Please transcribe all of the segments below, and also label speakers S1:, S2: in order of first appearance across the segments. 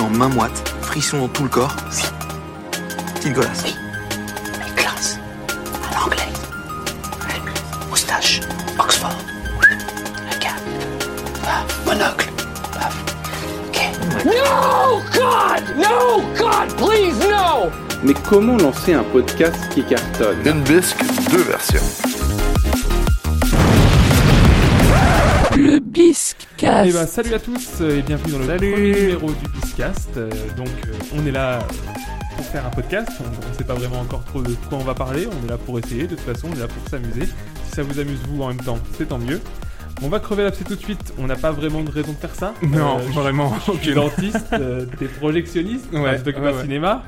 S1: en main moite, frisson dans tout le corps. Oui. Petite golasse.
S2: Oui. Mais classe. À l'anglais. Moustache. Oxford. Un gars. Paf. Monocle. Paf. Ok.
S3: No, God! No, God, please, no!
S4: Mais comment lancer un podcast qui cartonne
S5: Den Bisc, deux versions.
S6: Le Biscast.
S7: Eh ben, salut à tous euh, et bienvenue dans le
S6: Salut.
S7: premier numéro du Biscast. Euh, donc euh, on est là euh, pour faire un podcast. On ne sait pas vraiment encore trop de quoi on va parler. On est là pour essayer. De toute façon, on est là pour s'amuser. Si ça vous amuse vous en même temps, c'est tant mieux. On va crever l'abcès tout de suite. On n'a pas vraiment de raison de faire ça.
S8: Non,
S7: Euh, je
S8: vraiment.
S7: Tu es dentiste, euh, t'es projectionniste,
S8: Ouais,
S7: enfin, tu t'occupes
S8: ouais,
S7: pas de
S8: ouais.
S7: cinéma.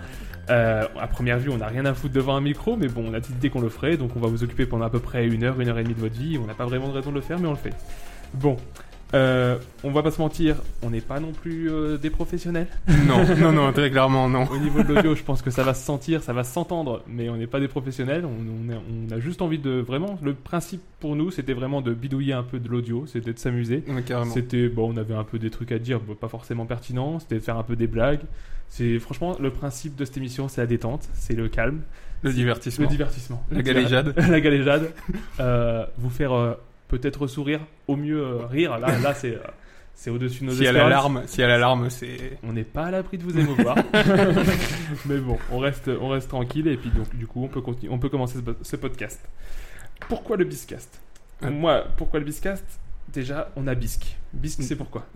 S7: Euh, à première vue, on n'a rien à foutre devant un micro, mais bon, on a petite idée qu'on le ferait, donc on va vous occuper pendant à peu près une heure, une heure et demie de votre vie. On n'a pas vraiment de raison de le faire, mais on le fait. Bon, euh, on va pas se mentir, on n'est pas non plus euh, des professionnels.
S8: Non, non, non, très clairement, non.
S7: Au niveau de l'audio, je pense que ça va se sentir, ça va s'entendre, mais on n'est pas des professionnels. On, on a, on a juste envie de vraiment. Le principe pour nous, c'était vraiment de bidouiller un peu de l'audio, c'était de s'amuser.
S8: Ouais, carrément.
S7: C'était bon, on avait un peu des trucs à dire, bon, pas forcément pertinents. C'était de faire un peu des blagues. C'est franchement le principe de cette émission, c'est la détente, c'est le calme,
S8: Le divertissement.
S7: le divertissement,
S8: La galéjade.
S7: la galéjade, Euh, vous faire euh, peut-être sourire, au mieux euh, rire. Là, là, c'est euh, c'est au-dessus de nos
S8: Si elle
S7: espérances.
S8: alarme, si elle alarme, c'est.
S7: On n'est pas à l'abri de vous émouvoir, mais bon, on reste on reste tranquille et puis donc du coup on peut continuer, on peut commencer ce, po- ce podcast. Pourquoi le biscast
S8: Euh.
S7: Moi, pourquoi le biscast Déjà, on a bisque.
S8: Mm.
S7: Bisque, c'est pourquoi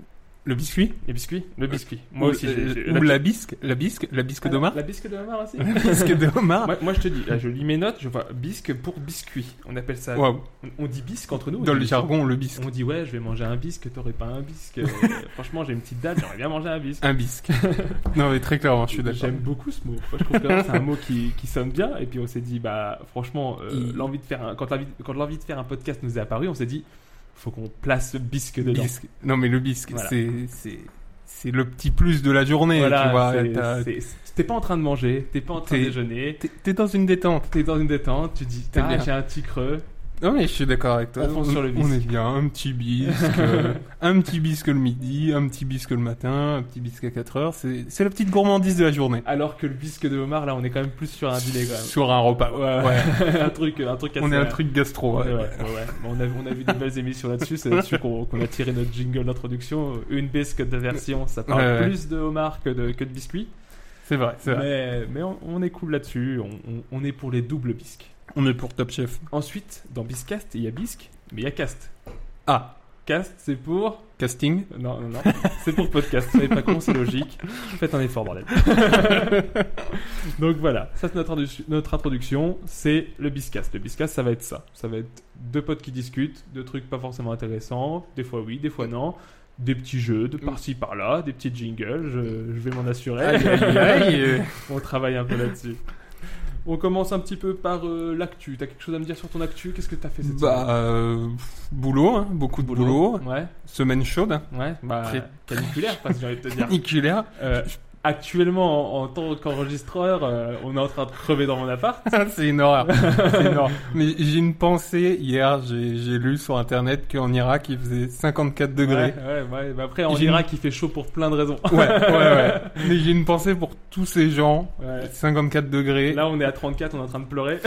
S8: Le biscuit
S7: les biscuits Le biscuit. Moi
S8: Ou-
S7: aussi.
S8: euh,
S7: j'ai- j'ai-
S8: Ou la bisque La bisque La bisque
S7: Ah,
S8: d'Omar
S7: La bisque de homard aussi.
S8: La bisque d'Omar
S7: moi, moi, je te dis, là, je lis mes notes, je vois bisque pour biscuit. On appelle ça.
S8: Waouh.
S7: on- On dit bisque entre nous. on
S8: Dans
S7: dit-
S8: le jargon, le bisque.
S7: On dit ouais, je vais manger un bisque, t'aurais pas un bisque. Euh, franchement, j'ai une petite date, j'aurais bien mangé un bisque.
S8: Un bisque. Non, mais très clairement, Ah, je suis d'accord.
S7: J'aime beaucoup ce mot. Moi, je trouve que c'est un mot qui, qui sonne bien. Et puis on s'est dit, bah franchement, euh,
S8: Il-
S7: l'envie de faire un, quand l'envie quand l'envie de faire un podcast nous est apparue, on s'est dit, faut qu'on place ce bisque dedans.
S8: Bisque. Non, mais le bisque,
S7: Voilà.
S8: c'est. c'est- C'est le petit plus de la journée, tu
S7: Voilà.
S8: vois.
S7: c'est-
S8: T'as-
S7: c'est- T'es pas en train de manger, t'es pas en train de
S8: T'es-
S7: déjeuner.
S8: T'es t'es dans une détente.
S7: T'es dans une détente, tu dis, t'as
S8: Ah.
S7: lâché un petit creux.
S8: Non, mais je suis d'accord avec toi.
S7: On fonce sur le
S8: on
S7: bisque.
S8: est bien. Un petit bisque. euh, un petit bisque le midi, un petit bisque le matin, un petit bisque à 4 heures. C'est c'est la petite gourmandise de la journée.
S7: Alors que le bisque de homard, là, on est quand même plus sur un dîner, quand même. Euh,
S8: Sur un repas. Ouais.
S7: un truc, un truc assez-
S8: On est un truc gastro.
S7: Ouais,
S8: ouais.
S7: ouais, ouais, ouais. Bon, on, a, on a vu des belles émissions là-dessus, c'est là-dessus qu'on qu'on a tiré notre jingle d'introduction. Une bisque de version, ça parle
S8: Ouais, ouais.
S7: plus de homard que de, que de biscuit.
S8: C'est vrai, c'est vrai.
S7: Mais, mais on, on est cool là-dessus, on, on- on est pour les doubles bisques.
S8: On est pour Top Chef.
S7: Ensuite, dans Biscast, il y a bisque, mais il y a cast.
S8: Ah,
S7: Cast, c'est pour.
S8: casting.
S7: Non, non, non. C'est pour podcast. Soyez pas con, c'est logique. Faites un effort, bordel. Donc voilà, ça c'est notre, introdu- notre introduction. C'est le biscast. Le biscast, ça va être ça. Ça va être deux potes qui discutent, deux trucs pas forcément intéressants. Des fois oui, des fois non. Des petits jeux, de par-ci par-là, des petits jingles. Je, je vais m'en assurer. On travaille un peu là-dessus. On commence un petit peu par euh, l'actu. T'as quelque chose à me dire sur ton actu Qu'est-ce que t'as fait cette
S8: Bah, euh, pff, boulot, hein, beaucoup de boulot.
S7: semaine Ouais,
S8: Semaine chaude, hein,
S7: ouais. Bah,
S8: Très-
S7: caniculaire, parce que j'ai envie de te dire.
S8: caniculaire.
S7: Euh, actuellement, en, en tant qu'enregistreur, euh, on est en train de crever dans mon appart.
S8: c'est une horreur. C'est une horreur. Mais j'ai une pensée hier, j'ai j'ai lu sur internet qu'en Irak il faisait 54 degrés.
S7: Ouais, ouais, ouais. Bah après, en
S8: J'ai-
S7: Irak, il fait chaud pour plein de raisons.
S8: Ouais, ouais, ouais. Mais j'ai une pensée pour tous ces gens.
S7: Ouais.
S8: 54 degrés.
S7: Là, on est à 34, on est en train de pleurer.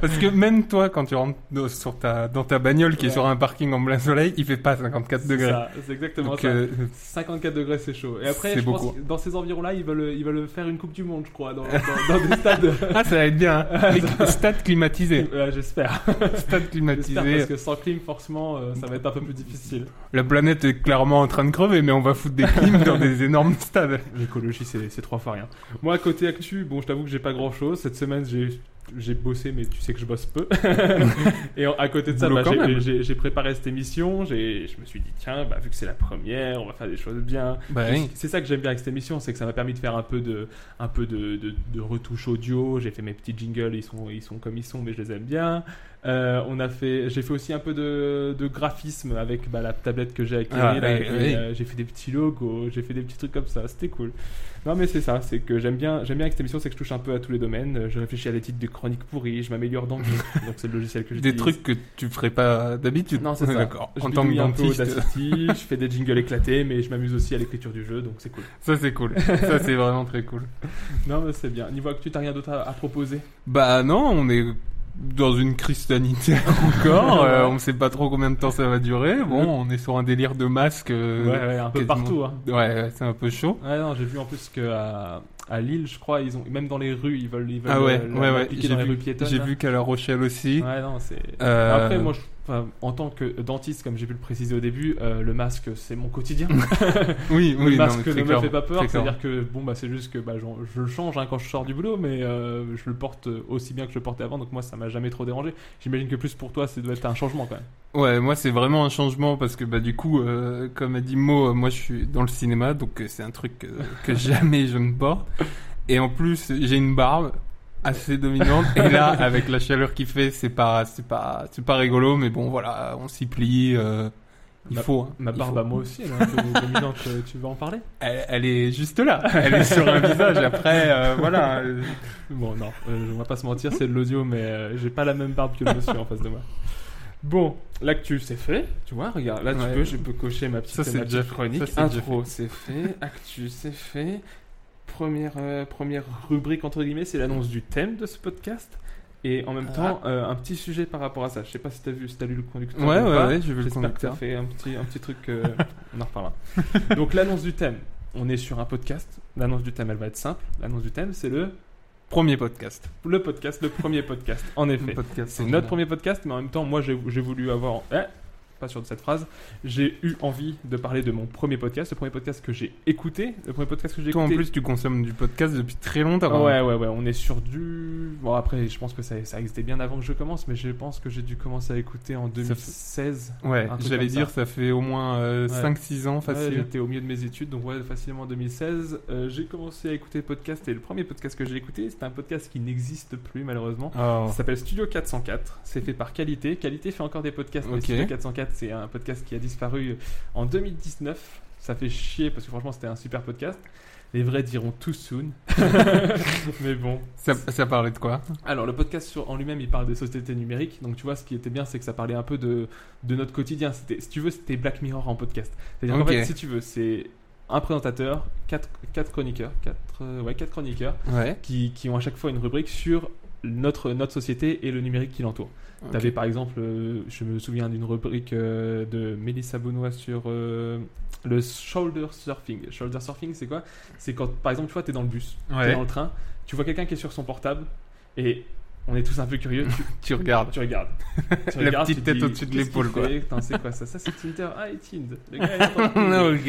S8: Parce que même toi, quand tu rentres dans, sur ta, dans ta bagnole qui
S7: Ouais.
S8: est sur un parking en plein soleil, il fait pas 54
S7: C'est
S8: degrés.
S7: ça, C'est exactement
S8: Donc,
S7: ça.
S8: euh,
S7: 54 degrés, c'est chaud. Et après,
S8: c'est
S7: je pense
S8: beaucoup.
S7: que dans ces environs-là, ils veulent, ils veulent faire une Coupe du Monde, je crois, dans, dans- dans des stades.
S8: Ah, ça va être bien. hein. Les stades climatisés.
S7: Ouais, J'espère.
S8: Stades
S7: J'espère parce
S8: climatisés.
S7: que sans clim, forcément, euh, ça va être un peu plus difficile.
S8: La planète est clairement en train de crever, mais on va foutre des clims dans des énormes stades.
S7: L'écologie, c'est c'est trois fois rien. Moi, côté actu, bon, je t'avoue que j'ai pas grand chose. Cette semaine, j'ai. J'ai bossé, mais tu sais que je bosse peu. et en- à côté de ça,
S8: Boulot
S7: bah,
S8: quand
S7: j'ai-
S8: même.
S7: j'ai j'ai préparé cette émission. j'ai- Je me suis dit, tiens, bah, vu que c'est la première, on va faire des choses bien.
S8: Bah
S7: Je-
S8: oui.
S7: C'est ça que j'aime bien avec cette émission, c'est que ça m'a permis de faire un peu de, un peu de, de, de retouche audio. J'ai fait mes petits jingles, ils sont, ils sont comme ils sont, mais je les aime bien. Euh, on a fait, j'ai fait aussi un peu de, de graphisme avec bah, la tablette que j'ai avec
S8: Ah,
S7: Aimé, là,
S8: oui,
S7: et,
S8: oui.
S7: euh, j'ai fait des petits logos, j'ai fait des petits trucs comme ça, c'était cool. Non mais c'est ça, c'est que j'aime bien, j'aime bien avec cette émission, c'est que je touche un peu à tous les domaines. Je réfléchis à des titres de chroniques pourries, je m'améliore dans le donc c'est le logiciel que
S8: Des
S7: j'utilise.
S8: trucs que tu ferais pas d'habitude.
S7: Non, c'est
S8: Ouais,
S7: ça.
S8: D'accord.
S7: Je
S8: En tant que
S7: bidouille un peu
S8: dentiste,
S7: Audacity, je fais des jingles éclatés, mais je m'amuse aussi à l'écriture du jeu, donc c'est cool.
S8: ça c'est cool. ça c'est vraiment très cool.
S7: Non, mais c'est bien. Niveau actu, t'as rien d'autre à, à proposer
S8: Bah non, on est dans une crise sanitaire encore. euh, on sait pas trop combien de temps ça va durer. Bon, on est sur un délire de masque. euh,
S7: Ouais, ouais, un peu partout. Hein.
S8: Ouais, ouais, c'est un peu chaud.
S7: Ouais, non, j'ai vu en plus que à, à Lille, je crois, ils ont même dans les rues, ils veulent, ils veulent
S8: Ah ouais,
S7: euh,
S8: ouais, ouais.
S7: l'appliquer
S8: J'ai
S7: dans les rues
S8: vu,
S7: piétonnes.
S8: j'ai
S7: là.
S8: vu qu'à La Rochelle aussi.
S7: Ouais, non, c'est.
S8: Euh,
S7: Après, moi, je- enfin, en tant que dentiste, comme j'ai pu le préciser au début, euh, le masque, c'est mon quotidien.
S8: Oui, oui,
S7: le
S8: non,
S7: masque
S8: mais
S7: ne
S8: c'est
S7: me
S8: clair,
S7: fait pas peur.
S8: c'est clair.
S7: C'est-à-dire que bon, bah, c'est juste que bah, j'en- je le change hein, quand je sors du boulot, mais euh, je le porte aussi bien que je le portais avant. Donc moi, ça m'a jamais trop dérangé. J'imagine que plus pour toi, ça doit être un changement quand même.
S8: Ouais, moi c'est vraiment un changement parce que bah du coup, euh, comme a dit Mo, euh, moi je suis dans le cinéma, donc euh, c'est un truc que, que jamais je ne porte. Et en plus, j'ai une barbe assez dominante. Et là, avec la chaleur qu'il fait, c'est pas, c'est pas, c'est pas rigolo, mais bon voilà, on s'y plie. euh, il
S7: Ma-
S8: faut. hein,
S7: Ma
S8: il
S7: barbe
S8: faut.
S7: à moi aussi, elle est un peu dominante. euh, Tu veux en parler
S8: Elle, elle est juste là. Elle est sur un visage. Après, euh, voilà. euh,
S7: Bon, non, euh, on va pas se mentir, c'est de l'audio, mais euh, j'ai pas la même barbe que le monsieur en face de moi. Bon, l'actu, c'est fait. Tu vois, regarde, là, tu
S8: Ouais.
S7: peux, je peux cocher ma petite,
S8: Ça, c'est
S7: ma petite
S8: déjà fait.
S7: chronique.
S8: Ça, c'est déjà
S7: Intro, c'est fait. Actu, c'est fait. Première, euh, première rubrique, entre guillemets, c'est l'annonce du thème de ce podcast. Et en
S8: Ah.
S7: même temps, euh, un petit sujet par rapport à ça. Je sais pas si t'as vu, si t'as lu le conducteur.
S8: Ouais,
S7: ou
S8: ouais,
S7: pas.
S8: ouais, j'ai vu le
S7: J'espère que ça
S8: conducteur.
S7: fait un petit, un petit truc. euh, on en reparlera. Donc, l'annonce du thème. On est sur un podcast. L'annonce du thème, elle va être simple. L'annonce du thème, c'est le
S8: Premier podcast.
S7: le podcast, le premier podcast, en effet.
S8: Podcast,
S7: C'est notre premier podcast, mais en même temps, moi, j'ai j'ai voulu avoir... eh, pas sûr de cette phrase. J'ai eu envie de parler de mon premier podcast, le premier podcast que j'ai écouté, le premier podcast que j'ai
S8: Toi en
S7: écouté.
S8: plus, hein. tu consommes du podcast depuis très longtemps.
S7: Ouais, ouais, ouais, on est sur du... Bon, après, je pense que ça, ça existait bien avant que je commence, mais je pense que j'ai dû commencer à écouter en 2016.
S8: Ouais,
S7: Un truc
S8: j'allais
S7: comme ça.
S8: dire, ça. fait au moins
S7: Ouais.
S8: 5-6 ans
S7: Ouais,
S8: facile.
S7: J'étais au milieu de mes études, donc ouais, facilement en 2016. Euh, j'ai commencé à écouter le podcast, et le premier podcast que j'ai écouté, c'était un podcast qui n'existe plus, malheureusement.
S8: Oh.
S7: Ça s'appelle Studio 404. C'est fait par Qualité. Qualité fait encore des podcasts. mais
S8: Ok.
S7: Studio 404, c'est un podcast qui a disparu en 2019. Ça fait chier parce que franchement, c'était un super podcast. Les vrais diront too soon. mais bon.
S8: Ça, ça parlait de quoi
S7: Alors, le podcast sur- en lui-même, il parle des sociétés numériques. Donc, tu vois, ce qui était bien, c'est que ça parlait un peu de, de notre quotidien. C'était, si tu veux, c'était Black Mirror en podcast. C'est-à-dire
S8: Ok.
S7: qu'en fait, si tu veux, c'est un présentateur, quatre, quatre chroniqueurs, quatre, euh, ouais, quatre chroniqueurs
S8: Ouais.
S7: qui, qui ont à chaque fois une rubrique sur notre, notre société et le numérique qui l'entoure.
S8: Ok.
S7: T'avais par exemple, euh, je me souviens d'une rubrique euh, de Mélissa Benoît sur euh, le shoulder surfing. Shoulder surfing, c'est quoi C'est quand, par exemple, tu vois, t'es dans le bus,
S8: Ouais.
S7: t'es dans le train, tu vois quelqu'un qui est sur son portable et on est tous un peu curieux, tu,
S8: Tu regardes.
S7: tu regardes. Tu
S8: Ah. La
S7: regardes,
S8: petite
S7: tu te
S8: tête
S7: dis,
S8: au-dessus de
S7: qu'est-ce
S8: l'épaule,
S7: qu'il
S8: quoi.
S7: fait Putain, C'est quoi ça Ça, c'est Tinder. Ah, et Tinder. Le gars, il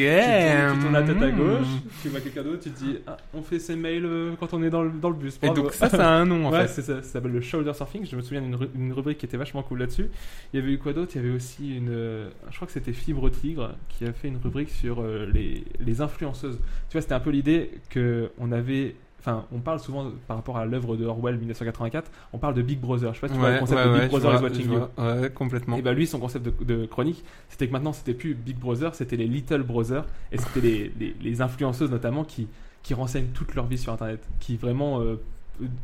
S7: est en train de
S8: Ok.
S7: Tinder. Tu tournes, tu tournes la tête
S8: Hmm.
S7: à gauche, tu vois quelqu'un d'autre, tu te dis ah, on fait ses mails euh, quand on est dans le, dans le bus.
S8: Et
S7: bravo.
S8: donc ça, ça a un nom en
S7: ouais,
S8: fait.
S7: c'est ça, ça s'appelle le shoulder surfing. Je me souviens d'une ru- une rubrique qui était vachement cool là-dessus. Il y avait eu quoi d'autre Il y avait aussi une. euh, Je crois que c'était Fibre Tigre qui a fait une rubrique sur euh, les, les influenceuses. Tu vois, c'était un peu l'idée que on avait. Enfin, on parle souvent de- par rapport à l'œuvre de Orwell 1984, on parle de Big Brother. Je sais pas si tu vois le
S8: ouais,
S7: concept
S8: ouais,
S7: de Big
S8: ouais, je
S7: Brother is
S8: vois,
S7: watching
S8: je
S7: you.
S8: vois. Ouais, complètement.
S7: Et bah lui, son concept de, de chronique, c'était que maintenant, c'était plus Big Brother, c'était les Little Brother, et c'était les, les- les influenceuses notamment qui, qui renseignent toute leur vie sur Internet, qui vraiment euh,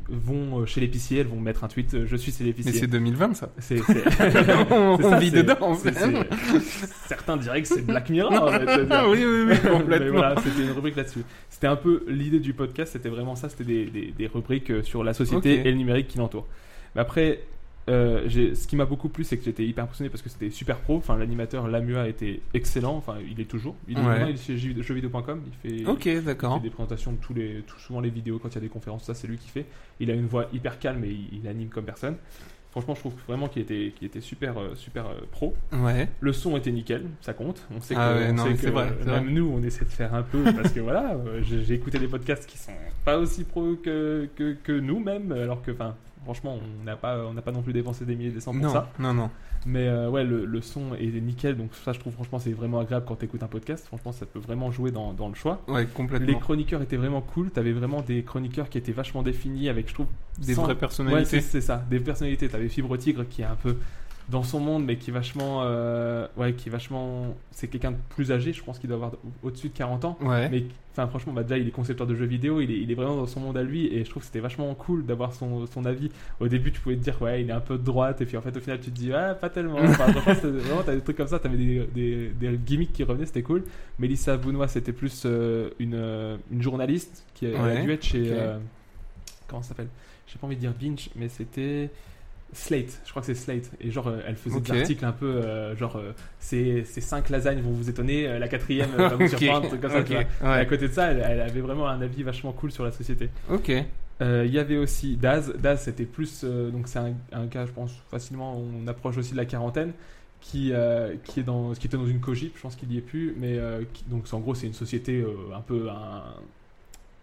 S7: vont euh, chez l'épicier, elles vont mettre un tweet, euh, je suis chez
S8: Mais c'est
S7: l'épicier.
S8: 2020 ça.
S7: C'est c'est-
S8: on
S7: c'est ça,
S8: vit
S7: c'est-
S8: dedans.
S7: c'est- c'est- Certains diraient que c'est Black Mirror. en fait, c'est-à-dire-
S8: Ah oui, oui, oui,
S7: mais
S8: complètement.
S7: voilà, c'était une rubrique là-dessus. C'était un peu l'idée du podcast, c'était vraiment ça, c'était des, des- des rubriques euh, sur la société
S8: Ok.
S7: et le numérique qui l'entoure. Mais après, euh, j'ai- ce qui m'a beaucoup plu, c'est que j'étais hyper impressionné parce que c'était super pro. Enfin, l'animateur Lamua était excellent, enfin, il est toujours. Il est,
S8: Ouais.
S7: maintenant, il est chez jeu- jeuxvideo.com, il fait,
S8: Ok,
S7: il
S8: d'accord.
S7: fait des présentations de tous les, tout, souvent les vidéos quand il y a des conférences, ça c'est lui qui fait. Il a une voix hyper calme et il, il anime comme personne. Franchement, je trouve vraiment qu'il était, qu'il était super, euh, super euh, pro.
S8: Ouais.
S7: Le son était nickel, ça compte. On sait que,
S8: Ah ouais,
S7: on
S8: non,
S7: sait
S8: mais
S7: que
S8: c'est vrai, c'est
S7: même
S8: vrai.
S7: nous, on essaie de faire un peu parce que voilà, euh, j'ai j'ai écouté des podcasts qui sont pas aussi pro que, que, que nous-mêmes, alors que enfin, Franchement, on n'a pas, on n'a pas non plus dépensé des milliers et des cents pour
S8: Non,
S7: ça.
S8: non, non.
S7: Mais euh, ouais, le, le son est nickel. Donc ça, je trouve franchement, c'est vraiment agréable quand t'écoutes un podcast. Franchement, ça peut vraiment jouer dans, dans le choix.
S8: Ouais,
S7: Les
S8: complètement.
S7: chroniqueurs étaient vraiment cool. T'avais vraiment des chroniqueurs qui étaient vachement définis avec, je trouve,
S8: Des
S7: sans-
S8: vraies personnalités.
S7: Ouais, c'est- c'est ça, des personnalités. T'avais Fibre Tigre qui est un peu dans son monde, mais qui est vachement. euh, ouais, qui est vachement. C'est quelqu'un de plus âgé, je pense qu'il doit avoir au- au-dessus de 40 ans.
S8: Ouais.
S7: Mais enfin, franchement, bah, déjà, il est concepteur de jeux vidéo, il est, il est vraiment dans son monde à lui, et je trouve que c'était vachement cool d'avoir son, son avis. Au début, tu pouvais te dire, ouais, il est un peu de droite, et puis en fait, au final, tu te dis, ah, pas tellement. Enfin, franchement, c'était- vraiment, t'avais des trucs comme ça, t'avais des, des, des gimmicks qui revenaient, c'était cool. Mélissa Bounois, c'était plus euh, une, euh, une journaliste qui a- elle a
S8: Ouais,
S7: dû être chez.
S8: ok.
S7: euh, comment ça s'appelle J'ai pas envie de dire Binge, mais c'était. Slate, je crois que c'est Slate. Et genre, euh, elle faisait
S8: Ok.
S7: des articles un peu euh, genre, euh, ces, ces cinq lasagnes vont vous étonner, euh, la quatrième euh, va vous surprendre, un truc comme ça,
S8: ok,
S7: tu vois. Et à
S8: ouais.
S7: côté de ça, elle, elle avait vraiment un avis vachement cool sur la société.
S8: ok.
S7: Euh, Il y avait aussi Daz. Daz, c'était plus. euh, donc, c'est un, un cas, je pense, facilement, on approche aussi de la quarantaine. Qui, euh, qui, est dans, qui était dans une cogip, je pense qu'il y est plus. Mais euh, qui- donc, c'est- en gros, c'est une société euh, un peu. un-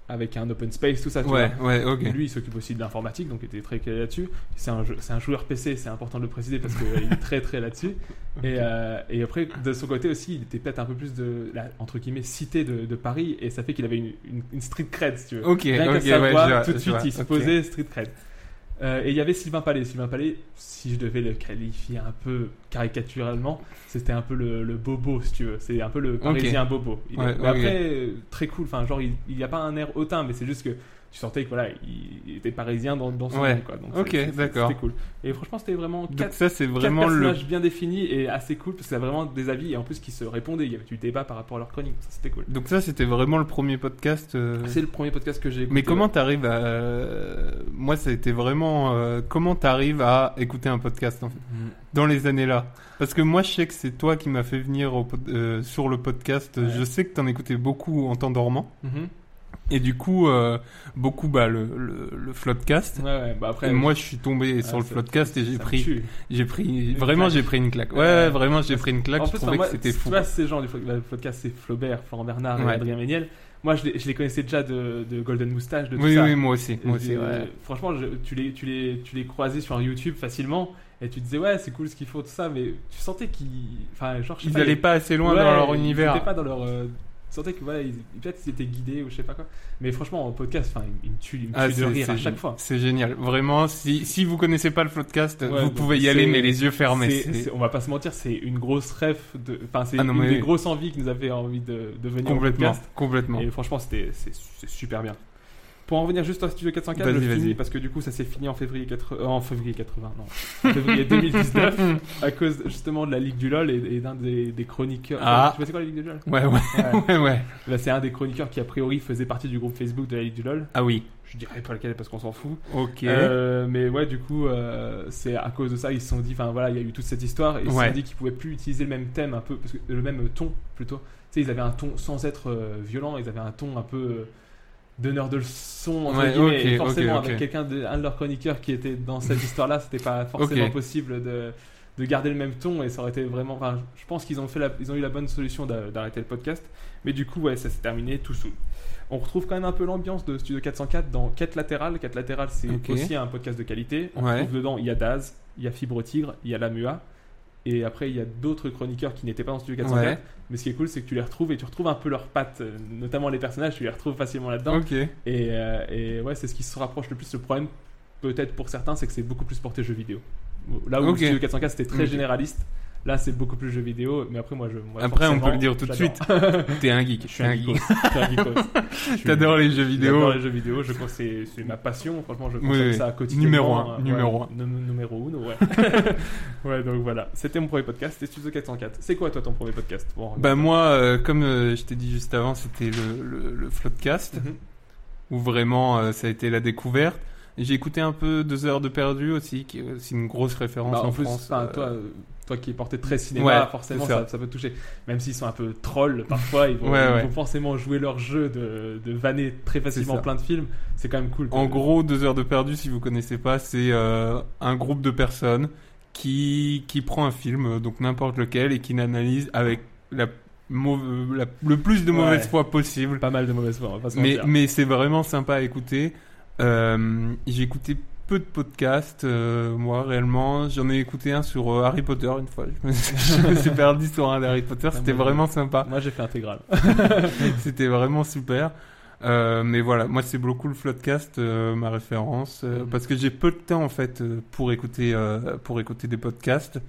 S7: avec un open space, tout ça. tu vois.
S8: Ouais, ouais, ok.
S7: Lui, il s'occupe aussi de l'informatique, donc il était très calé là-dessus. C'est un, jeu- c'est un joueur PC, c'est important de le préciser parce qu'il est très très là-dessus. Et, euh, et après, de son côté aussi, il était peut-être un peu plus de la entre guillemets cité de, de Paris, et ça fait qu'il avait une, une, une street cred, si tu veux.
S8: Ok,
S7: euh, Rien
S8: ok,
S7: qu'à sa
S8: ouais,
S7: voix,
S8: je vois,
S7: tout de
S8: je
S7: suite,
S8: vois,
S7: il se
S8: ok.
S7: posait street cred. Euh, et il y avait Sylvain Palais. Sylvain Palais, si je devais le qualifier un peu caricaturalement, c'était un peu le, le bobo, si tu veux. C'est un peu le parisien bobo. Il est-
S8: Ouais,
S7: mais
S8: ok.
S7: après, euh, très cool. Enfin, genre, il n'y a pas un air hautain, mais c'est juste que tu sentais que voilà, il, il était parisien dans, dans son
S8: Ouais.
S7: monde, quoi. Donc,
S8: Ok,
S7: c'est- c'est-
S8: d'accord.
S7: C'était cool. Et franchement, c'était vraiment
S8: Donc
S7: quatre,
S8: ça, c'est
S7: quatre
S8: vraiment le...
S7: personnages bien définis et assez cool parce que ça a vraiment des avis et en plus qui se répondaient. Il y avait du débat par rapport à leur chronique. Ça, c'était cool.
S8: Donc ça, c'était vraiment le premier podcast. euh,
S7: Ah, C'est le premier podcast que j'ai écouté.
S8: Mais comment t'arrives à... euh, Moi, ça a été vraiment... euh, Comment t'arrives à écouter un podcast, en fait, dans les années-là Parce que moi, je sais que c'est toi qui m'as fait venir au pod- euh, sur le podcast.
S7: Ouais.
S8: Je sais que t'en écoutais beaucoup en t'endormant.
S7: Mhm.
S8: Et du coup, euh, beaucoup, bah, le, le, le Floodcast.
S7: Ouais, ouais, bah après.
S8: Et moi, je suis tombé sur le
S7: ça-
S8: Floodcast et j'ai
S7: ça me
S8: pris...
S7: tue.
S8: J'ai pris... Vraiment,
S7: claque.
S8: j'ai pris une claque. Ouais,
S7: Ouais.
S8: ouais, vraiment, j'ai pris une claque.
S7: En
S8: je
S7: plus, enfin,
S8: trouvais
S7: moi,
S8: que c'était fou.
S7: Tu vois, ces gens du fo- le podcast, c'est Flaubert, Florent Bernard et
S8: Ouais.
S7: Adrien Méniel. Moi, je les, je les connaissais déjà de, de Golden Moustache, de tout
S8: Oui,
S7: ça.
S8: oui, moi aussi.
S7: Et
S8: Moi
S7: je-
S8: aussi, ouais.
S7: Franchement, je- tu, les, tu, les, tu les croisais sur YouTube facilement et tu disais, ouais, c'est cool ce qu'ils font, tout ça, mais tu sentais qu'ils. Enfin, genre, je sais
S8: Ils
S7: pas,
S8: n'allaient pas assez loin dans
S7: Ouais,
S8: leur
S7: ils
S8: univers.
S7: étaient pas dans leur. euh, tu sentais que, voilà, ils- peut-être ils étaient guidés ou je sais pas quoi. Mais franchement, en podcast, enfin, ils, ils me tuent, ils me
S8: Ah,
S7: tuent de
S8: c'est-
S7: rire à
S8: c'est
S7: chaque
S8: gé-
S7: fois.
S8: C'est génial. Vraiment, si, si vous connaissez pas le podcast,
S7: Ouais,
S8: vous
S7: donc
S8: pouvez y
S7: c'est-
S8: aller, mais les yeux fermés.
S7: C'est-
S8: C'est
S7: c'est- on va pas se mentir, c'est une grosse rêve, de- enfin c'est
S8: Ah non,
S7: une
S8: mais
S7: des
S8: oui.
S7: grosses envies qui nous avait envie de, de venir au
S8: complètement.
S7: podcast.
S8: Complètement.
S7: Et franchement, c'était c'est c'est super bien. Pour en revenir juste au studio 404,
S8: Vas-y,
S7: je finis,
S8: vas-y.
S7: parce que du coup ça s'est fini en février 80, euh, en février 80, non, en février 2019 à cause justement de la Ligue du LoL et, et d'un des, des chroniqueurs.
S8: Ah.
S7: Tu sais quoi la Ligue du LoL
S8: Ouais, ouais, ouais, ouais.
S7: Là, c'est un des chroniqueurs qui a priori faisait partie du groupe Facebook de la Ligue du LoL.
S8: Ah oui.
S7: Je dirais pas lequel parce qu'on s'en fout.
S8: Ok.
S7: Euh, mais ouais, du coup, euh, c'est à cause de ça, ils se sont dit, enfin voilà, il y a eu toute cette histoire, et ils se
S8: Ouais.
S7: sont dit qu'ils pouvaient plus utiliser le même thème un peu, parce que le même ton plutôt. Tu sais, ils avaient un ton sans être euh, violent, ils avaient un ton un peu euh, donneur de leçon, entre
S8: Ouais,
S7: guillemets,
S8: ok,
S7: et forcément
S8: ok, ok.
S7: avec quelqu'un de, un de leurs chroniqueurs qui était dans cette histoire-là, c'était pas forcément
S8: Ok.
S7: possible de de garder le même ton et ça aurait été vraiment enfin je pense qu'ils ont fait la- ils ont eu la bonne solution d'a- d'arrêter le podcast mais du coup ouais ça s'est terminé tout sous on retrouve quand même un peu l'ambiance de Studio 404 dans Quête Latérale. Quête Latérale, c'est
S8: Ok.
S7: aussi un podcast de qualité. On
S8: Ouais.
S7: retrouve dedans, il y a Daz, il y a Fibre Tigre, il y a Lamua. Et après, il y a d'autres chroniqueurs qui n'étaient pas dans Studio 404.
S8: Ouais.
S7: Mais ce qui est cool, c'est que tu les retrouves et tu retrouves un peu leurs pattes, euh, notamment les personnages, tu les retrouves facilement là-dedans.
S8: ok.
S7: Et, euh, et ouais, c'est ce qui se rapproche le plus. Le problème, peut-être pour certains, c'est que c'est beaucoup plus porté jeux vidéo. Là où
S8: Ok.
S7: Studio 404, c'était très
S8: Ok.
S7: généraliste. Là, c'est beaucoup plus jeux vidéo. Mais après, moi, je. moi,
S8: Après, on peut le
S7: forcément,
S8: dire tout de
S7: j'adore.
S8: suite. T'es un geek. Je
S7: Je suis un geekos. Je suis un geekos. Je suis-
S8: T'adores les jeux
S7: J'adore
S8: vidéo.
S7: les jeux vidéo, je crois que c'est c'est ma passion, franchement je
S8: Oui,
S7: consomme
S8: oui.
S7: ça quotidiennement.
S8: Numéro un,
S7: Euh, ouais,
S8: numéro un.
S7: num- numéro uno, ouais. ouais, donc voilà, c'était mon premier podcast, c'était Studio 404. C'est quoi toi ton premier podcast Bon,
S8: Bah moi, euh, comme euh, je t'ai dit juste avant, c'était le, le, le Floodcast,
S7: Mhm.
S8: où vraiment euh, ça a été la découverte. J'ai écouté un peu Deux heures de perdu aussi, qui est aussi une grosse référence
S7: bah,
S8: en,
S7: en plus,
S8: France.
S7: enfin,
S8: euh,
S7: toi, euh, toi qui es porté très cinéma,
S8: ouais,
S7: forcément
S8: c'est ça.
S7: ça. ça peut te toucher. Même s'ils sont un peu trolls parfois, ils vont,
S8: Ouais,
S7: ils
S8: ouais.
S7: vont forcément jouer leur jeu de, de vanner très facilement
S8: ça.
S7: plein de films, c'est quand même cool.
S8: En gros, deux heures de perdu, si vous connaissez pas, c'est euh, un groupe de personnes qui, qui prend un film, euh, donc n'importe lequel, et qui l'analyse avec la, mauva- la- le plus de
S7: Ouais.
S8: mauvaise foi possible.
S7: Pas mal de mauvaises fois, on va pas se
S8: Mais,
S7: mentir.
S8: mais c'est vraiment sympa à écouter. Euh, J'ai écouté peu de podcasts, euh, moi réellement. J'en ai écouté un sur euh, Harry Potter une fois. Je me suis, je me suis perdu sur un d'Harry Potter, c'était
S7: moi,
S8: vraiment sympa.
S7: Moi j'ai fait intégral.
S8: C'était vraiment super. Euh, mais voilà, moi c'est beaucoup le Floodcast, euh, ma référence, euh,
S7: Mhm.
S8: parce que j'ai peu de temps en fait euh, pour écouter euh, pour écouter des podcasts.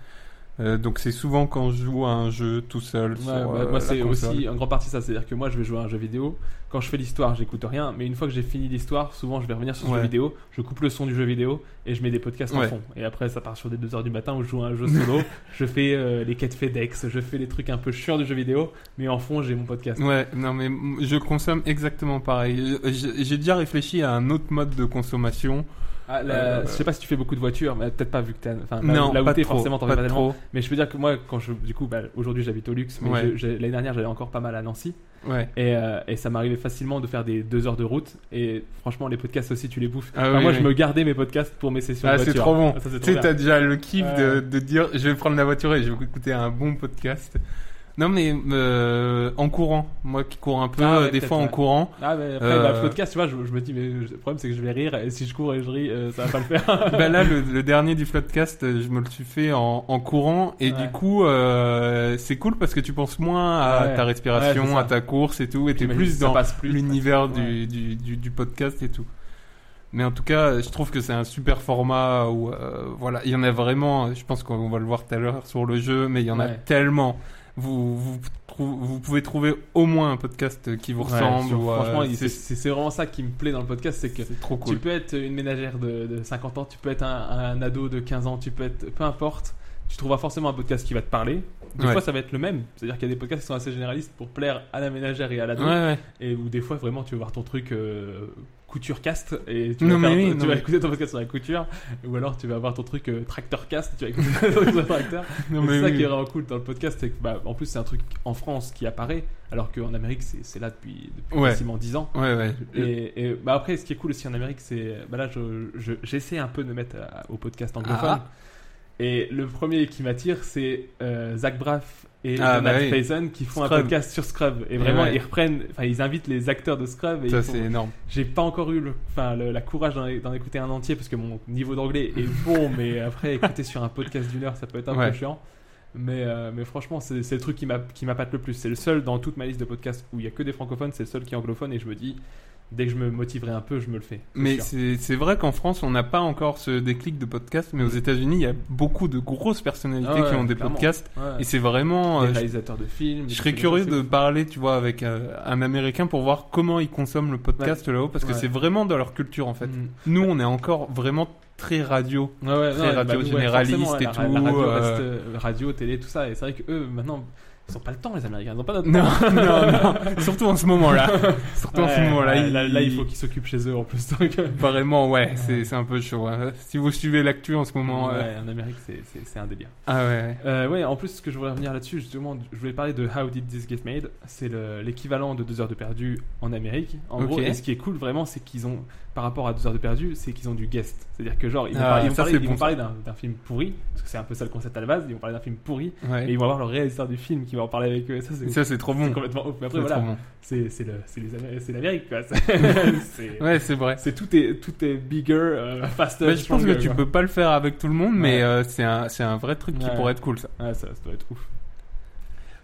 S8: Euh, donc c'est souvent quand je joue à un jeu tout seul.
S7: Ouais,
S8: sur,
S7: bah,
S8: euh, la
S7: moi c'est
S8: console.
S7: aussi en grande partie ça, c'est-à-dire que moi je vais jouer à un jeu vidéo, quand je fais l'histoire j'écoute rien, mais une fois que j'ai fini l'histoire, souvent je vais revenir sur ce
S8: Ouais.
S7: jeu vidéo, je coupe le son du jeu vidéo et je mets des podcasts en
S8: Ouais.
S7: fond. Et après ça part sur des 2h du matin où je joue à un jeu solo, je fais euh, les quêtes FedEx, je fais les trucs un peu chiants du jeu vidéo, mais en fond j'ai mon podcast.
S8: Ouais, non mais m- je consomme exactement pareil. Je- je- J'ai déjà réfléchi à un autre mode de consommation.
S7: Ah, la-
S8: Euh,
S7: Je sais pas si tu fais beaucoup de voitures, mais peut-être pas vu que t'as... Enfin, là,
S8: non,
S7: Ah, bah, là où
S8: pas
S7: t'es
S8: trop,
S7: forcément t'en fais
S8: pas
S7: pas tellement.
S8: trop.
S7: Mais je peux dire que moi, quand je, du coup, bah, aujourd'hui j'habite au luxe, mais
S8: Ouais.
S7: je- j'ai- l'année dernière j'allais encore pas mal à Nancy
S8: Ouais.
S7: et, euh, et ça m'arrivait facilement de faire des deux heures de route. Et franchement, les podcasts aussi, tu les bouffes.
S8: Ah
S7: Enfin,
S8: oui,
S7: moi,
S8: oui.
S7: je me gardais mes podcasts pour mes sessions
S8: Ah,
S7: de
S8: c'est
S7: voiture.
S8: trop bon.
S7: Ah, ça,
S8: Tu
S7: c'est trop
S8: sais,
S7: bien.
S8: t'as déjà le kiff de,
S7: Ouais.
S8: de dire je vais prendre la voiture et je vais écouter un bon podcast. Non, mais euh, en courant, moi qui cours un peu,
S7: Ah ouais,
S8: des
S7: peut-être,
S8: fois en
S7: ouais.
S8: courant.
S7: Ah, mais après,
S8: Euh,
S7: bah, podcast, tu vois, je, je me dis, mais je- le problème c'est que je vais rire et si je cours et je ris, euh, ça va pas le faire.
S8: bah là, le, le dernier du podcast, euh, je me le suis fait en, en courant et
S7: Ouais.
S8: du coup, euh, c'est cool parce que tu penses moins à
S7: Ouais.
S8: ta respiration,
S7: Ouais, c'est ça.
S8: à ta course et tout, et t'es
S7: J'imagine que
S8: plus
S7: ça
S8: dans
S7: passe plus.
S8: l'univers du, du, du, du podcast et tout. Mais en tout cas, je trouve que c'est un super format où, euh, voilà, il y en a vraiment, je pense qu'on va le voir tout à l'heure sur le jeu, mais il y en a
S7: Ouais.
S8: tellement. Vous, vous, trou- vous pouvez trouver au moins un podcast qui vous
S7: Ouais,
S8: ressemble.
S7: sur-
S8: ou, euh,
S7: franchement, il- c'est-
S8: c'est
S7: c'est c'est vraiment ça qui me plaît dans le podcast, c'est que
S8: c'est trop
S7: Tu
S8: cool.
S7: peux être une ménagère de, de 50 ans, tu peux être un, un ado de 15 ans, tu peux être. Peu importe, tu trouveras forcément un podcast qui va te parler. Des
S8: Ouais.
S7: fois, ça va être le même. C'est-à-dire qu'il y a des podcasts qui sont assez généralistes pour plaire à la ménagère et à l'ado.
S8: Ouais, ouais.
S7: Et où des fois, vraiment, tu vas voir ton truc euh, couture cast et tu,
S8: Non, mais
S7: vas, faire-
S8: oui,
S7: tu
S8: non,
S7: vas
S8: mais-
S7: écouter ton podcast sur la couture. Ou alors, tu vas voir ton truc euh, tracteur cast, tu vas écouter ton truc sur le tracteur.
S8: Non,
S7: Et
S8: mais
S7: C'est ça
S8: oui.
S7: qui est vraiment cool dans le podcast, c'est que bah, en plus, c'est un truc en France qui apparaît, alors qu'en Amérique, c'est c'est là depuis, depuis
S8: Ouais.
S7: quasiment 10 ans.
S8: Ouais, ouais.
S7: Et,
S8: Euh,
S7: et, bah après, ce qui est cool aussi en Amérique, c'est bah là, je- je- j'essaie un peu de me mettre à- au podcast anglophone.
S8: Ah.
S7: Et le premier qui m'attire, c'est euh, Zach Braff et
S8: Ah,
S7: Donald
S8: bah oui.
S7: Faison qui font un
S8: Scrub.
S7: podcast sur Scrub. Et vraiment,
S8: ouais.
S7: ils reprennent, enfin, ils invitent les acteurs de Scrub. Et
S8: Ça,
S7: ils font-
S8: c'est énorme.
S7: J'ai pas encore eu, le, enfin, le- la courage d'en d'en écouter un entier parce que mon niveau d'anglais est bon, mais après, écouter sur un podcast d'une heure, ça peut être un
S8: Ouais.
S7: peu chiant. Mais, euh, mais franchement, c'est c'est le truc qui m'a- qui m'appâte le plus. C'est le seul dans toute ma liste de podcasts où il y a que des francophones, c'est le seul qui est anglophone et je me dis, dès que je me motiverai un peu, je me le fais. c'est
S8: Mais
S7: sûr.
S8: c'est c'est vrai qu'en France, on n'a pas encore ce déclic de podcast, mais aux États-Unis, il y a beaucoup de grosses personnalités
S7: Ah ouais,
S8: qui ont des
S7: clairement.
S8: podcasts.
S7: Ouais.
S8: Et c'est vraiment.
S7: Des
S8: euh, je,
S7: réalisateurs de films.
S8: je
S7: des
S8: serais
S7: trucs
S8: curieux
S7: comme
S8: de
S7: ça,
S8: parler, tu vois, avec euh, un Américain pour voir comment ils consomment le podcast là-haut, parce que
S7: Ouais. Mm.
S8: c'est vraiment dans leur culture en
S7: c'est
S8: fait.
S7: cool. Mm.
S8: Nous, on est encore vraiment très radio.
S7: Ouais, ouais,
S8: Très
S7: non, bah
S8: radio
S7: ouais,
S8: généraliste
S7: forcément,
S8: et
S7: la-
S8: tout,
S7: La radio,
S8: euh,
S7: reste, euh, radio, télé, tout ça. Et c'est vrai que eux, maintenant, ils ont pas le temps, les Américains. Ils ont pas notre
S8: Non,
S7: temps.
S8: non, non. Surtout en ce moment-là. Surtout en ce
S7: Ouais,
S8: moment-là.
S7: ouais, là, là, il faut qu'ils s'occupent chez eux en plus. Donc, euh,
S8: Vraiment, ouais, c'est c'est un peu chaud. hein. Si vous suivez l'actu en ce moment. euh,
S7: ouais, en Amérique, c'est- c'est c'est un délire.
S8: Ah ouais.
S7: Euh, ouais, en plus, ce que je voulais revenir là-dessus, justement, je voulais parler de How Did This Get Made. C'est le- l'équivalent de 2 heures de perdu en Amérique. En
S8: Ok.
S7: gros, et ce qui est cool vraiment, c'est qu'ils ont, par rapport à 2 heures de perdu, c'est qu'ils ont du guest. C'est-à-dire que, genre, ils vont
S8: Ah,
S7: parler- ils vont
S8: ça,
S7: parler
S8: c'est
S7: ils
S8: bon,
S7: vont parler d'un d'un film pourri, parce que c'est un peu ça le concept à la base, ils vont parler d'un film pourri,
S8: ouais.
S7: et ils vont avoir le réalisateur du film qui va en parler avec eux. Et Ça, c'est
S8: Ça, c'est trop
S7: c'est
S8: bon.
S7: complètement ouf. Mais après,
S8: C'est trop
S7: voilà,
S8: bon.
S7: c'est c'est le- c'est les Amé- c'est l'Amérique, quoi. C'est- c'est-
S8: Ouais, c'est vrai.
S7: C'est tout est, tout est bigger, euh, faster.
S8: Ouais, je pense que
S7: stronger,
S8: tu
S7: quoi.
S8: peux pas le faire avec tout le monde, mais
S7: Ouais.
S8: euh, c'est un, c'est un vrai truc qui
S7: Ouais.
S8: pourrait être cool ça.
S7: Ouais, ça, ça doit être ouf.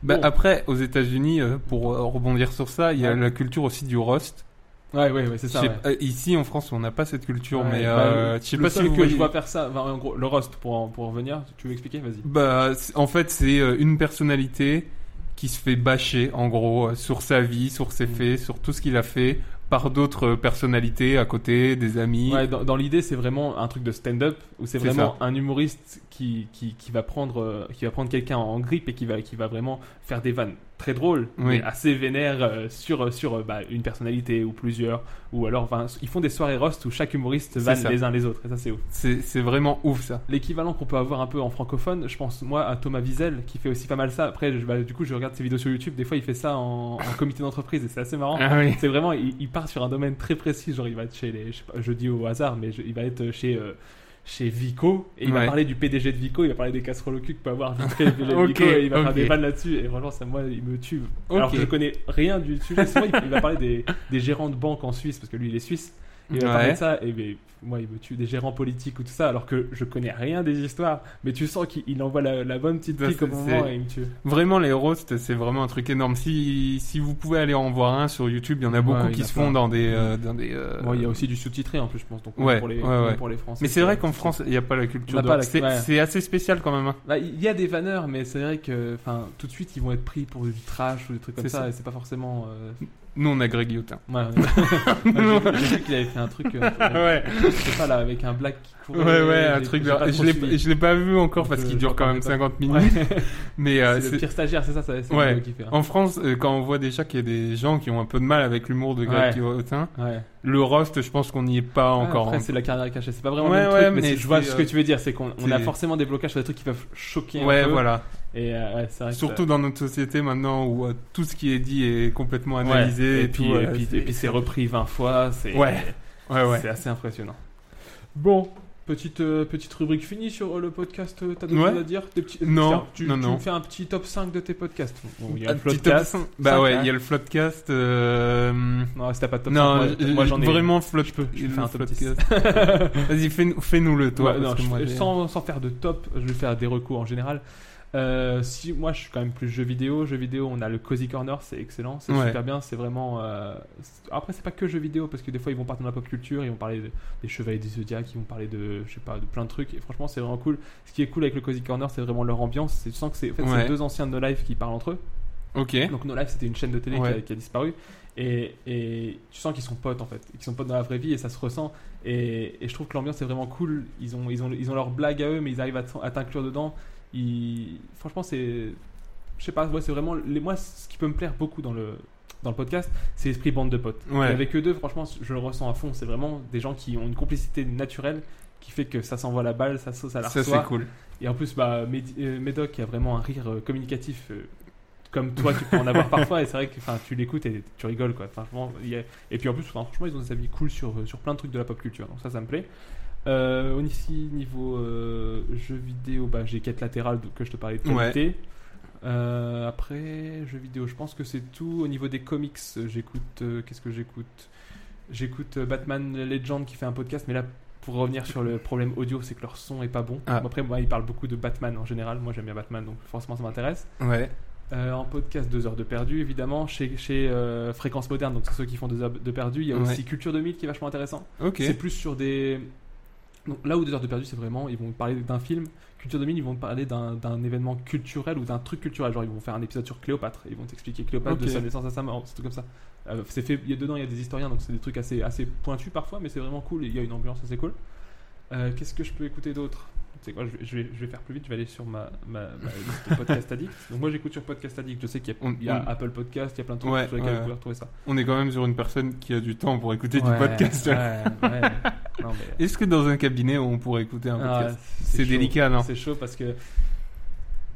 S8: Bah,
S7: Bon.
S8: Après, aux États-Unis, euh, pour euh, rebondir sur ça, il y a
S7: Ouais.
S8: la culture aussi du roast.
S7: Ouais, ouais, ouais, c'est ça.
S8: Je sais
S7: ouais.
S8: pas- euh, ici en France, on n'a pas cette culture,
S7: Ouais,
S8: mais
S7: bah,
S8: euh,
S7: le-
S8: je sais
S7: le
S8: pas
S7: seul
S8: si vous
S7: que
S8: voyez-
S7: je vois faire ça. enfin, en gros, le roast pour en, pour revenir, tu veux expliquer Vas-y.
S8: Bah, c'est- en fait, c'est euh, une personnalité qui se fait bâcher, en gros, euh, sur sa vie, sur ses
S7: Mm.
S8: faits, sur tout ce qu'il a fait, par d'autres euh, personnalités à côté, des amis.
S7: Ouais, dans dans l'idée, c'est vraiment un truc de stand-up où c'est
S8: C'est
S7: vraiment un humoriste qui, qui, qui va prendre euh, qui va prendre quelqu'un en grippe et qui va qui va vraiment faire des vannes très drôles,
S8: Oui.
S7: mais assez vénères euh, sur sur euh, bah, une personnalité ou plusieurs ou alors enfin, ils font des soirées roast où chaque humoriste vanne
S8: ça.
S7: les uns les autres et ça c'est ouf.
S8: C'est c'est vraiment ouf ça.
S7: L'équivalent qu'on peut avoir un peu en francophone, je pense moi à Thomas Wiesel qui fait aussi pas mal ça. Après, je- bah, du coup, je regarde ses vidéos sur YouTube. Des fois, il fait ça en, en comité d'entreprise et c'est assez marrant.
S8: Ah oui.
S7: C'est vraiment, il, il part sur un domaine très précis. Genre, il va être chez les, je, sais pas, je dis au hasard, mais je- il va être chez euh, chez Vico et il
S8: Ouais.
S7: va parler du PDG de Vico. Il va parler des casseroles au cul que peut avoir Vitré, le PDG de
S8: Ok,
S7: Vico. Et il va faire
S8: ok.
S7: des vannes là-dessus. Et vraiment, ça, moi, il me tue. Alors
S8: Ok.
S7: que je connais rien du sujet. Souvent, il, il va parler des, des gérants de banque en Suisse parce que lui, il est suisse. Il va parler
S8: Ouais.
S7: de ça, et mais, moi, il me tue des gérants politiques ou tout ça, alors que je connais rien des histoires. Mais tu sens qu'il il envoie la, la bonne petite
S8: Ouais,
S7: pique au
S8: c'est-
S7: moment
S8: c'est- euh,
S7: et il me tue.
S8: Vraiment, les roasts, c'est vraiment un truc énorme. Si, si vous pouvez aller en voir un sur YouTube, il y en a beaucoup
S7: il y
S8: qui
S7: en a
S8: se
S7: plein.
S8: font dans des. euh, dans des euh,
S7: Bon, il y a aussi du sous-titré en plus, je pense, donc même
S8: Ouais,
S7: pour, les,
S8: ouais,
S7: même
S8: ouais.
S7: pour les Français.
S8: Mais c'est vrai qu'en France, il n'y a pas la
S7: On
S8: culture
S7: n'a
S8: de.
S7: pas la-
S8: C'est
S7: ouais.
S8: c'est assez spécial quand même. hein.
S7: Bah, Il y a des vanneurs, mais c'est vrai que enfin, tout de suite, ils vont être pris pour du trash ou des trucs comme
S8: C'est
S7: ça,
S8: ça.
S7: et c'est pas forcément. euh,
S8: Nous, on a Greg Yotin.
S7: Ouais, ouais. Ouais, j'ai vu- j'ai vu qu'il avait fait un truc, euh,
S8: Ouais,
S7: je sais pas là, avec un black qui courait.
S8: ouais, ouais, un
S7: j'ai-
S8: truc.
S7: j'ai
S8: de-
S7: pas trop
S8: Je l'ai-
S7: suivi.
S8: je l'ai pas vu encore parce
S7: Donc,
S8: qu'il
S7: euh,
S8: dure
S7: j'en
S8: quand même
S7: parlerai
S8: 50
S7: Ouais.
S8: minutes. Mais euh,
S7: c'est le
S8: c'est-
S7: pire stagiaire, c'est ça, ça c'est
S8: Ouais.
S7: le qui fait. hein.
S8: en France, euh, quand on voit déjà qu'il y a des gens qui ont un peu de mal avec l'humour de Greg Yotin,
S7: Ouais. Ah,
S8: le roast, je pense qu'on n'y est pas encore.
S7: Après,
S8: hein.
S7: c'est la carrière cachée, c'est pas vraiment
S8: Ouais,
S7: le même
S8: ouais,
S7: truc, mais,
S8: mais
S7: c'est- je vois
S8: c'est,
S7: ce que
S8: euh,
S7: tu veux dire, c'est qu'on on a
S8: c'est-
S7: forcément des blocages sur des trucs qui peuvent choquer. un
S8: Ouais,
S7: peu.
S8: voilà.
S7: Et euh, ouais, c'est vrai que
S8: Surtout dans notre société maintenant où euh, tout ce qui est dit est complètement
S7: ça-
S8: analysé
S7: euh, Ouais.
S8: et,
S7: et, puis,
S8: tout.
S7: et
S8: euh,
S7: puis-
S8: c'est-
S7: et puis c'est repris 20 fois, c'est
S8: Ouais. ouais, Ah ouais.
S7: c'est assez impressionnant. Bon, petite, euh, petite rubrique finie sur euh, le podcast, euh, t'as d'autres
S8: Ouais.
S7: choses à dire Des petits-
S8: Non,
S7: tiens, tu,
S8: non,
S7: tu
S8: non.
S7: me fais un petit top 5 de tes podcasts. Bon, il y a
S8: Un
S7: le
S8: petit top
S7: podcast.
S8: cin- Bah
S7: cinq,
S8: ouais,
S7: hein.
S8: il y a le floodcast. euh,
S7: Non, si t'as pas de top 5,
S8: Non, euh,
S7: moi, moi, j'en ai
S8: vraiment flot.
S7: Je peux- je
S8: le
S7: fais un top 10.
S8: floodcast. Vas-y, fais-nous- fais-nous le toi.
S7: Ouais,
S8: parce
S7: non,
S8: que
S7: je-
S8: moi, j'ai-
S7: sans, sans faire de top, je vais faire des recours en général. Euh, si moi je suis quand même plus jeux vidéo, jeux vidéo, on a le Cozy Corner, c'est excellent, c'est
S8: Ouais.
S7: super bien, c'est vraiment. euh, c'est- Après c'est pas que jeux vidéo parce que des fois ils vont partir dans la pop culture, ils vont parler de- des chevaliers des zodiacs, ils vont parler de je sais pas de plein de trucs et franchement c'est vraiment cool. Ce qui est cool avec le Cozy Corner, c'est vraiment leur ambiance. C'est- Tu sens que c'est en fait, c'est
S8: Ouais.
S7: deux anciens de No Life qui parlent entre eux.
S8: Ok.
S7: Donc No Life c'était une chaîne de télé
S8: Ouais.
S7: qui, a, qui a disparu et, et tu sens qu'ils sont potes en fait, qu'ils sont potes dans la vraie vie et ça se ressent et, et je trouve que l'ambiance est vraiment cool. Ils ont ils ont ils ont leur blague à eux mais ils arrivent à t'in- à t'inclure dedans. Ils- franchement c'est je sais pas ouais, c'est vraiment les moi ce qui peut me plaire beaucoup dans le dans le podcast c'est l'esprit bande de potes.
S8: Ouais.
S7: Et avec eux deux franchement je le ressens à fond. C'est vraiment des gens qui ont une complicité naturelle qui fait que ça s'envoie la balle, ça ça la
S8: Ça
S7: reçoit.
S8: c'est cool.
S7: Et en plus, bah, Méd- euh, Médoc qui a vraiment un rire euh, communicatif. euh, comme toi, tu peux en avoir parfois, et c'est vrai que enfin, tu l'écoutes et tu rigoles. Quoi. Enfin, franchement, il y a- Et puis en plus, enfin, franchement, ils ont des avis cool sur, euh, sur plein de trucs de la pop culture, donc ça, ça me plaît. Euh, on ici, niveau euh, jeux vidéo, bah, j'ai Quête Latérale donc, que je te parlais de
S8: Ouais.
S7: qualité. Euh, après, jeux vidéo, je pense que c'est tout. Au niveau des comics, euh, j'écoute. euh, Qu'est-ce que j'écoute J'écoute euh, Batman Legend qui fait un podcast, mais là, pour revenir sur le problème audio, c'est que leur son est pas bon.
S8: Ah.
S7: Après, moi, ils parlent beaucoup de Batman en général. Moi, j'aime bien Batman, donc forcément, ça m'intéresse.
S8: Ouais.
S7: Euh, en podcast, 2 heures de perdu, évidemment. Chez, chez euh, Fréquence Moderne, donc c'est ceux qui font 2 heures de perdu. Il y a
S8: Ouais.
S7: aussi Culture 2000 qui est vachement intéressant.
S8: Ok.
S7: C'est plus sur des. Donc, là où 2 heures de perdu, c'est vraiment. Ils vont parler d'un film. Culture 2000, ils vont parler d'un d'un événement culturel ou d'un truc culturel. Genre, ils vont faire un épisode sur Cléopâtre. Ils vont t'expliquer Cléopâtre
S8: Ok.
S7: de sa naissance à sa mort. C'est tout comme ça. Euh, c'est fait. Il y a dedans, il y a des historiens, donc c'est des trucs assez, assez pointus parfois, mais c'est vraiment cool. et Il y a une ambiance assez cool. Euh, Qu'est-ce que je peux écouter d'autre c'est quoi, je vais, je, vais, je vais faire plus vite, je vais aller sur ma, ma, ma liste de Podcast Addict. Donc, moi j'écoute sur Podcast Addict, je sais qu'il y a,
S8: On-
S7: il y a
S8: on-
S7: Apple Podcast, il y a plein de trucs
S8: Ouais,
S7: sur lesquels
S8: ouais.
S7: vous pouvez retrouver ça.
S8: On est quand même sur une personne qui a du temps pour écouter
S7: Ouais,
S8: du podcast.
S7: ouais, ouais. Non, mais-
S8: Est-ce que dans un cabinet on pourrait écouter un
S7: Ah,
S8: podcast
S7: c'est
S8: C'est
S7: chaud.
S8: délicat, non
S7: C'est chaud parce que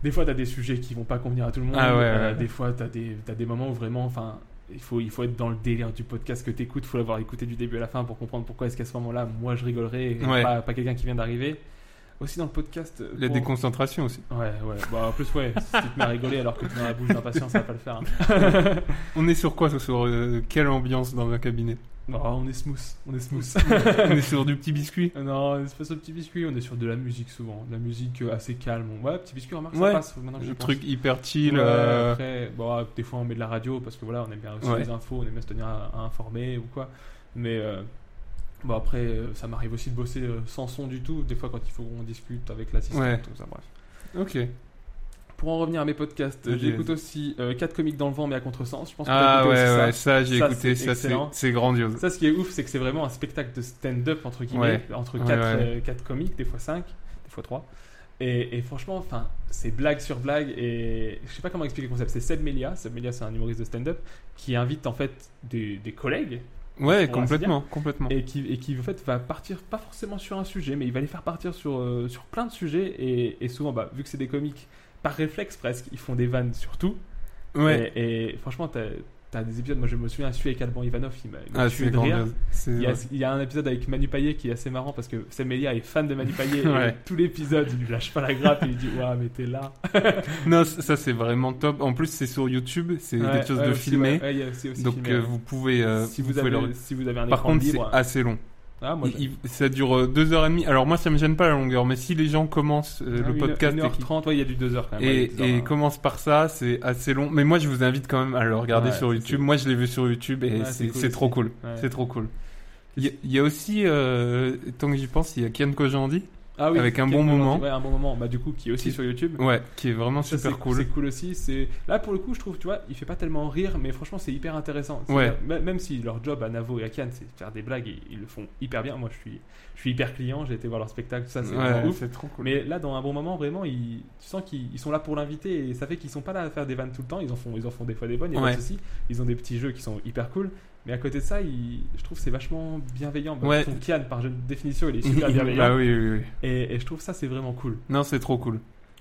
S7: des fois, t'as des sujets qui vont pas convenir à tout le monde.
S8: Ah ouais,
S7: Euh,
S8: ouais.
S7: Des fois, t'as des, t'as des moments où vraiment, enfin, il faut, il faut être dans le délire du podcast que t'écoutes. Faut l'avoir écouté du début à la fin pour comprendre pourquoi est-ce qu'à ce moment-là, moi, je rigolerais et
S8: Ouais.
S7: pas, pas quelqu'un qui vient d'arriver. Aussi dans le podcast. euh,
S8: La
S7: pour-
S8: déconcentration aussi.
S7: Ouais, ouais. Bah, en plus, ouais, si tu te mets à rigoler alors que t'es dans la bouche d'un patient, ça va pas le faire. hein.
S8: On est sur quoi ça, Sur euh, quelle ambiance dans un cabinet
S7: Non, Bah, on est smooth. On est smooth.
S8: On est sur du petit biscuit
S7: Non, c'est pas sur le petit biscuit, on est sur de la musique souvent, de la musique euh, assez calme. Ouais, petit biscuit, remarque,
S8: Ouais.
S7: ça passe maintenant que je
S8: Le
S7: pense.
S8: truc hyper chill.
S7: Ouais,
S8: euh,
S7: après, bon, ah, des fois on met de la radio parce que voilà, on aime bien aussi
S8: Ouais.
S7: les infos, on aime bien se tenir à, à informer ou quoi. Mais euh, bon, après, euh, ça m'arrive aussi de bosser euh, sans son du tout, des fois quand il faut qu'on discute avec l'assistant,
S8: Ouais.
S7: tout ça, bref.
S8: Ok.
S7: Pour en revenir à mes podcasts,
S8: Ok.
S7: j'écoute aussi 4 comiques dans le vent mais à contresens. Je pense que t'as
S8: Ah ouais,
S7: écouté aussi ça.
S8: ouais, ça j'ai
S7: Ça,
S8: écouté,
S7: c'est
S8: ça c'est-
S7: excellent.
S8: c'est grandiose.
S7: Ça, ce qui est ouf, c'est que c'est vraiment un spectacle de stand-up, entre guillemets, entre
S8: Ouais,
S7: 4
S8: ouais.
S7: comiques, des fois 5, des fois 3. Et, et franchement, enfin, c'est blague sur blague. Et je sais pas comment expliquer le concept. C'est Seb Melia. Seb Melia, c'est un humoriste de stand-up qui invite en fait des, des collègues
S8: Ouais,
S7: c'est
S8: complètement, complètement.
S7: et qui, et qui en fait va partir pas forcément sur un sujet, mais il va les faire partir sur, euh, sur plein de sujets. Et, et souvent, bah, vu que c'est des comiques, par réflexe presque, ils font des vannes sur tout.
S8: Ouais,
S7: Et, et franchement, t'as- T'as des épisodes, moi je me souviens, celui avec Alban Ivanov, il m'a il m'a
S8: Ah,
S7: tué
S8: c'est
S7: de rire.
S8: grandiose. C'est-
S7: Il y, a, il y a un épisode avec Manu Payet qui est assez marrant parce que Samelia est fan de Manu Payet
S8: Ouais.
S7: et tout l'épisode il lui lâche pas la grappe et il dit Waouh, mais t'es là.
S8: Non, c- ça c'est vraiment top. En plus, c'est sur YouTube, c'est
S7: Ouais,
S8: quelque chose
S7: ouais,
S8: de
S7: aussi,
S8: filmé.
S7: ouais, ouais, il y a- c'est aussi
S8: donc
S7: filmé,
S8: euh,
S7: ouais.
S8: vous pouvez. euh,
S7: si,
S8: vous
S7: vous
S8: pouvez
S7: avez,
S8: le-
S7: si vous avez un
S8: Par
S7: écran
S8: contre, c'est
S7: libre.
S8: assez long.
S7: Ah, moi, j'ai-
S8: Il- il- ça dure euh, deux heures et demie. Alors moi, ça me gêne pas la longueur, mais si les gens commencent euh,
S7: Ah,
S8: le
S7: une-
S8: podcast et
S7: 1h30, ouais, il y a du 2h quand même. ouais, hein.
S8: et,
S7: il y a
S8: et
S7: 2h30.
S8: commence par ça, c'est assez long. Mais moi, je vous invite quand même à le regarder
S7: Ouais,
S8: sur
S7: c'est-
S8: YouTube. Moi, je l'ai vu sur YouTube et
S7: Ouais,
S8: c'est
S7: c'est cool
S8: c'est
S7: aussi.
S8: trop cool.
S7: Ouais.
S8: C'est trop cool. Il y, a- il y a aussi, euh, tant que j'y pense, il y a Kian Kojandi.
S7: Ah oui,
S8: avec un
S7: quel
S8: bon
S7: moment,
S8: moment.
S7: Ouais, un bon moment. Bah, du coup, qui est aussi
S8: Qui-
S7: sur YouTube.
S8: Ouais, qui est vraiment
S7: Ça,
S8: super
S7: c'est-
S8: cool.
S7: C'est cool aussi. C'est là pour le coup, je trouve, tu vois, il fait pas tellement rire, mais franchement, c'est hyper intéressant. C'est-
S8: Ouais.
S7: m- Même si leur job à Navo et à Kian, c'est de faire des blagues, et ils le font hyper bien. Moi, je suis, je suis hyper client. J'ai été voir leur spectacle, ça, c'est
S8: Ouais,
S7: vraiment ouf.
S8: c'est trop cool.
S7: Mais là, dans un bon moment, vraiment, ils, tu sens qu'ils ils sont là pour l'inviter et ça fait qu'ils sont pas là à faire des vannes tout le temps. Ils en font, ils en font des fois des bonnes, il y a
S8: Ouais.
S7: pas de souci. Ils ont des petits jeux qui sont hyper cool. Mais à côté de ça, ils- je trouve que c'est vachement bienveillant. Bah,
S8: Ouais.
S7: ton Kian, par définition, il est
S8: Il-
S7: super
S8: il-
S7: bienveillant.
S8: bah oui, oui, oui.
S7: et, et je trouve ça, c'est vraiment cool.
S8: Non, c'est trop cool.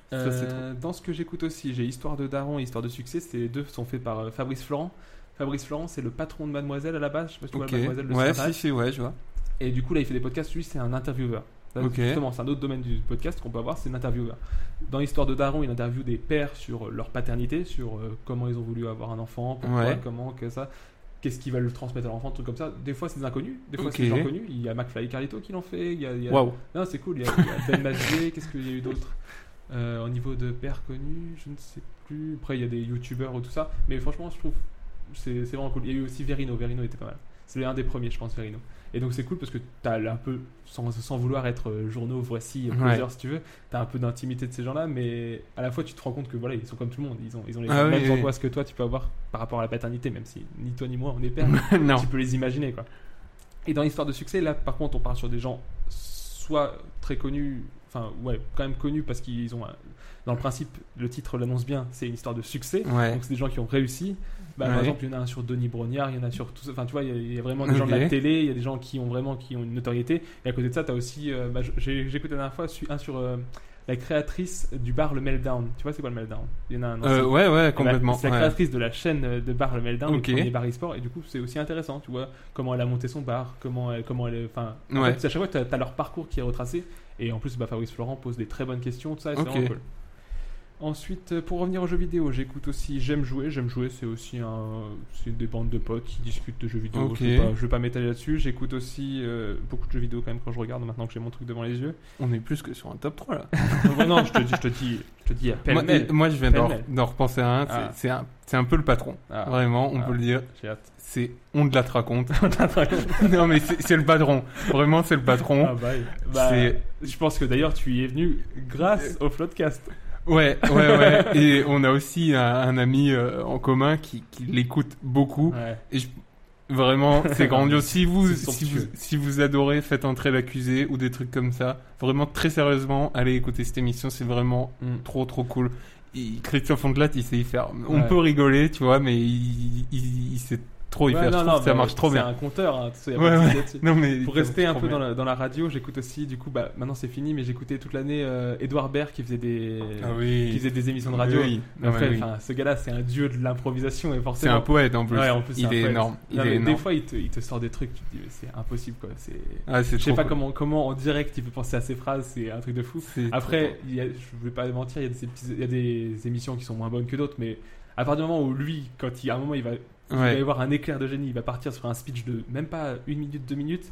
S8: Ça, c'est
S7: Euh, dans ce que j'écoute aussi, j'ai Histoire de Daron et Histoire de Succès. Ces deux sont faits par euh, Fabrice Florent. Fabrice Florent, c'est le patron de Mademoiselle à la base. Je sais pas si tu vois
S8: Ok.
S7: Mademoiselle le
S8: Ouais, si,
S7: sondage.
S8: si, ouais, je vois.
S7: Et du coup, là, il fait des podcasts. Lui, c'est un intervieweur. Là,
S8: Ok.
S7: Justement, c'est un autre domaine du podcast qu'on peut avoir, c'est l'intervieweur. Dans Histoire de Daron, il interviewe des pères sur euh, leur paternité, sur euh, comment ils ont voulu avoir un enfant, pourquoi,
S8: Ouais.
S7: comment, que ça. Qu'est-ce qu'ils veulent transmettre à l'enfant, trucs comme ça. Des fois, c'est des inconnus, des fois, c'est des
S8: Ok.
S7: gens connus. Il y a McFly et Carlito qui l'ont fait. Il y a, il y a-
S8: Waouh.
S7: non, c'est cool. Il y a, il y a Ben Mazier, qu'est-ce qu'il y a eu d'autre Euh, Au niveau de pères connus, je ne sais plus. Après, il y a des youtubeurs ou tout ça. Mais franchement, je trouve c'est c'est vraiment cool. Il y a eu aussi Verino. Verino était pas mal. C'est l'un des premiers, je pense, Verino. Et donc, c'est cool parce que tu as un peu, sans, sans vouloir être euh, journaux, voici, euh,
S8: Ouais.
S7: plusieurs si tu veux, tu as un peu d'intimité de ces gens-là. Mais à la fois, tu te rends compte que voilà, ils sont comme tout le monde. Ils ont, ils ont les
S8: Ah oui,
S7: mêmes
S8: oui.
S7: angoisses que toi, tu peux avoir par rapport à la paternité, même si ni toi ni moi on est père
S8: non.
S7: tu peux les imaginer quoi. Et dans l'histoire de succès, là par contre, on parle sur des gens soit très connus, enfin ouais, quand même connus parce qu'ils ont, un- dans le principe, le titre l'annonce bien, c'est une histoire de succès.
S8: Ouais.
S7: Donc c'est des gens qui ont réussi. Bah, Par
S8: Ouais.
S7: exemple, il y en a un sur Denis Brognard, il y en a sur tout ça. Enfin, tu vois, il y a- il y, a vraiment des gens de la
S8: Ok.
S7: télé, il y a des gens qui ont vraiment qui ont une notoriété. Et à côté de ça, tu as aussi, euh, bah, j'ai j'ai écouté la dernière fois su- un sur euh, la créatrice du bar Le Meltdown. Tu vois, c'est quoi le Meltdown Il y en a un ancien.
S8: Euh, ouais, ouais,
S7: Elle a-
S8: complètement.
S7: C'est la
S8: ouais.
S7: créatrice de la chaîne euh, de bar Le Meltdown,
S8: Ok.
S7: le premier bar e-sport, et du coup c'est aussi intéressant, tu vois, comment elle a monté son bar, comment elle, comment elle, enfin, en
S8: Ouais.
S7: fait, à chaque fois t'as as leur parcours qui est retracé, et en plus bah, Fabrice Florent pose des très bonnes questions, tout ça, et c'est
S8: Ok.
S7: vraiment cool. Ensuite, euh, pour revenir aux jeux vidéo, j'écoute aussi J'aime jouer. J'aime jouer, c'est aussi un, c'est des bandes de potes qui discutent de jeux vidéo.
S8: Ok.
S7: Je ne vais pas, je vais pas m'étaler là-dessus. J'écoute aussi euh, beaucoup de jeux vidéo quand même quand je regarde maintenant que j'ai mon truc devant les yeux.
S8: On est plus que sur un top 3 là.
S7: non, non, je te dis, je te dis, je te dis, à
S8: Moi,
S7: pêle-mêle.
S8: euh, moi, je viens d'en
S7: Pêle-mêle.
S8: d'en repenser à un. c'est-
S7: Ah.
S8: C'est un, c'est un peu le patron.
S7: Ah.
S8: Vraiment, on
S7: Ah.
S8: peut le dire.
S7: J'ai hâte.
S8: C'est on de la te raconte. non mais c'est c'est le patron. Vraiment, c'est le patron.
S7: Ah bah, bah,
S8: C'est-
S7: je pense que d'ailleurs tu y es venu grâce au Floodcast.
S8: Ouais, ouais, ouais. Et on a aussi un, un ami euh, en commun qui, qui l'écoute beaucoup. Et je- Vraiment, c'est grandiose. Si vous,
S7: C'est
S8: si,
S7: somptueux.
S8: vous, si vous adorez, faites entrer l'accusé ou des trucs comme ça. Vraiment, très sérieusement, allez écouter cette émission. C'est vraiment
S7: Mm.
S8: trop, trop cool. Et Christophe Ondelat, il sait y faire. On
S7: Ouais.
S8: peut rigoler, tu vois, mais il, il- il sait trop y
S7: Ouais,
S8: faire. Je
S7: non,
S8: trouve
S7: non,
S8: que ça
S7: mais
S8: marche trop
S7: C'est
S8: bien.
S7: un compteur. hein, tu sais, y a
S8: Ouais,
S7: pas de
S8: ouais.
S7: souci là-dessus.
S8: Non, mais
S7: Pour
S8: ça
S7: rester un
S8: marche
S7: peu
S8: trop
S7: dans la, dans la radio, j'écoute aussi, du coup, bah, maintenant c'est fini, mais j'écoutais toute l'année euh, Edouard Baird qui faisait des,
S8: bien. Ah oui.
S7: qui faisait des émissions de radio.
S8: Oui,
S7: Mais
S8: ouais,
S7: après,
S8: oui.
S7: enfin, ce gars-là, c'est un dieu de l'improvisation et
S8: C'est
S7: forcément.
S8: un poète en plus.
S7: Ouais, en plus, c'est un
S8: il est
S7: poète.
S8: énorme. Il
S7: Non,
S8: est
S7: mais Des
S8: énorme.
S7: fois, il te, il te sort des trucs, tu te dis, mais c'est impossible quoi. C'est...
S8: Ah, c'est
S7: Je sais
S8: trop
S7: pas
S8: cool.
S7: comment, comment en direct il peut penser à ces phrases, c'est un truc de fou.
S8: C'est
S7: Après, il y a- je vais pas mentir, il y, a des petits- il y a des émissions qui sont moins bonnes que d'autres, mais à partir du moment où lui, quand il, à un moment, il va, il va y
S8: Ouais.
S7: avoir un éclair de génie, il va partir sur un speech de même pas une minute, deux minutes,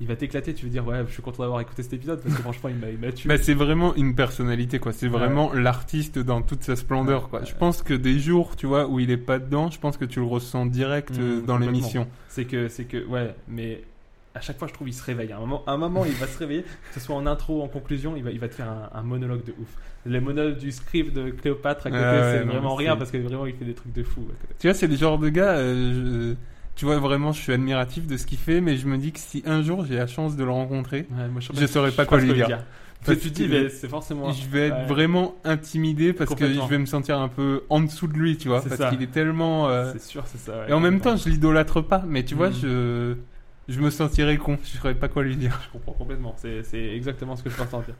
S7: il va t'éclater, tu vas dire, ouais, je suis content d'avoir écouté cet épisode, parce que franchement, il m'a- il m'a tué.
S8: Bah, c'est vraiment une personnalité, quoi. C'est vraiment l'artiste dans toute sa splendeur, quoi. Je pense que des jours, tu vois, où il est pas dedans, je pense que tu le ressens direct
S7: Mmh,
S8: euh, dans
S7: complètement.
S8: l'émission.
S7: C'est que, c'est que, ouais, mais à chaque fois, je trouve, il se réveille. À un moment, à un moment il va se réveiller, que ce soit en intro, en conclusion, il va, il va te faire un, un monologue de ouf. Les monologues du script de Cléopâtre à côté,
S8: Ah ouais,
S7: c'est
S8: non,
S7: vraiment
S8: mais
S7: rien,
S8: c'est-
S7: parce que vraiment, il fait des trucs de fou. à côté.
S8: Tu vois, c'est le genre de gars, euh, je- tu vois, vraiment, je suis admiratif de ce qu'il fait, mais je me dis que si un jour j'ai la chance de le rencontrer,
S7: Ouais, moi, je
S8: Je saurais pas quoi
S7: ce
S8: lui
S7: que
S8: dire.
S7: Parce
S8: Parce
S7: que tu dis,
S8: que-
S7: mais c'est forcément.
S8: je vais être
S7: Ouais.
S8: vraiment intimidé parce que
S7: Complètement.
S8: je vais me sentir un peu en dessous de lui, tu vois,
S7: C'est
S8: parce
S7: ça.
S8: qu'il est tellement. euh,
S7: C'est sûr, c'est ça. ouais,
S8: Et en même temps,
S7: complètement.
S8: je l'idolâtre pas, mais tu vois,
S7: Mmh.
S8: je. Je me sentirais con, je saurais pas quoi lui dire.
S7: je comprends complètement. C'est c'est exactement ce que je pense en dire.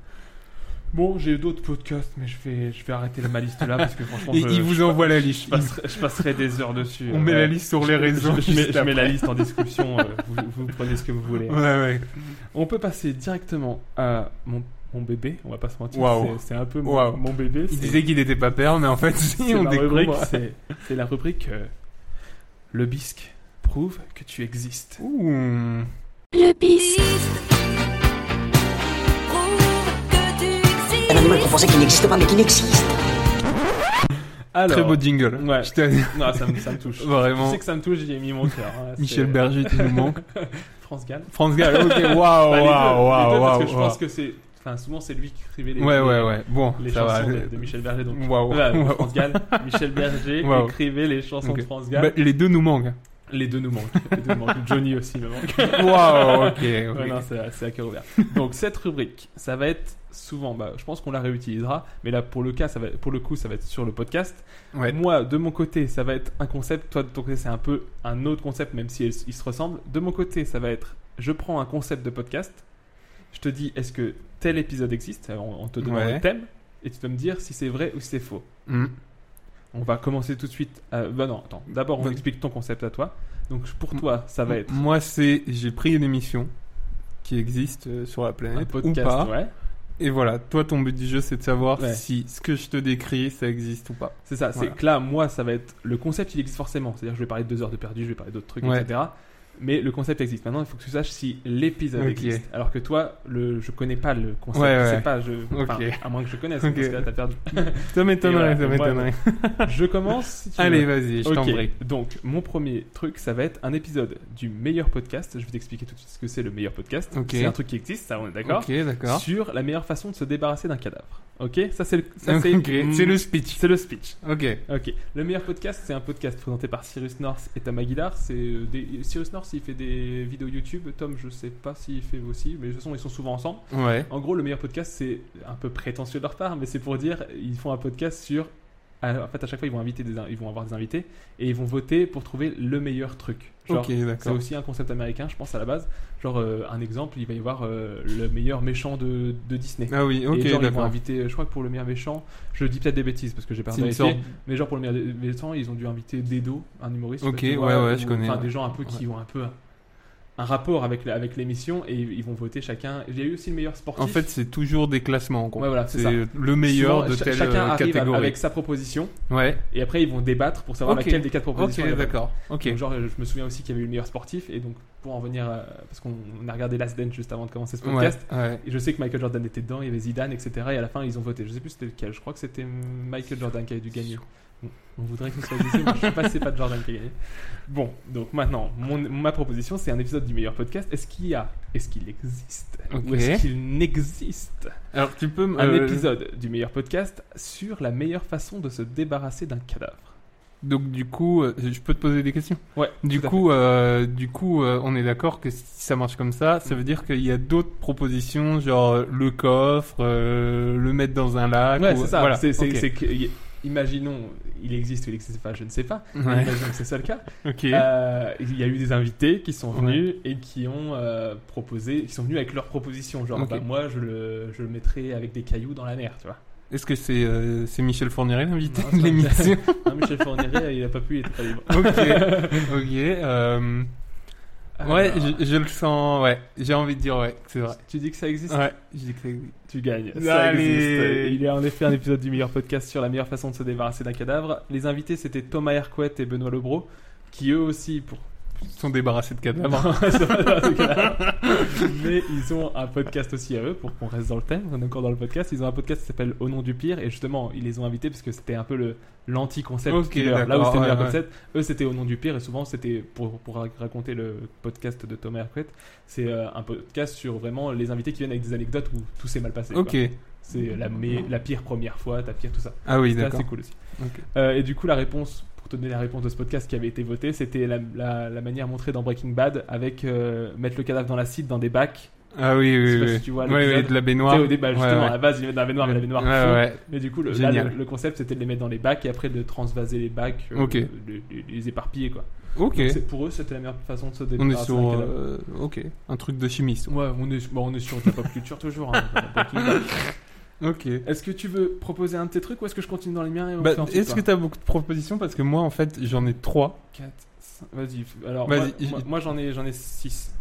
S7: Bon, j'ai d'autres podcasts, mais je vais, je vais arrêter ma liste là parce que franchement,
S8: Et
S7: je,
S8: il vous envoie la liste.
S7: je passerai, je passerai des heures dessus.
S8: On
S7: Euh,
S8: met
S7: ouais.
S8: la liste sur les
S7: Je-
S8: réseaux.
S7: Je, je mets,
S8: juste
S7: je mets la
S8: après.
S7: liste en discussion. euh, vous, vous prenez ce que vous voulez.
S8: Ouais, ouais.
S7: On peut passer directement à mon, mon bébé. On va pas se mentir.
S8: Waouh.
S7: c'est- C'est un peu mon,
S8: Waouh.
S7: mon bébé.
S8: Il
S7: c'est-
S8: disait qu'il n'était pas père, mais en fait, si,
S7: c'est
S8: on
S7: la rubrique.
S8: découvre.
S7: C'est c'est la rubrique. euh, le bisque prouve que tu existes.
S8: Ouh.
S6: le bisque,
S2: Un animal qu'on pensait qu'il n'existe pas, mais qu'il existe.
S7: Alors,
S8: Très beau jingle.
S7: Ouais.
S8: Je t'ai-
S7: Non, ça me, ça me touche. Je
S8: Vraiment.
S7: sais que ça me touche. J'y ai mis mon cœur. hein, c'est-
S8: Michel Berger, tu nous manques.
S7: France Gall.
S8: France Gall, ok, waouh,
S7: Bah, les deux,
S8: Oh, waouh,
S7: les deux,
S8: waouh,
S7: parce que
S8: waouh.
S7: je pense que c'est. Enfin, souvent c'est lui qui écrivait les.
S8: Ouais,
S7: les-
S8: ouais, ouais. Bon,
S7: Les
S8: ça va.
S7: chansons de, de Michel Berger, donc
S8: Waouh,
S7: Ouais, de
S8: waouh.
S7: France Gall. Michel Berger
S8: Waouh.
S7: écrivait les chansons
S8: Ok.
S7: de France Gall.
S8: Bah, les deux nous manquent.
S7: Les deux nous manquent. Les deux nous manquent. Johnny aussi me manque.
S8: Waouh, ok. ok.
S7: Ouais, non, c'est c'est à cœur ouvert. Donc cette rubrique, ça va être souvent, bah, je pense qu'on la réutilisera, mais là pour le cas, ça va, pour le coup, ça va être sur le podcast.
S8: Ouais.
S7: Moi, de mon côté, ça va être un concept. Toi, de ton côté, c'est un peu un autre concept, même si elles- ils se ressemblent. De mon côté, ça va être, je prends un concept de podcast. Je te dis, est-ce que tel épisode existe On, on te donne
S8: Ouais.
S7: le thème et tu dois me dire si c'est vrai ou si c'est faux.
S8: Hmm.
S7: On va commencer tout de suite. à- Bah non, attends. D'abord, on
S8: Vas-y.
S7: explique ton concept à toi. Donc pour toi, ça va être
S8: Moi, c'est. J'ai pris une émission qui existe euh, sur la
S7: un
S8: planète
S7: podcast,
S8: ou pas.
S7: ouais.
S8: Et voilà, toi, ton but du jeu, c'est de savoir
S7: Ouais.
S8: si ce que je te décris, ça existe ou pas.
S7: C'est ça,
S8: Voilà.
S7: c'est que là, moi, ça va être. Le concept, il existe forcément. C'est-à-dire, je vais parler de deux heures de perdu, je vais parler d'autres trucs,
S8: Ouais.
S7: etc. Mais le concept existe. Maintenant, il faut que tu saches si l'épisode
S8: Ok.
S7: existe. Alors que toi, le, je connais pas le concept.
S8: Ouais,
S7: je sais
S8: ouais.
S7: pas, je, enfin,
S8: Ok.
S7: à moins que je connaisse,
S8: Ok.
S7: parce que là, t'as perdu.
S8: Ça m'étonnerait,
S7: Et
S8: ça
S7: voilà, moi,
S8: m'étonnerait.
S7: je commence si tu
S8: Allez,
S7: veux.
S8: vas-y, je
S7: Ok.
S8: t'en prie.
S7: Donc, mon premier truc, ça va être un épisode du meilleur podcast. Je vais t'expliquer tout de suite ce que c'est le meilleur podcast.
S8: Ok.
S7: C'est un truc qui existe, ça, on est d'accord
S8: Ok, d'accord.
S7: Sur la meilleure façon de se débarrasser d'un cadavre. Ok Ça, c'est le, ça,
S8: Ok,
S7: c'est-
S8: C'est le speech.
S7: c'est le speech.
S8: Ok.
S7: Ok. Le meilleur podcast, c'est un podcast présenté par Cyrus North et Tom Aguilar. C'est euh, des- Cyrus North, il fait des vidéos YouTube. Tom, je sais pas s'il fait aussi, mais de toute façon, ils sont souvent ensemble.
S8: Ouais.
S7: En gros, le meilleur podcast, c'est un peu prétentieux de leur part, mais c'est pour dire, ils font un podcast sur. Alors, en fait, à chaque fois, ils vont inviter des, in- ils vont avoir des invités et ils vont voter pour trouver le meilleur truc. Genre,
S8: Ok,
S7: C'est
S8: d'accord.
S7: aussi un concept américain, je pense à la base. Genre, euh, un exemple, il va y avoir euh, le meilleur méchant de, de Disney.
S8: Ah oui,
S7: et
S8: ok,
S7: genre, ils vont
S8: d'accord.
S7: inviter, je crois que pour le meilleur méchant, je dis peut-être des bêtises parce que j'ai pas
S8: C'est une
S7: vérifié.
S8: sorte-
S7: Mais genre pour le meilleur des des temps, ils ont dû inviter Dedo, un humoriste.
S8: Ok, ouais,
S7: tu
S8: ouais, je
S7: ou-
S8: connais,
S7: Enfin,
S8: ouais.
S7: des gens un peu qui ont un peu un, un rapport avec, la- avec l'émission et ils vont voter chacun. Il y a eu aussi le meilleur sportif.
S8: En fait, c'est toujours des classements, en gros.
S7: Ouais, voilà, c'est
S8: c'est
S7: ça.
S8: le meilleur
S7: Souvent,
S8: de
S7: cha-
S8: telle
S7: chacun
S8: euh,
S7: arrive
S8: catégorie.
S7: avec sa proposition
S8: Ouais.
S7: et après ils vont débattre pour savoir
S8: Ok.
S7: laquelle des quatre propositions.
S8: Ok,
S7: est la bonne.
S8: d'accord. Ok.
S7: Donc, genre, euh, je me souviens aussi qu'il y avait eu le meilleur sportif et donc pour en venir, à- parce qu'on on a regardé Last Dance juste avant de commencer ce
S8: Ouais.
S7: podcast.
S8: ouais.
S7: Et je sais que Michael Jordan était dedans, il y avait Zidane, etc. Et à la fin, ils ont voté. Je sais plus c'était lequel. Je crois que c'était Michael Jordan qui a dû gagner. Bon, On voudrait que ce soit Zidane, mais je sais pas si c'est pas Jordan qui a gagné. Bon, donc maintenant, mon- ma proposition, c'est un épisode du meilleur podcast. Est-ce qu'il y a Est-ce qu'il existe Ou
S8: Ok.
S7: est-ce qu'il n'existe
S8: Alors, tu peux. me-
S7: Un
S8: euh,
S7: épisode du meilleur podcast sur la meilleure façon de se débarrasser d'un cadavre.
S8: Donc du coup, euh, je peux te poser des questions.
S7: Ouais,
S8: Du
S7: tout à
S8: coup, euh, du coup, euh, on est d'accord que si ça marche comme ça, ça veut dire qu'il y a d'autres propositions, genre euh, le coffre, euh, le mettre dans un lac.
S7: Ouais,
S8: ou-
S7: c'est ça.
S8: Voilà.
S7: C'est, c'est-
S8: ok.
S7: c'est que- y- imaginons, il existe ou il n'existe pas, je ne sais pas.
S8: Ouais.
S7: Imaginons que c'est ça le cas.
S8: Ok.
S7: Euh, Il y a eu des invités qui sont venus et qui ont euh, proposé, qui sont venus avec leurs propositions. Genre,
S8: Ok.
S7: bah, moi, je le, je le mettrais avec des cailloux dans la mer, tu vois.
S8: Est-ce que c'est euh, c'est Michel Fourniret l'invité
S7: Non,
S8: de
S7: c'est pas
S8: l'émission
S7: Hein, Michel Fourniret, il a pas pu, il était pas libre.
S8: Ok. Ok. euh, Ouais,
S7: Alors,
S8: je, je le sens. Ouais, j'ai envie de dire ouais, c'est vrai.
S7: Euh, Tu dis que ça existe
S8: Ouais, je dis que ça existe.
S7: Tu gagnes. Ça
S8: Allez.
S7: existe. Il est en effet un épisode du meilleur podcast sur la meilleure façon de se débarrasser d'un cadavre. Les invités, c'était Thomas Hercouet et Benoît Lebros, qui eux aussi, pour
S8: Ils se sont débarrassés de cadavres.
S7: D'abord, c'est pas grave, c'est grave. Mais ils ont un podcast aussi à eux, pour qu'on reste dans le thème, on est encore dans le podcast. Ils ont un podcast qui s'appelle Au nom du pire, et justement, ils les ont invités parce que c'était un peu le l'anti-concept.
S8: Ok,
S7: du leur. là où
S8: d'accord,
S7: c'était le meilleur
S8: ouais, ouais.
S7: concept, eux c'était Au nom du pire, et souvent c'était, pour, pour rac- raconter le podcast de Thomas Hercouet, c'est euh, un podcast sur vraiment les invités qui viennent avec des anecdotes où tout s'est mal passé. quoi.
S8: Ok.
S7: C'est la, me- la pire première fois, ta pire, tout ça.
S8: Ah oui,
S7: Ça,
S8: d'accord.
S7: c'est cool aussi.
S8: Ok.
S7: Euh, et du coup, la réponse, pour te donner la réponse de ce podcast qui avait été voté, c'était la, la- la manière montrée dans Breaking Bad avec euh, mettre le cadavre dans l'acide, dans des bacs.
S8: Ah oui,
S7: Je sais
S8: oui,
S7: pas
S8: oui.
S7: si tu vois
S8: Ouais, ouais,
S7: l'épisode.
S8: de la
S7: Tu
S8: baignoire.
S7: sais, au débat,
S8: Ouais,
S7: justement, à
S8: ouais.
S7: la base, ils les mettent dans la baignoire, mais la baignoire
S8: Ouais,
S7: fond.
S8: ouais.
S7: Mais du coup, le, là,
S8: Génial.
S7: le, le concept, c'était de les mettre dans les bacs et après de transvaser les bacs, euh,
S8: Ok.
S7: de, de- de les éparpiller, quoi.
S8: Ok.
S7: Donc, c'est- pour eux, c'était la meilleure façon de se
S8: On
S7: débarrasser
S8: est
S7: d'un
S8: sur
S7: cadavre.
S8: euh, ok un truc de chimiste.
S7: bah, Ouais, on est, bon, on est sur de la pop culture toujours. hein, Breaking Bad.
S8: Ok.
S7: Est-ce que tu veux proposer un de tes trucs ou est-ce que je continue dans les miens et on
S8: Bah,
S7: fait ensuite,
S8: Est-ce que
S7: toi
S8: t'as beaucoup de propositions Parce que moi, en fait, j'en ai trois.
S7: Quatre, cinq- Vas-y, f- alors
S8: Vas-y,
S7: moi,
S8: j-
S7: moi- moi, j'en ai j'en ai 6.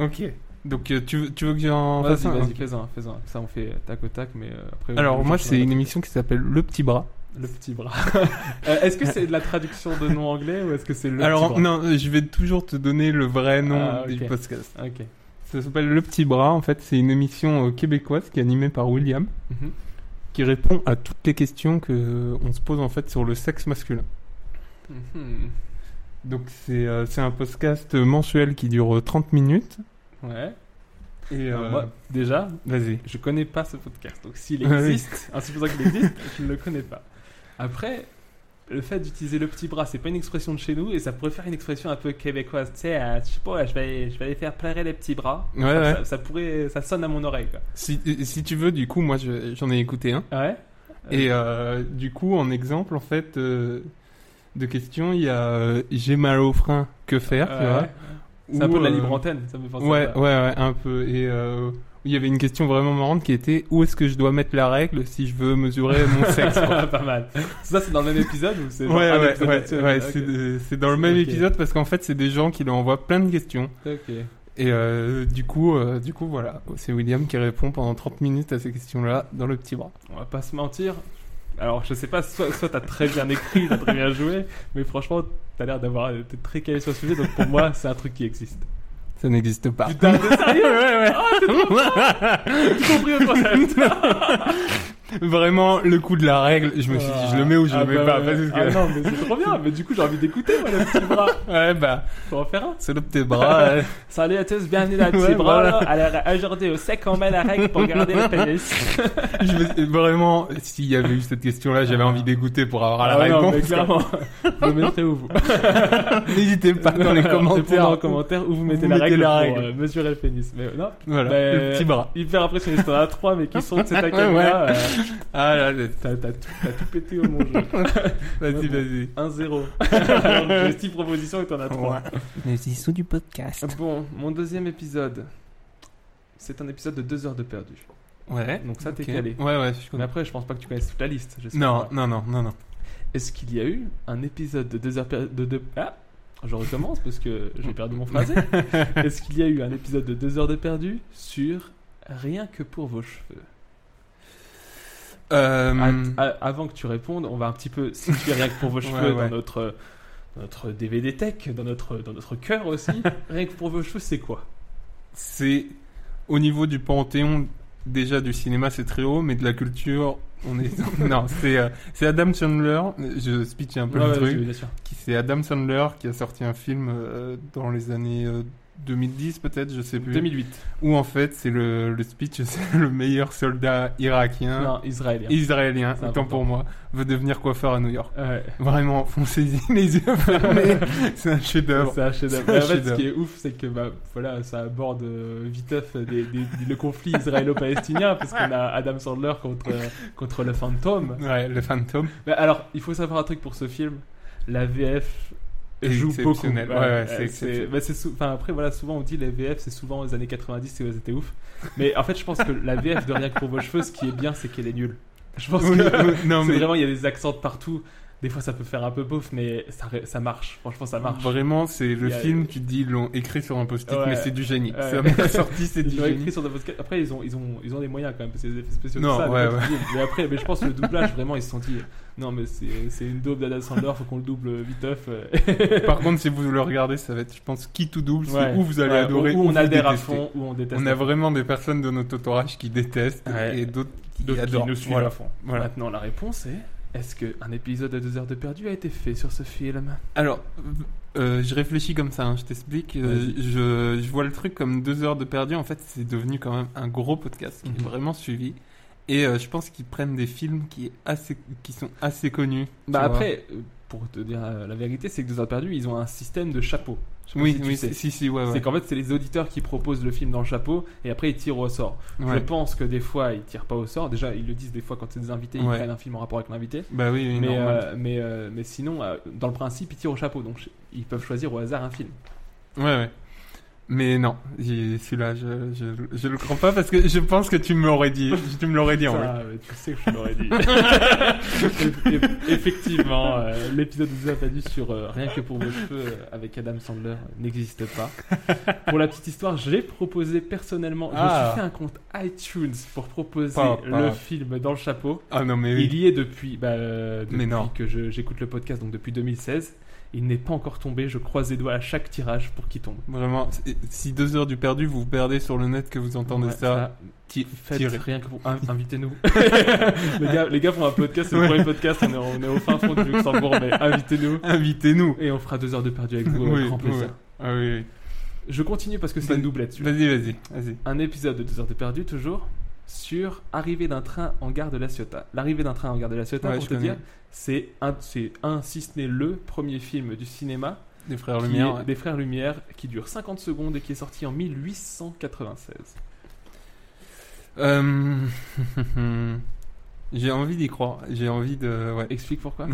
S8: Ok. Donc, euh, tu, veux- tu veux que j'en
S7: Vas-y,
S8: fasse un
S7: vas-y,
S8: Ok.
S7: fais-en, fais-en. Ça on fait tac au tac mais euh, après
S8: hein. Alors,
S7: on-
S8: moi,
S7: on-
S8: c'est une émission qui s'appelle Le Petit Bras.
S7: le petit bras. Euh, est-ce que c'est de la traduction de nom anglais ou est-ce que c'est le
S8: Alors,
S7: petit bras
S8: non, euh, je vais toujours te donner le vrai nom
S7: Ah,
S8: du
S7: ok.
S8: podcast.
S7: OK.
S8: Ça s'appelle Le Petit Bras. En fait, c'est une émission euh, québécoise qui est animée par William,
S7: Mhm.
S8: qui répond à toutes les questions que euh, on se pose en fait sur le sexe masculin.
S7: Mhm.
S8: Donc, c'est euh, c'est un podcast mensuel qui dure euh, 30 minutes.
S7: Ouais.
S8: Et
S7: Alors,
S8: euh,
S7: moi, déjà,
S8: vas-y.
S7: je connais pas ce podcast. Donc s'il
S8: Ah oui.
S7: existe, hein, en supposant qu'il existe, je ne le connais pas. Après, le fait d'utiliser le petit bras, c'est pas une expression de chez nous et ça pourrait faire une expression un peu québécoise. Tu sais, euh, je sais pas, je vais, je vais aller faire pleurer les petits bras.
S8: Ouais,
S7: ça,
S8: ouais.
S7: ça- ça pourrait, ça sonne à mon oreille. Quoi.
S8: Si, euh, si tu veux, du coup, moi, je- j'en ai écouté un.
S7: Ouais.
S8: Et euh, du coup, en exemple, en fait, euh, de questions, il y a euh, j'ai mal au frein, que faire, tu vois
S7: C'est un
S8: Ou,
S7: peu de la
S8: euh,
S7: libre antenne, ça me fait penser.
S8: Ouais,
S7: à
S8: ouais,
S7: ça.
S8: ouais, un peu. Et euh, il y avait une question vraiment marrante qui était où est-ce que je dois mettre la règle si je veux mesurer mon sexe quoi.
S7: Ah, pas mal. Ça, c'est dans le même épisode ou c'est
S8: Ouais,
S7: genre
S8: ouais,
S7: un
S8: ouais,
S7: épisode
S8: ouais,
S7: actuel Ok.
S8: c'est de- c'est dans le même
S7: Ok.
S8: épisode parce qu'en fait, c'est des gens qui lui envoient plein de questions.
S7: Ok.
S8: Et euh, du coup, euh, du coup, voilà, c'est William qui répond pendant 30 minutes à ces questions-là dans le petit bras.
S7: On va pas se mentir. Alors, je sais pas, soit, soit t'as très bien écrit, t'as très bien joué, mais franchement, t'as l'air d'avoir. T'es très calé sur le sujet, donc pour moi, c'est un truc qui existe.
S8: Ça n'existe pas.
S7: Putain, t'es sérieux Ouais, ouais. Tout compris au concept.
S8: Vraiment, le coup de la règle, je me suis dit, je le mets ou je
S7: Ah
S8: le mets
S7: bah
S8: pas.
S7: ouais.
S8: parce que-
S7: Ah non, mais c'est trop bien, mais du coup, j'ai envie d'écouter, moi, le petit bras.
S8: ouais, bah,
S7: Faut en faire un.
S8: c'est le petit bras. euh.
S7: Salut à tous, bienvenue dans le petit
S8: Ouais,
S7: bras.
S8: voilà.
S7: là. Alors, aujourd'hui, au sec, on met la règle pour garder le pénis.
S8: je me- Vraiment, s'il y avait eu cette question-là, j'avais envie d'écouter pour avoir la
S7: Ah non, mais
S8: réponse.
S7: clairement. Vous le mettrez où, vous
S8: N'hésitez pas dans les
S7: Répondez
S8: commentaires.
S7: en commentaire où vous mettez la
S8: mettez
S7: règle
S8: la
S7: pour
S8: règle.
S7: euh, mesurer le pénis. Mais euh, non,
S8: Voilà,
S7: Ben,
S8: le petit bras.
S7: hyper impressionniste. T'en as trois, mais qui sont de cette
S8: Ouais,
S7: académie-là. euh,
S8: Ah là, là,
S7: T'as t'as tout, t'as tout pété au mon jeu.
S8: vas-y, vas-y.
S7: 1-0. Alors, J'ai 6 propositions et t'en as 3.
S8: Les issues du podcast.
S7: Bon, mon deuxième épisode. C'est un épisode de 2 heures de perdu.
S8: Ouais.
S7: Donc ça, t'es
S8: ok.
S7: calé.
S8: Ouais, ouais, je
S7: Mais
S8: connais.
S7: après, je pense pas que tu connaisses toute la liste. j'espère.
S8: Non, non, non, non, non.
S7: Est-ce qu'il y a eu un épisode de 2 heures per- de deux- Ah Je recommence parce que j'ai perdu mon phrasé. Est-ce qu'il y a eu un épisode de 2 heures de perdu sur Rien que pour vos cheveux Ah,
S8: Euh,
S7: À- à- avant que tu répondes, on va un petit peu situer rien que pour vos cheveux
S8: Ouais, ouais.
S7: dans notre euh, notre DVD tech, dans notre dans notre cœur aussi. rien que pour vos cheveux, c'est quoi
S8: c'est au niveau du panthéon déjà du cinéma c'est très haut mais de la culture on est non c'est euh, c'est Adam Sandler je speech un peu
S7: Ouais,
S8: le
S7: ouais,
S8: truc
S7: je- bien sûr.
S8: qui c'est Adam Sandler qui a sorti un film euh, dans les années euh, 2010 peut-être je sais plus
S7: 2008.
S8: où en fait c'est le, le speech c'est le meilleur soldat irakien
S7: Non, israélien.
S8: israélien
S7: C'est
S8: autant
S7: important.
S8: pour moi veut devenir coiffeur à New York
S7: Ouais.
S8: vraiment foncez-y les yeux fermés c'est un chef d'œuvre
S7: C'est un chef-d'œuvre.
S8: c'est un
S7: Mais En fait, ce
S8: chef-d'œuvre.
S7: qui est ouf, c'est que bah, voilà, ça aborde euh, viteuf des- des- le conflit israélo-palestinien, parce qu'on a Adam Sandler contre, euh, contre le fantôme.
S8: ouais le fantôme
S7: Mais alors, il faut savoir un truc pour ce film. La VF
S8: Est
S7: joue beaucoup.
S8: exceptionnelle. Ouais, ouais,
S7: euh,
S8: c'est
S7: c'est
S8: exceptionnel.
S7: bah, c'est sou- enfin, après voilà, souvent on dit la VF, c'est souvent aux années 90 c'est- c'était ouf. Mais en fait, je pense que la VF de rien que pour vos cheveux, ce qui est bien, c'est qu'elle est nulle. Je pense
S8: Oui, oui,
S7: que
S8: non,
S7: c'est
S8: mais-
S7: vraiment il y a des accents de partout. Des fois, ça peut faire un peu beauf, mais ça, ré- ça marche. Franchement, ça marche.
S8: Vraiment, c'est le
S7: Il y a-
S8: film, tu te dis, ils l'ont écrit sur un post-it,
S7: Ouais.
S8: mais c'est du génie.
S7: Ouais.
S8: Ça m'a sorti, c'est
S7: Ils
S8: du
S7: l'ont
S8: génie.
S7: écrit sur des podcasts. Après, ils ont, ils, ont, ils ont des moyens quand même, parce que les effets spéciaux,
S8: Non,
S7: tout ça.
S8: ouais,
S7: donc,
S8: ouais.
S7: ils disent- Mais après, mais je pense que le doublage, vraiment, ils se sont dit non, mais c'est c'est une daube d'Adam Sandler, faut qu'on le double euh. viteuf.
S8: Par contre, si vous le regardez, ça va être, je pense, qui tout double, c'est où vous allez
S7: Ouais,
S8: adorer,
S7: où, où
S8: où
S7: on
S8: vous
S7: adhère à
S8: détestez.
S7: fond, où on déteste.
S8: On a vraiment des personnes de notre entourage qui détestent
S7: Ouais.
S8: et d'autres qui
S7: D'autres qui
S8: adorent.
S7: nous suivent
S8: Voilà.
S7: à fond.
S8: Voilà.
S7: Maintenant, la réponse est est-ce qu'un épisode de 2 heures de perdu a été fait sur ce film
S8: Alors, euh, je réfléchis comme ça, hein, je t'explique. Euh, je, je vois le truc comme deux heures de perdu. En fait, c'est devenu quand même un gros podcast qui
S7: Mhm.
S8: est vraiment suivi. Et euh, je pense qu'ils prennent des films qui, est assez, qui sont assez connus.
S7: Bah
S8: tu vois.
S7: après, euh, pour te dire euh, la vérité, c'est que 2 heures de perdu, ils ont un système de chapeau. Je sais pas
S8: Oui,
S7: si tu
S8: oui,
S7: sais.
S8: si, si, si, ouais, ouais.
S7: C'est qu'en fait, c'est les auditeurs qui proposent le film dans le chapeau et après ils tirent au sort. Je
S8: Ouais.
S7: pense que des fois ils tirent pas au sort. Déjà, ils le disent des fois quand c'est des invités, ils
S8: Ouais.
S7: prennent un film en rapport avec l'invité.
S8: Bah oui, oui,
S7: Mais,
S8: normal.
S7: euh, mais, euh, mais sinon, euh, dans le principe, ils tirent au chapeau. Donc ch- ils peuvent choisir au hasard un film.
S8: Ouais, ouais. Mais non, j'ai- celui-là, je, je, je le crois pas parce que je pense que tu me l'aurais dit. Tu me l'aurais dit en vrai.
S7: Ça, ouais, tu sais que je l'aurais dit. Eff- Effectivement, euh, l'épisode vous a fallu sur euh, Rien que pour vos cheveux euh, avec Adam Sandler euh, n'existe pas. Pour la petite histoire, je l'ai proposé personnellement. Je me
S8: Ah.
S7: suis fait un compte iTunes pour proposer
S8: Pas- pas-
S7: le film dans le chapeau.
S8: Ah non, mais oui.
S7: Il y est depuis, bah, euh,
S8: Mais
S7: depuis
S8: non.
S7: que je- j'écoute le podcast, donc depuis 2016. Il n'est pas encore tombé. Je croise les doigts à chaque tirage pour qu'il tombe.
S8: Vraiment, si- si deux heures du perdu, vous vous perdez sur le net que vous entendez
S7: Ouais,
S8: ça,
S7: Qui faites
S8: tirez.
S7: rien que pour in- invitez-nous. les gars, les gars font un podcast, c'est le
S8: Ouais.
S7: premier podcast, on est, on est au fin fond du Luxembourg, mais invitez-nous
S8: invitez-nous.
S7: et on fera deux heures de perdu avec vous avec grand plaisir.
S8: ouais. Ah oui, oui.
S7: Je continue parce que c'est
S8: Vas-
S7: une doublette. celui-là.
S8: Vas-y, vas-y, vas-y.
S7: Un épisode de deux heures de perdu toujours sur arrivée d'un train en gare de La Ciotat. L'arrivée d'un train en gare de La Ciotat,
S8: Ouais,
S7: pour
S8: je
S7: te
S8: connais.
S7: dire, c'est un, c'est un, si ce n'est le premier film du cinéma
S8: Des frères
S7: qui
S8: Lumière.
S7: est
S8: ouais.
S7: des Frères Lumière qui dure 50 secondes et qui est sorti en 1896.
S8: Euh, J'ai envie d'y croire. J'ai envie de. Ouais.
S7: Explique pourquoi.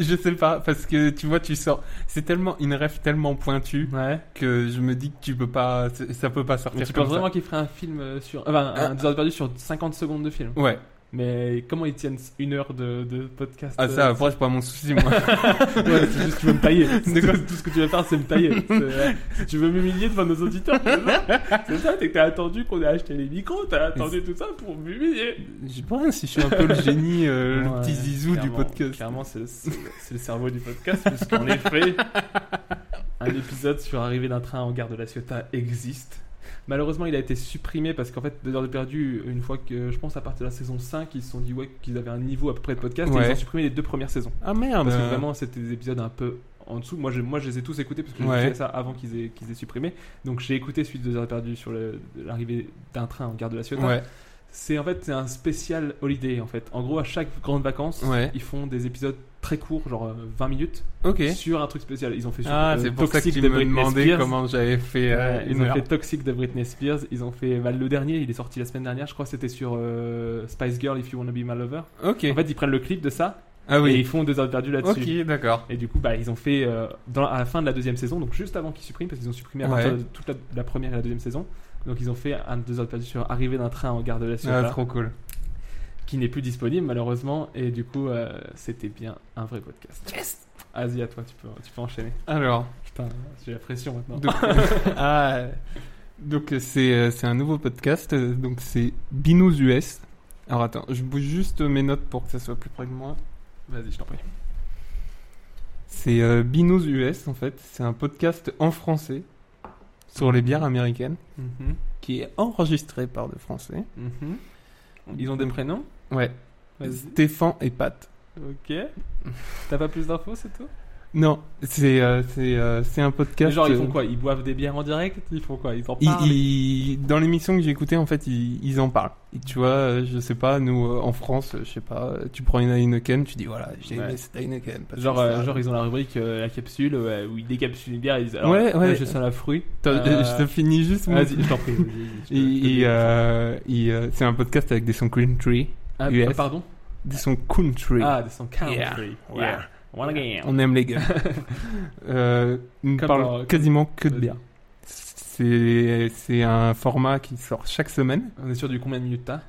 S8: Je sais pas, parce que tu vois, tu sors. C'est tellement une rêve tellement pointue
S7: ouais.
S8: que je me dis que tu peux pas. c'est- Ça peut pas
S7: Mais
S8: sortir
S7: tu
S8: comme
S7: penses
S8: ça.
S7: vraiment qu'il ferait un film euh, sur. Enfin, un
S8: Ah.
S7: 2 heures de perdu sur 50 secondes de film.
S8: Ouais.
S7: Mais comment ils tiennent une heure de, de podcast
S8: Ah
S7: euh,
S8: ça, après c'est pas mon souci moi.
S7: ouais, c'est juste que tu veux me tailler. C'est
S8: quoi
S7: tout, tout ce que tu vas faire, c'est me tailler. C'est, euh, si tu veux m'humilier devant nos auditeurs, c'est ça. c'est ça. T'es que t'as attendu qu'on ait acheté les micros, t'as attendu tout ça pour m'humilier.
S8: Je sais pas si je suis un peu le génie, euh,
S7: Ouais,
S8: le petit zizou du
S7: clairement,
S8: podcast.
S7: Clairement, c'est le, c'est- c'est le cerveau du podcast, puisqu'en effet, un épisode sur arrivée d'un train en gare de la Ciotat existe. Malheureusement, il a été supprimé parce qu'en fait, deux heures de perdu, une fois que je pense à partir de la saison 5, ils se sont dit ouais, qu'ils avaient un niveau à peu près de podcast et
S8: Ouais.
S7: ils ont supprimé les deux premières saisons.
S8: Ah merde.
S7: Parce que
S8: euh,
S7: vraiment, c'était des épisodes un peu en dessous. Moi, je, moi, je les ai tous écoutés parce que
S8: Ouais.
S7: j'ai fait ça avant qu'ils aient, qu'ils aient supprimé. Donc, j'ai écouté celui de deux heures perdues sur le- l'arrivée d'un train en gare de la Ciotat.
S8: Ouais.
S7: C'est en fait c'est un spécial holiday en fait. En gros, à chaque grande vacances,
S8: Ouais.
S7: ils font des épisodes très courts, genre euh, 20 minutes,
S8: Ok.
S7: sur un truc spécial. Ils ont fait sur,
S8: Ah,
S7: euh,
S8: c'est pour ça que
S7: Toxic
S8: tu
S7: de
S8: me
S7: Britney
S8: demandais
S7: Spears.
S8: comment j'avais fait euh,
S7: Ouais, ils
S8: une
S7: ont
S8: heure.
S7: fait Toxic de Britney Spears. Ils ont fait bah, le dernier, il est sorti la semaine dernière, je crois. C'était sur euh, Spice Girl If You Wanna Be My Lover.
S8: Ok.
S7: En fait, ils prennent le clip de ça
S8: ah
S7: et
S8: oui.
S7: ils font deux heures perdues là-dessus.
S8: Ok, d'accord.
S7: Et du coup, bah, ils ont fait euh, dans, à la fin de la deuxième saison, donc juste avant qu'ils suppriment, parce qu'ils ont supprimé à
S8: Ouais.
S7: partir de toute la, la première et la deuxième saison. Donc ils ont fait un deux heures de perdu sur arrivée d'un train en gare de la
S8: Ah,
S7: Ciotat,
S8: trop cool.
S7: qui n'est plus disponible malheureusement. Et du coup, euh, c'était bien un vrai podcast. Yes. Vas-y à toi, tu peux, tu peux enchaîner.
S8: Alors.
S7: Putain, j'ai la pression maintenant.
S8: Donc, ah, euh, donc, euh, c'est euh, c'est un nouveau podcast. euh, Donc c'est Binous US. Alors attends, je bouge juste mes notes pour que ça soit plus près de moi.
S7: Vas-y, je t'en prie.
S8: C'est euh, Binous US en fait. C'est un podcast en français sur les bières américaines
S7: Mhm,
S8: qui est enregistré par des Français.
S7: mhm. Ils ont des prénoms
S8: Ouais.
S7: Vas-y.
S8: Stéphane et Pat.
S7: Ok. T'as pas plus d'infos, c'est tout
S8: Non, c'est euh, c'est euh, c'est un
S7: Mais
S8: podcast.
S7: Genre, ils font
S8: euh,
S7: quoi Ils boivent des bières en direct Ils font quoi Ils en
S8: ils-
S7: parlent
S8: ils- dans l'émission que j'ai écoutée, en fait, ils, ils en parlent. Et tu vois, euh, je sais pas, nous euh, en France, euh, je sais pas, euh, tu prends une Heineken, tu dis voilà, j'ai
S7: Ouais.
S8: aimé cette Heineken. parce que
S7: Genre, euh,
S8: ça-
S7: genre ils ont la rubrique euh, la capsule ouais, où ils décapsulent une bière et ils disent alors,
S8: Ouais, ouais.
S7: là, je sens la fruit.
S8: Attends,
S7: Euh,
S8: euh, je te finis juste. mon-
S7: Vas-y, je t'en prie. vas-y, vas-y, je te- je te
S8: Et-
S7: dis.
S8: et, euh, et, euh, c'est un podcast avec des sons country,
S7: Ah,
S8: US.
S7: ah, pardon
S8: des sons country.
S7: Ah, des sons country.
S8: Yeah,
S7: Yeah.
S8: yeah.
S7: One again.
S8: On aime les gars. euh, ils ne
S7: Comme
S8: parlent
S7: dans-
S8: quasiment que de
S7: Vas-y.
S8: bière. C'est c'est un format qui sort chaque semaine.
S7: On est sur du combien de minutes hein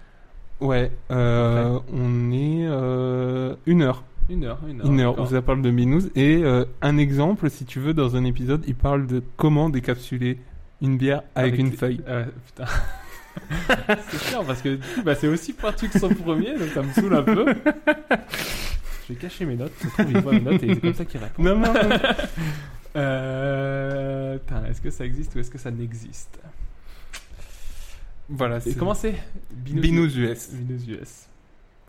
S7: t'as
S8: Ouais, euh, on est euh, une heure.
S7: Une heure, une heure.
S8: Une heure,
S7: d'accord.
S8: où ça parle de binous. Et euh, un exemple, si tu veux, dans un épisode, il parle de comment décapsuler une bière avec, une
S7: des-
S8: feuille.
S7: Euh, putain. c'est chiant parce que du coup, bah, c'est aussi pointu que son premier, donc ça me saoule un peu. Je vais cacher mes notes. Ça se trouve, il voit mes notes et c'est comme ça qu'il répond.
S8: Non, non, non.
S7: Euh, putain, est-ce que ça existe ou est-ce que ça n'existe
S8: voilà,
S7: Et
S8: c'est
S7: comment c'est
S8: binous US.
S7: Windows US.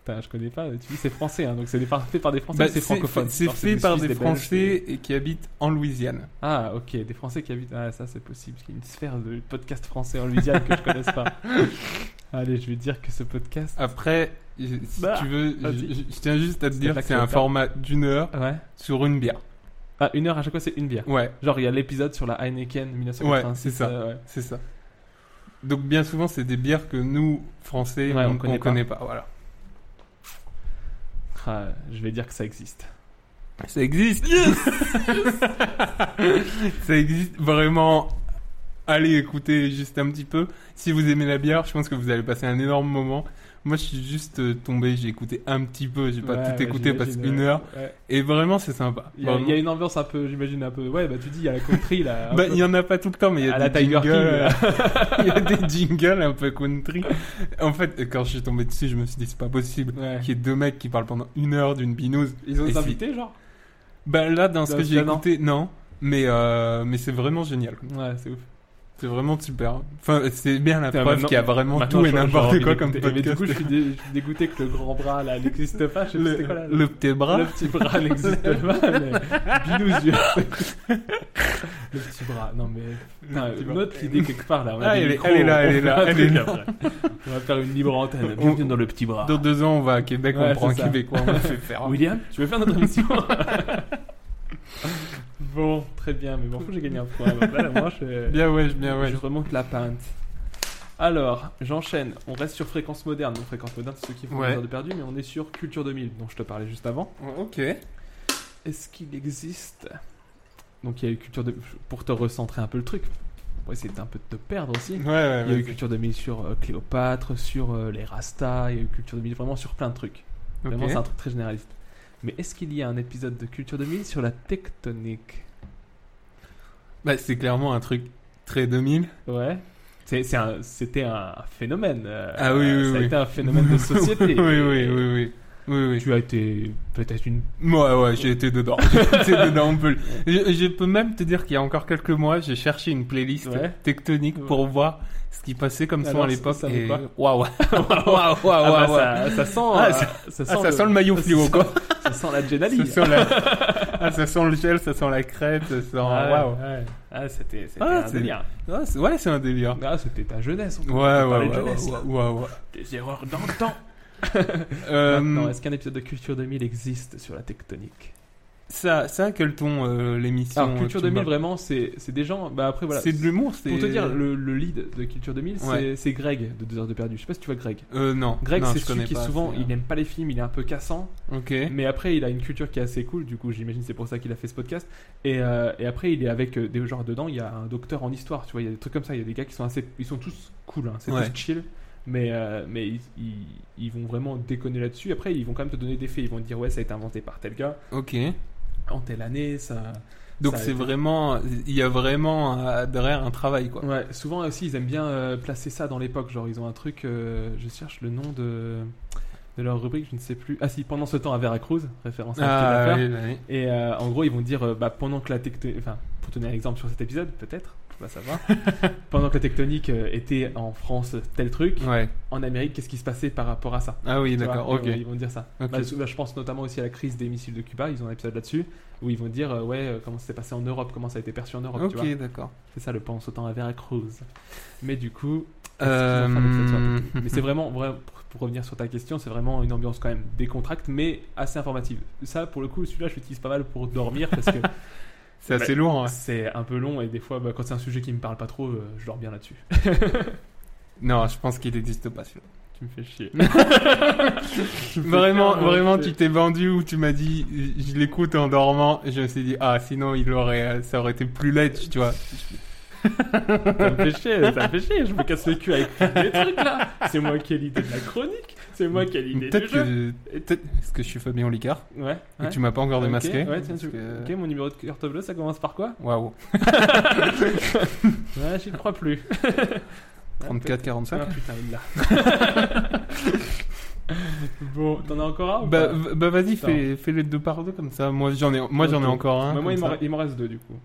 S7: Putain, je connais pas. Tu dis c'est français, hein, donc c'est des- fait par des Français,
S8: Bah,
S7: ou c'est francophone.
S8: C'est
S7: Genre,
S8: fait par
S7: Suisses,
S8: des
S7: Belges,
S8: Français et qui habitent en Louisiane.
S7: Ah, ok, des Français qui habitent. Ah, ça c'est possible. Il y a une sphère de podcast français en Louisiane que je connaisse pas. Allez, je vais dire que ce podcast.
S8: Après, je- si
S7: Bah,
S8: tu veux, je,
S7: vas-y.
S8: je- je tiens juste à te dire
S7: la
S8: que c'est un
S7: clé,
S8: format d'une heure
S7: Ouais.
S8: sur une bière.
S7: Ah, une heure à chaque fois, c'est une bière.
S8: Ouais,
S7: Genre, il y a l'épisode sur la Heineken 1986.
S8: Ouais, c'est ça.
S7: euh, ouais.
S8: c'est ça. Donc bien souvent, c'est des bières que nous, Français,
S7: Ouais,
S8: on
S7: on
S8: ne
S7: connaît
S8: connaît,
S7: pas.
S8: pas. Voilà.
S7: Ah, je vais dire que ça existe.
S8: Ça existe. ça existe vraiment allez écouter juste un petit peu. Si vous aimez la bière, je pense que vous allez passer un énorme moment. Moi, je suis juste euh, tombé, j'ai écouté un petit peu, j'ai pas
S7: Ouais,
S8: tout
S7: ouais,
S8: écouté parce
S7: j'imagine,
S8: qu'une
S7: ouais.
S8: heure. Bah,
S7: Ouais.
S8: Et vraiment, c'est sympa.
S7: Il y, a, il y a
S8: Vraiment.
S7: une ambiance un peu, j'imagine un peu. Ouais, bah tu dis, il y a la country là. un
S8: Bah,
S7: peu.
S8: il y en a pas tout le temps, mais il y a
S7: À la
S8: des
S7: Tiger King, euh.
S8: jingles. euh,
S7: là.
S8: Il y a des jingles un peu country. En fait, quand je suis tombé dessus, je me suis dit c'est pas possible
S7: Ouais.
S8: qu'il y ait deux mecs qui parlent pendant une heure d'une binouse.
S7: Ils ont
S8: Et
S7: des
S8: si-
S7: invités, genre
S8: Bah là, dans ce
S7: Dans
S8: que
S7: ce
S8: j'ai
S7: cas, non.
S8: écouté, non. Mais euh, mais c'est vraiment génial.
S7: Ouais, c'est ouf.
S8: C'est vraiment super. Enfin, c'est bien la
S7: Putain,
S8: preuve
S7: maintenant-
S8: qu'il y a vraiment
S7: Maintenant,
S8: tout et
S7: j'aurais-
S8: n'importe
S7: j'aurais
S8: quoi
S7: envie
S8: comme
S7: d'écouter. Mais
S8: podcast.
S7: du coup, je suis, dé- je suis dégoûté que le grand bras là n'existe pas. Je sais plus c'était quoi là.
S8: le, le petit bras.
S7: Le petit bras n'existe pas, mais binous yeux. le petit bras, non mais. Putain,
S8: Le petit bras.
S7: note l'idée quelque part là. On a
S8: Ah,
S7: des
S8: elle est-
S7: micros,
S8: elle est là,
S7: on
S8: elle est
S7: fait
S8: là,
S7: un
S8: elle est
S7: truc
S8: là.
S7: après. On va faire une libre antenne.
S8: On-
S7: Bienvenue dans le petit bras.
S8: Dans deux ans, on va à Québec,
S7: Ouais,
S8: on prend un
S7: c'est ça.
S8: Québécois, on le fait faire.
S7: William, tu veux faire notre émission Bon, très bien, mais bon, faut que j'ai gagné un point. Voilà, moi, je-
S8: Bien ouais, bien ouais.
S7: euh, je remonte la pinte. Alors, j'enchaîne. On reste sur fréquence moderne. Donc, fréquence moderne, c'est ceux qui font
S8: Ouais.
S7: des heures de perdu, mais on est sur Culture 2000, dont je te parlais juste avant.
S8: Ok.
S7: Est-ce qu'il existe Donc, il y a eu Culture 2000. Pour te recentrer un peu le truc, pour essayer d'un peu de te perdre aussi.
S8: Ouais, ouais,
S7: Il y a eu
S8: vas-y.
S7: Culture 2000 sur euh, Cléopâtre, sur euh, les Rastas, il y a eu Culture 2000 vraiment sur plein de trucs. Vraiment,
S8: Ok.
S7: c'est un truc très généraliste. Mais est-ce qu'il y a un épisode de Culture 2000 sur la tectonique
S8: Bah, c'est clairement un truc très 2000.
S7: Ouais. C'est- c'est un- C'était un, phénomène. euh,
S8: Ah oui, oui,
S7: Ça a
S8: oui.
S7: été un phénomène de société.
S8: oui, oui, oui, oui. Oui, oui.
S7: Tu as été peut-être une.
S8: Ouais, ouais, j'ai été dedans. j'ai été dedans, on peut le- je, je peux même te dire qu'il y a encore quelques mois, j'ai cherché une playlist
S7: Ouais.
S8: tectonique pour voir ce qui passait comme son
S7: Alors,
S8: à l'époque.
S7: ça vaut
S8: et-
S7: pas
S8: Waouh, waouh, waouh,
S7: Ah bah,
S8: waouh, waouh.
S7: ça, ça sent.
S8: Ah,
S7: euh,
S8: ça-
S7: ça
S8: Ah, ça sent le maillot
S7: ça
S8: fluo,
S7: sent-
S8: quoi.
S7: Ça sent la Jenali.
S8: Ça sent, la- ah, ça sent le gel, ça sent la crête, ça sent.
S7: Ah,
S8: Waouh.
S7: ouais, ouais. Ah, c'était c'était
S8: Ah,
S7: un
S8: c'est-
S7: délire.
S8: Ah, c'est- ouais, c'est un délire.
S7: Ah, c'était ta jeunesse.
S8: Ouais,
S7: on
S8: ouais,
S7: parlait
S8: ouais,
S7: de
S8: ouais,
S7: jeunesse, là.
S8: ouais, ouais, ouais.
S7: Des erreurs dans le temps.
S8: Euh,
S7: Maintenant, est-ce qu'un épisode de Culture 2000 existe sur la
S8: Ah,
S7: tectonique
S8: ça, ça, quel ton euh, l'émission
S7: Alors, Culture
S8: euh, tu
S7: 2000,
S8: m'as-
S7: vraiment, c'est c'est des gens. Bah, après, voilà.
S8: C'est de l'humour, c'est.
S7: Pour te dire, le, le lead de Culture 2000, c'est-
S8: Ouais.
S7: c'est Greg de 2 heures de perdu. Je sais pas si tu vois Greg.
S8: Euh, non.
S7: Greg,
S8: Non,
S7: c'est
S8: je
S7: celui
S8: connais
S7: qui
S8: pas,
S7: souvent,
S8: c'est- euh,
S7: il aime pas les films, il est un peu cassant,
S8: Ok.
S7: mais après, il a une culture qui est assez cool. Du coup, j'imagine c'est pour ça qu'il a fait ce podcast. Et, euh, et après, il est avec euh, des gens dedans. Il y a un docteur en histoire, tu vois. Il y a des trucs comme ça. Il y a des gars qui sont assez, ils sont tous cool, hein, c'est
S8: Ouais.
S7: tous chill. Mais, euh, mais ils, ils, ils vont vraiment déconner là-dessus. Après, ils vont quand même te donner des faits. Ils vont te dire, ouais, ça a été inventé par tel gars
S8: Ok.
S7: en telle année. Ça.
S8: Donc
S7: ça a
S8: c'est
S7: été-
S8: vraiment, il y a vraiment euh, derrière un travail quoi.
S7: Ouais, souvent aussi, ils aiment bien euh, placer ça dans l'époque. Genre, ils ont un truc. euh, je cherche le nom de, de leur rubrique, je ne sais plus. Ah, si, pendant ce temps à Veracruz, référence à ce qu'il va faire.
S8: oui, Ah, oui.
S7: Et euh, en gros, ils vont dire, euh, bah, pendant que la tectonique, enfin, pour tenir un exemple sur cet épisode, peut-être, on va savoir, pendant que la tectonique euh, était en France tel truc,
S8: Ouais.
S7: en Amérique, qu'est-ce qui se passait par rapport à ça
S8: Ah oui,
S7: Tu
S8: d'accord.
S7: vois,
S8: Ok.
S7: ils vont- Ils vont dire ça.
S8: Ok.
S7: Bah, sou- bah, je pense notamment aussi à la crise des missiles de Cuba, ils ont un épisode là-dessus, où ils vont dire, euh, ouais, euh, comment ça s'est passé en Europe, comment ça a été perçu en Europe, tu vois.
S8: Ok, d'accord.
S7: C'est ça le pan sautant à Veracruz. Mais du coup, est-ce qu'ils
S8: Euh,
S7: vont faire avec cette soirée mais c'est vraiment, vrai- pour, pour revenir sur ta question, c'est vraiment une ambiance quand même décontracte, mais assez informative. Ça, pour le coup, celui-là, je l'utilise pas mal pour dormir parce que
S8: C'est assez lourd. hein.
S7: c'est un peu long et des fois, bah, quand c'est un sujet qui me parle pas trop, euh, je dors bien là-dessus.
S8: Non, je pense qu'il n'existe pas celui-là.
S7: Tu me fais chier.
S8: Vraiment,
S7: clairement,
S8: vraiment,
S7: hein, c'est-
S8: tu t'es vendu ou tu m'as dit, je je l'écoute en dormant. Et je me suis dit, ah, sinon il aurait, ça aurait été plus laid, tu vois.
S7: ça me fait chier, ça me fait chier. Je me casse le cul avec des trucs là. C'est moi qui ai l'idée de la chronique, c'est moi qui ai l'idée du
S8: Peut-être
S7: jeu.
S8: que, peut-être, est-ce que je suis Fabien Olicard
S7: Ouais.
S8: et
S7: ouais.
S8: tu m'as pas encore
S7: Ok,
S8: démasqué
S7: ouais, tiens, tu-
S8: Parce que-
S7: Ok, mon numéro de carte bleue, ça commence par quoi
S8: Waouh,
S7: Ouais, j'y crois plus.
S8: 34,
S7: Ah
S8: 45.
S7: putain, il l'a. bon, t'en as encore un ou
S8: Bah,
S7: pas
S8: v- bah vas-y,
S7: Attends.
S8: fais, fais les deux par deux comme ça. Moi j'en ai, moi j'en ai
S7: Ok.
S8: encore un.
S7: Bah,
S8: comme
S7: Moi, il m'en
S8: ça.
S7: re- il m'en reste deux du coup.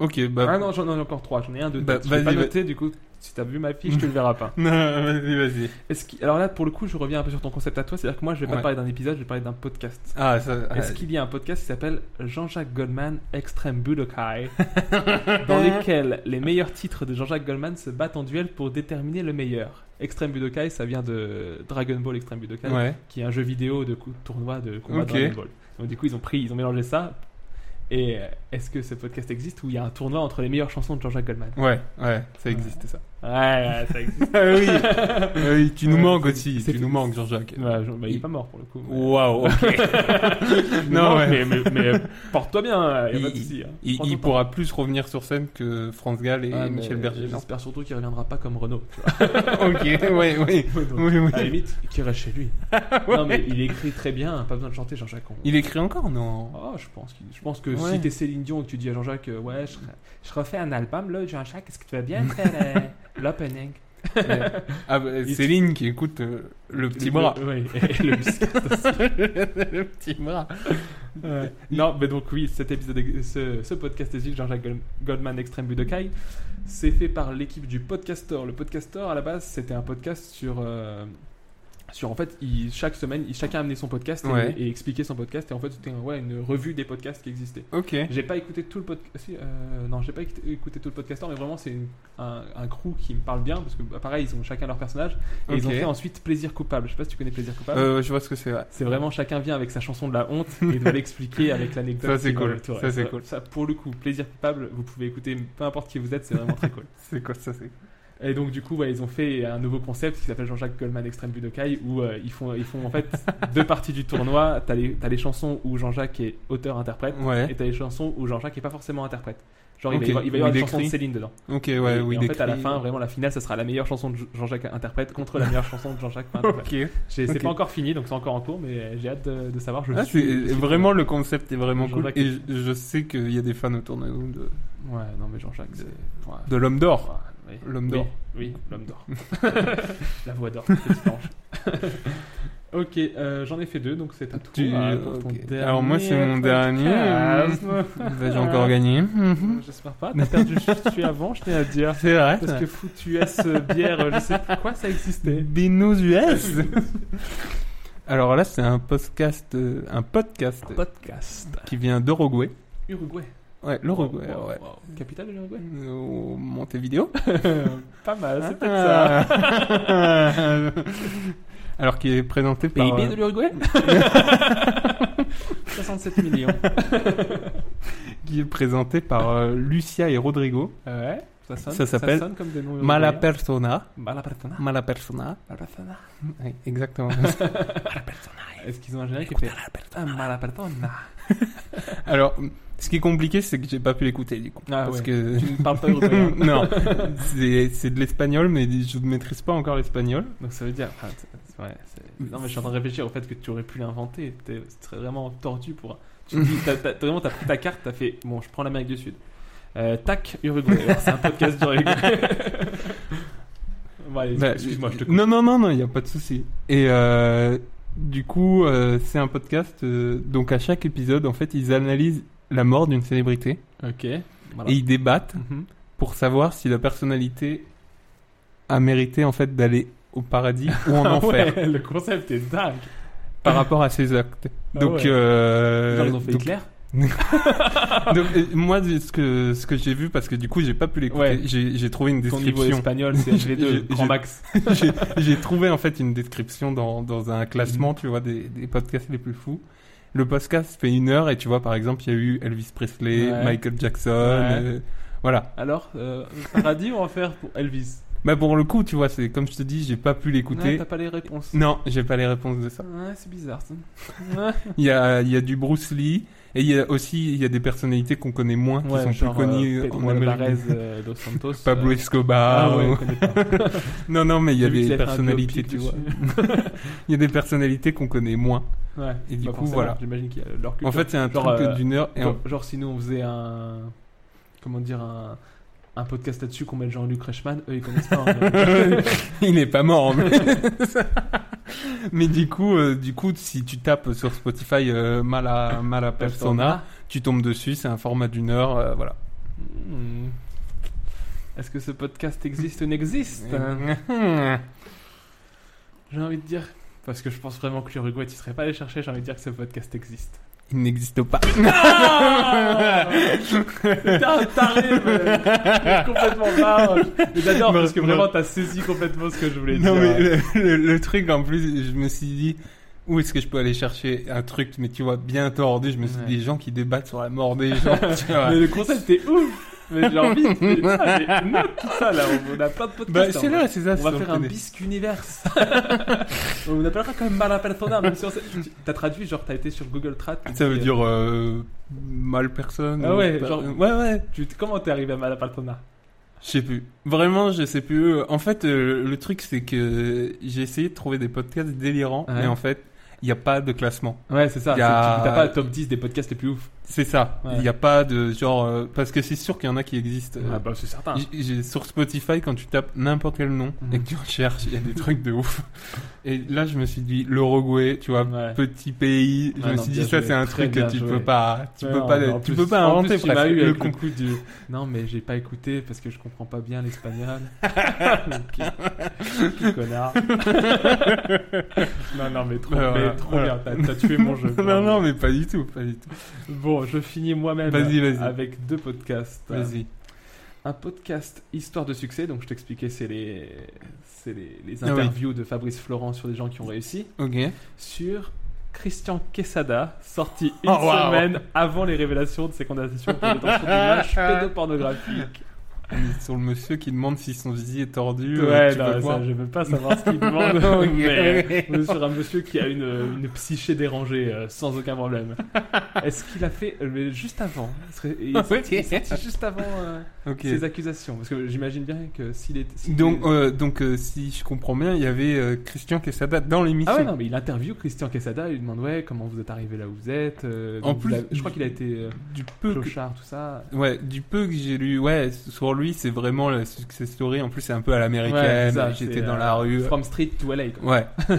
S8: Ok, bah.
S7: Ah non, j'en ai encore trois. J'en ai un de
S8: Bah,
S7: tête. Je l'ai pas
S8: vas-y, va-
S7: noté, du coup, si t'as vu ma fiche, tu le verras pas.
S8: Non, vas-y, vas-y.
S7: Est-ce qu'il- Alors là, pour le coup, je reviens un peu sur ton concept à toi. C'est-à-dire que moi, je vais pas
S8: Ouais.
S7: te parler d'un épisode, je vais parler d'un podcast.
S8: Ah, ça.
S7: Est-ce qu'il y a un podcast qui s'appelle Jean-Jacques Goldman Extreme Budokai, dans lequel les meilleurs titres de Jean-Jacques Goldman se battent en duel pour déterminer le meilleur Extreme Budokai, ça vient de Dragon Ball Extreme Budokai,
S8: Ouais.
S7: qui est un jeu vidéo de cou- tournoi de combat
S8: Ok.
S7: Dragon Ball. Donc du coup, ils ont pris, ils ont mélangé ça. Et euh, est-ce que ce podcast existe où il y a un tournoi entre les meilleures chansons de Jean-Jacques Goldman
S8: Ouais, ouais, ça existe ça.
S7: Ouais, ouais, ça existe.
S8: Ah oui. Ah oui, tu nous
S7: Ouais,
S8: manques
S7: c'est-
S8: aussi.
S7: c'est-
S8: Tu nous manques, Jean-Jacques.
S7: Ouais, genre, bah, il est pas mort pour le coup. mais-
S8: Waouh. ok.
S7: Il nous
S8: non,
S7: manque,
S8: ouais.
S7: mais, mais, mais, euh, porte-toi bien, il y a pas de
S8: Il-
S7: souci, hein.
S8: Il,
S7: Prends
S8: il
S7: ton temps.
S8: pourra plus revenir sur scène que France Gall et
S7: Ah, mais
S8: Michel Berger. non
S7: J'espère surtout qu'il reviendra pas comme Renault.
S8: ok, oui, oui. oui, oui.
S7: À la limite, qu'il reste chez lui. Non, mais il écrit très bien, pas besoin de chanter Jean-Jacques. on-
S8: Il écrit encore, non
S7: Oh, je pense, qu'il- je pense que
S8: Ouais.
S7: si t'es Céline Dion et que tu dis à Jean-Jacques, euh, ouais, je, je refais un album, là, Jean-Jacques, est-ce que tu vas bien faire euh, l'opening
S8: Ah, bah,
S7: Il-
S8: Céline qui écoute euh, le petit
S7: Le-
S8: bras.
S7: Oui, et le biscuit.
S8: le petit bras.
S7: Ouais. Non, mais donc oui, cet épisode, ce, ce podcast exil Jean-Jacques Gold- Goldman Extreme Budokai, c'est fait par l'équipe du Podcaster. Le Podcaster, à la base, c'était un podcast sur... euh, sur en fait, il- chaque semaine, il- chacun amenait son podcast et,
S8: Ouais.
S7: et expliquait son podcast. Et en fait, c'était ouais, une revue des podcasts qui existaient.
S8: Ok.
S7: J'ai pas écouté tout le podcast. euh, non, j'ai pas écouté- écouté tout le podcaster, mais vraiment c'est une- un, un crew qui me parle bien parce que bah, pareil, ils ont chacun leur personnage et ils ont
S8: Ok.
S7: fait ensuite Plaisir coupable. Je sais pas si tu connais Plaisir coupable.
S8: Euh, je vois ce que c'est. ouais.
S7: C'est vraiment chacun vient avec sa chanson de la honte et doit l'expliquer avec l'anecdote.
S8: Ça, c'est
S7: qui va
S8: cool.
S7: autour.
S8: Ça,
S7: Et
S8: c'est cool.
S7: Ça pour le coup, Plaisir coupable, vous pouvez écouter peu importe qui vous êtes, c'est vraiment très cool.
S8: C'est quoi ça c'est...
S7: Et donc du coup, ouais, ils ont fait un nouveau concept qui s'appelle Jean-Jacques Goldman Extreme Budokai, où euh, ils font, ils font en fait deux parties du tournoi. T'as les, t'as les chansons où Jean-Jacques est auteur-interprète,
S8: Ouais.
S7: et t'as les chansons où Jean-Jacques est pas forcément interprète. Genre
S8: Ok,
S7: il va y avoir, il va y
S8: où
S7: avoir
S8: il
S7: des chansons de
S8: écrit.
S7: Céline dedans.
S8: Ok, ouais,
S7: et,
S8: oui,
S7: et en
S8: il
S7: fait à la
S8: écrit.
S7: fin, vraiment la finale, ça sera la meilleure chanson de Jean- Jean-Jacques interprète contre la meilleure chanson de Jean-Jacques pas interprète.
S8: Ok.
S7: J'ai- C'est
S8: Ok.
S7: pas encore fini, donc c'est encore en cours, mais j'ai hâte de, de savoir. Je
S8: Ah,
S7: suis,
S8: c'est-
S7: je suis-
S8: vraiment, le concept est vraiment cool.
S7: Jean-Jacques
S8: Et je, je sais qu'il y a des fans autour de nous de,
S7: Ouais, non mais Jean-Jacques, c'est. ouais.
S8: de l'homme d'or.
S7: Ouais, oui.
S8: L'homme d'or.
S7: Oui, oui, l'homme d'or. La voix d'or, petite ange. ok, euh, j'en ai fait deux, donc c'est à toi.
S8: Tu-
S7: pour ton
S8: ok. Alors, moi, c'est mon
S7: podcast.
S8: Bah, j'ai encore gagné.
S7: Euh, J'espère pas, t'as perdu je suis avant, je tenais à dire.
S8: C'est vrai.
S7: Parce que foutu S bière, euh, je sais plus quoi, ça existait.
S8: Binous US. Alors là, c'est un podcast, euh, un podcast
S7: Podcast.
S8: qui vient d'Uruguay.
S7: Uruguay.
S8: Ouais, l'Uruguay,
S7: Wow, wow,
S8: ouais.
S7: wow. Capitale de l'Uruguay
S8: Au Montevideo. Euh,
S7: Pas mal, c'est peut-être ça.
S8: Ah. Alors qui est présenté par
S7: PIB
S8: euh,
S7: de l'Uruguay 67 millions.
S8: qui est présenté par euh, Lucia et Rodrigo.
S7: Ah Ouais, ça sonne.
S8: Ça s'appelle
S7: sonne comme des noms
S8: Mala
S7: uruguayens.
S8: persona,
S7: Mala persona.
S8: mala persona. Ouais, exactement.
S7: Est-ce qu'ils ont un générique qui fait Ah, Mala persona.
S8: Alors, ce qui est compliqué, c'est que j'ai pas pu l'écouter du coup,
S7: Ah,
S8: parce
S7: ouais.
S8: que
S7: Tu ne parles pas uruguayen.
S8: non, c'est c'est de l'espagnol, mais je ne maîtrise pas encore l'espagnol.
S7: Donc ça veut dire. enfin, c'est- c'est- ouais, c'est- non, mais je suis en train de réfléchir au fait que tu aurais pu l'inventer. T'es- Ce serait vraiment tordu pour. un- Tu te dis, t'as, t'as- t'as- vraiment, t'as pris ta carte, t'as fait. Bon, je prends l'Amérique du Sud. Euh, tac, Uruguay. Alors, c'est un podcast d'Uruguay. bon, allez,
S8: Bah,
S7: excuse-moi, je te coupe.
S8: Non, non, non, non, il n'y a pas de souci. Et euh, du coup, euh, c'est un podcast. euh, donc, à chaque épisode, en fait, ils analysent la mort d'une célébrité
S7: Ok. Voilà.
S8: et ils débattent
S7: Mhm.
S8: pour savoir si la personnalité a mérité en fait d'aller au paradis ou en
S7: Ah
S8: enfer
S7: ouais, le concept est dingue.
S8: par rapport à ses actes.
S7: Ah
S8: Donc,
S7: ouais.
S8: euh,
S7: Genre, ils ont fait
S8: donc-
S7: Hitler
S8: donc, euh, moi, ce que ce que j'ai vu, parce que du coup, j'ai pas pu l'écouter.
S7: Ouais.
S8: J'ai j'ai trouvé une
S7: Ton niveau
S8: description.
S7: espagnol, c'est
S8: J'ai-
S7: HV2, grand
S8: j'ai-
S7: max.
S8: J'ai- J'ai trouvé en fait une description dans, dans un classement,
S7: Mhm.
S8: tu vois, des, des podcasts les plus fous. Le podcast fait une heure et tu vois, par exemple, il y a eu Elvis Presley,
S7: Ouais.
S8: Michael Jackson.
S7: Ouais.
S8: euh, voilà.
S7: Alors, euh, paradis ou enfer pour Elvis
S8: Bah pour le coup, tu vois, c'est comme je te dis, j'ai pas pu
S7: Ouais,
S8: l'écouter.
S7: T'as pas les réponses.
S8: non, j'ai pas les réponses de ça.
S7: Ouais, c'est bizarre ça. Ouais.
S8: Il y a, il y a du Bruce Lee et il y a aussi il y a des personnalités qu'on connaît moins, qui sont
S7: genre,
S8: plus connues
S7: euh,
S8: en
S7: Pedro
S8: Amérique.
S7: Alvarez
S8: du-
S7: euh, dos Santos.
S8: Pablo
S7: euh,
S8: Escobar.
S7: Ah ouais,
S8: ou-
S7: je connais pas.
S8: Non, non, mais il y a
S7: J'ai vu qu'il
S8: des
S7: avait fait un
S8: personnalités,
S7: biopic
S8: tu vois.
S7: dessus.
S8: Il y a des personnalités qu'on connaît moins.
S7: Ouais.
S8: Et du
S7: Bah,
S8: coup,
S7: forcément,
S8: voilà.
S7: J'imagine qu'il y a leur culture.
S8: En fait, c'est un
S7: Genre,
S8: truc
S7: euh,
S8: d'une heure et en-
S7: genre, genre, si nous on faisait un. Comment dire un. Un podcast là-dessus qu'on met Jean-Luc Reichmann, eux ils connaissent pas. hein.
S8: Il n'est pas mort. Mais, mais du coup, euh, du coup, si tu tapes sur Spotify euh, Mala, Mala Persona, tu tombes dessus. C'est un format d'une heure, euh, voilà.
S7: Hmm. Est-ce que ce podcast existe ou n'existe
S8: Eh
S7: J'ai envie de dire. Parce que je pense vraiment que l'Uruguay, tu serais pas allé chercher, j'ai envie de dire que ce podcast existe.
S8: Il n'existe pas.
S7: Ah T'es un taré, mais t'es complètement barge. Mais J'adore
S8: Non,
S7: parce que
S8: non.
S7: vraiment t'as saisi complètement ce que je voulais
S8: Non
S7: dire.
S8: mais le, le- le truc en plus, je me suis dit où est-ce que je peux aller chercher un truc, mais tu vois bien tordu. Je me suis
S7: Ouais.
S8: dit des gens qui débattent sur la mort des gens. tu vois.
S7: Mais le concept est ouf Mais j'ai envie de putain, mais note tout ça là, on on a plein de podcasts.
S8: Bah,
S7: hein,
S8: c'est
S7: on va-
S8: là, c'est ça.
S7: On va faire un bisque universe. on appellera quand même mala persona, même si on sait- tu- T'as traduit, genre t'as été sur Google Trad.
S8: Ça veut dire euh, mal personne.
S7: Ah
S8: ou
S7: ouais,
S8: pas-
S7: genre,
S8: ouais, ouais.
S7: Tu, comment t'es arrivé à mala persona
S8: Je sais plus. Vraiment, je sais plus. En fait, euh, le truc, c'est que j'ai essayé de trouver des podcasts délirants,
S7: Ouais.
S8: mais en fait, il n'y a pas de classement.
S7: Ouais, c'est ça.
S8: Y a-
S7: c'est- T'as pas le top 10 des podcasts les plus ouf.
S8: C'est ça. Il
S7: Ouais.
S8: n'y a pas de genre. euh, parce que c'est sûr qu'il y en a qui existent. Euh,
S7: Ah bah, c'est certain.
S8: j- j'ai- sur Spotify, quand tu tapes n'importe quel nom
S7: Mhm.
S8: et que tu recherches, il y a des trucs de ouf. Et là, je me suis dit, l'Uruguay, tu vois,
S7: Ouais.
S8: petit pays. Je
S7: Ouais,
S8: me
S7: non,
S8: suis
S7: bien
S8: dit, ça,
S7: joué,
S8: c'est un
S7: très
S8: truc que
S7: bien
S8: tu
S7: joué.
S8: peux pas, tu
S7: Ouais,
S8: peux
S7: non,
S8: pas,
S7: mais en
S8: tu
S7: plus-
S8: peux pas
S7: en
S8: inventer.
S7: plus, tu m'as
S8: presque.
S7: eu
S8: le
S7: avec le
S8: con-
S7: coup du. Non, mais j'ai pas écouté parce que je comprends pas bien l'espagnol. Quel- quel connard. non, non, mais trop,
S8: Ouais,
S7: mais
S8: voilà,
S7: trop
S8: voilà.
S7: bien. T'as- T'as tué mon jeu.
S8: non, non, mais pas du tout, pas du tout.
S7: Bon, je finis moi-même
S8: Vas-y, vas-y.
S7: avec deux podcasts.
S8: Vas-y.
S7: Un podcast Histoire de succès. Donc, je t'expliquais, c'est les, c'est les, les
S8: Ah oui.
S7: interviews de Fabrice Florent sur des gens qui ont réussi.
S8: Ok.
S7: Sur Christian Quesada, sorti une
S8: Oh, wow.
S7: semaine avant les révélations de ses condamnations pour détention d'images pédopornographiques.
S8: Sur le monsieur qui demande si son zizi est tordu. euh,
S7: Ouais,
S8: tu
S7: non,
S8: peux
S7: ça,
S8: voir.
S7: je veux pas savoir ce qu'il demande.
S8: Ok.
S7: mais on est sur un monsieur qui a une, une psyché dérangée, euh, sans aucun problème. Est-ce qu'il a fait euh, mais juste avant il serait- il est sorti- il est sorti juste avant euh,
S8: Ok.
S7: ces accusations Parce que j'imagine bien que s'il est. s'il
S8: Donc,
S7: est-
S8: euh, donc euh, si je comprends bien, il y avait euh, Christian Quesada dans l'émission.
S7: Ah ouais, non, mais il interviewe Christian Quesada, il lui demande Ouais, comment vous êtes arrivé là où vous êtes euh,
S8: En
S7: donc vous
S8: plus-
S7: avez- je crois qu'il a été euh,
S8: Du peu que...
S7: clochard, tout ça.
S8: Ouais, du peu que j'ai lu, ouais, sur lui, c'est vraiment la success story. En plus, c'est un peu à
S7: Ouais, c'est
S8: l'américaine.
S7: ça,
S8: J'étais
S7: c'est,
S8: dans
S7: euh,
S8: la rue.
S7: From Street to LA, quoi.
S8: Ouais.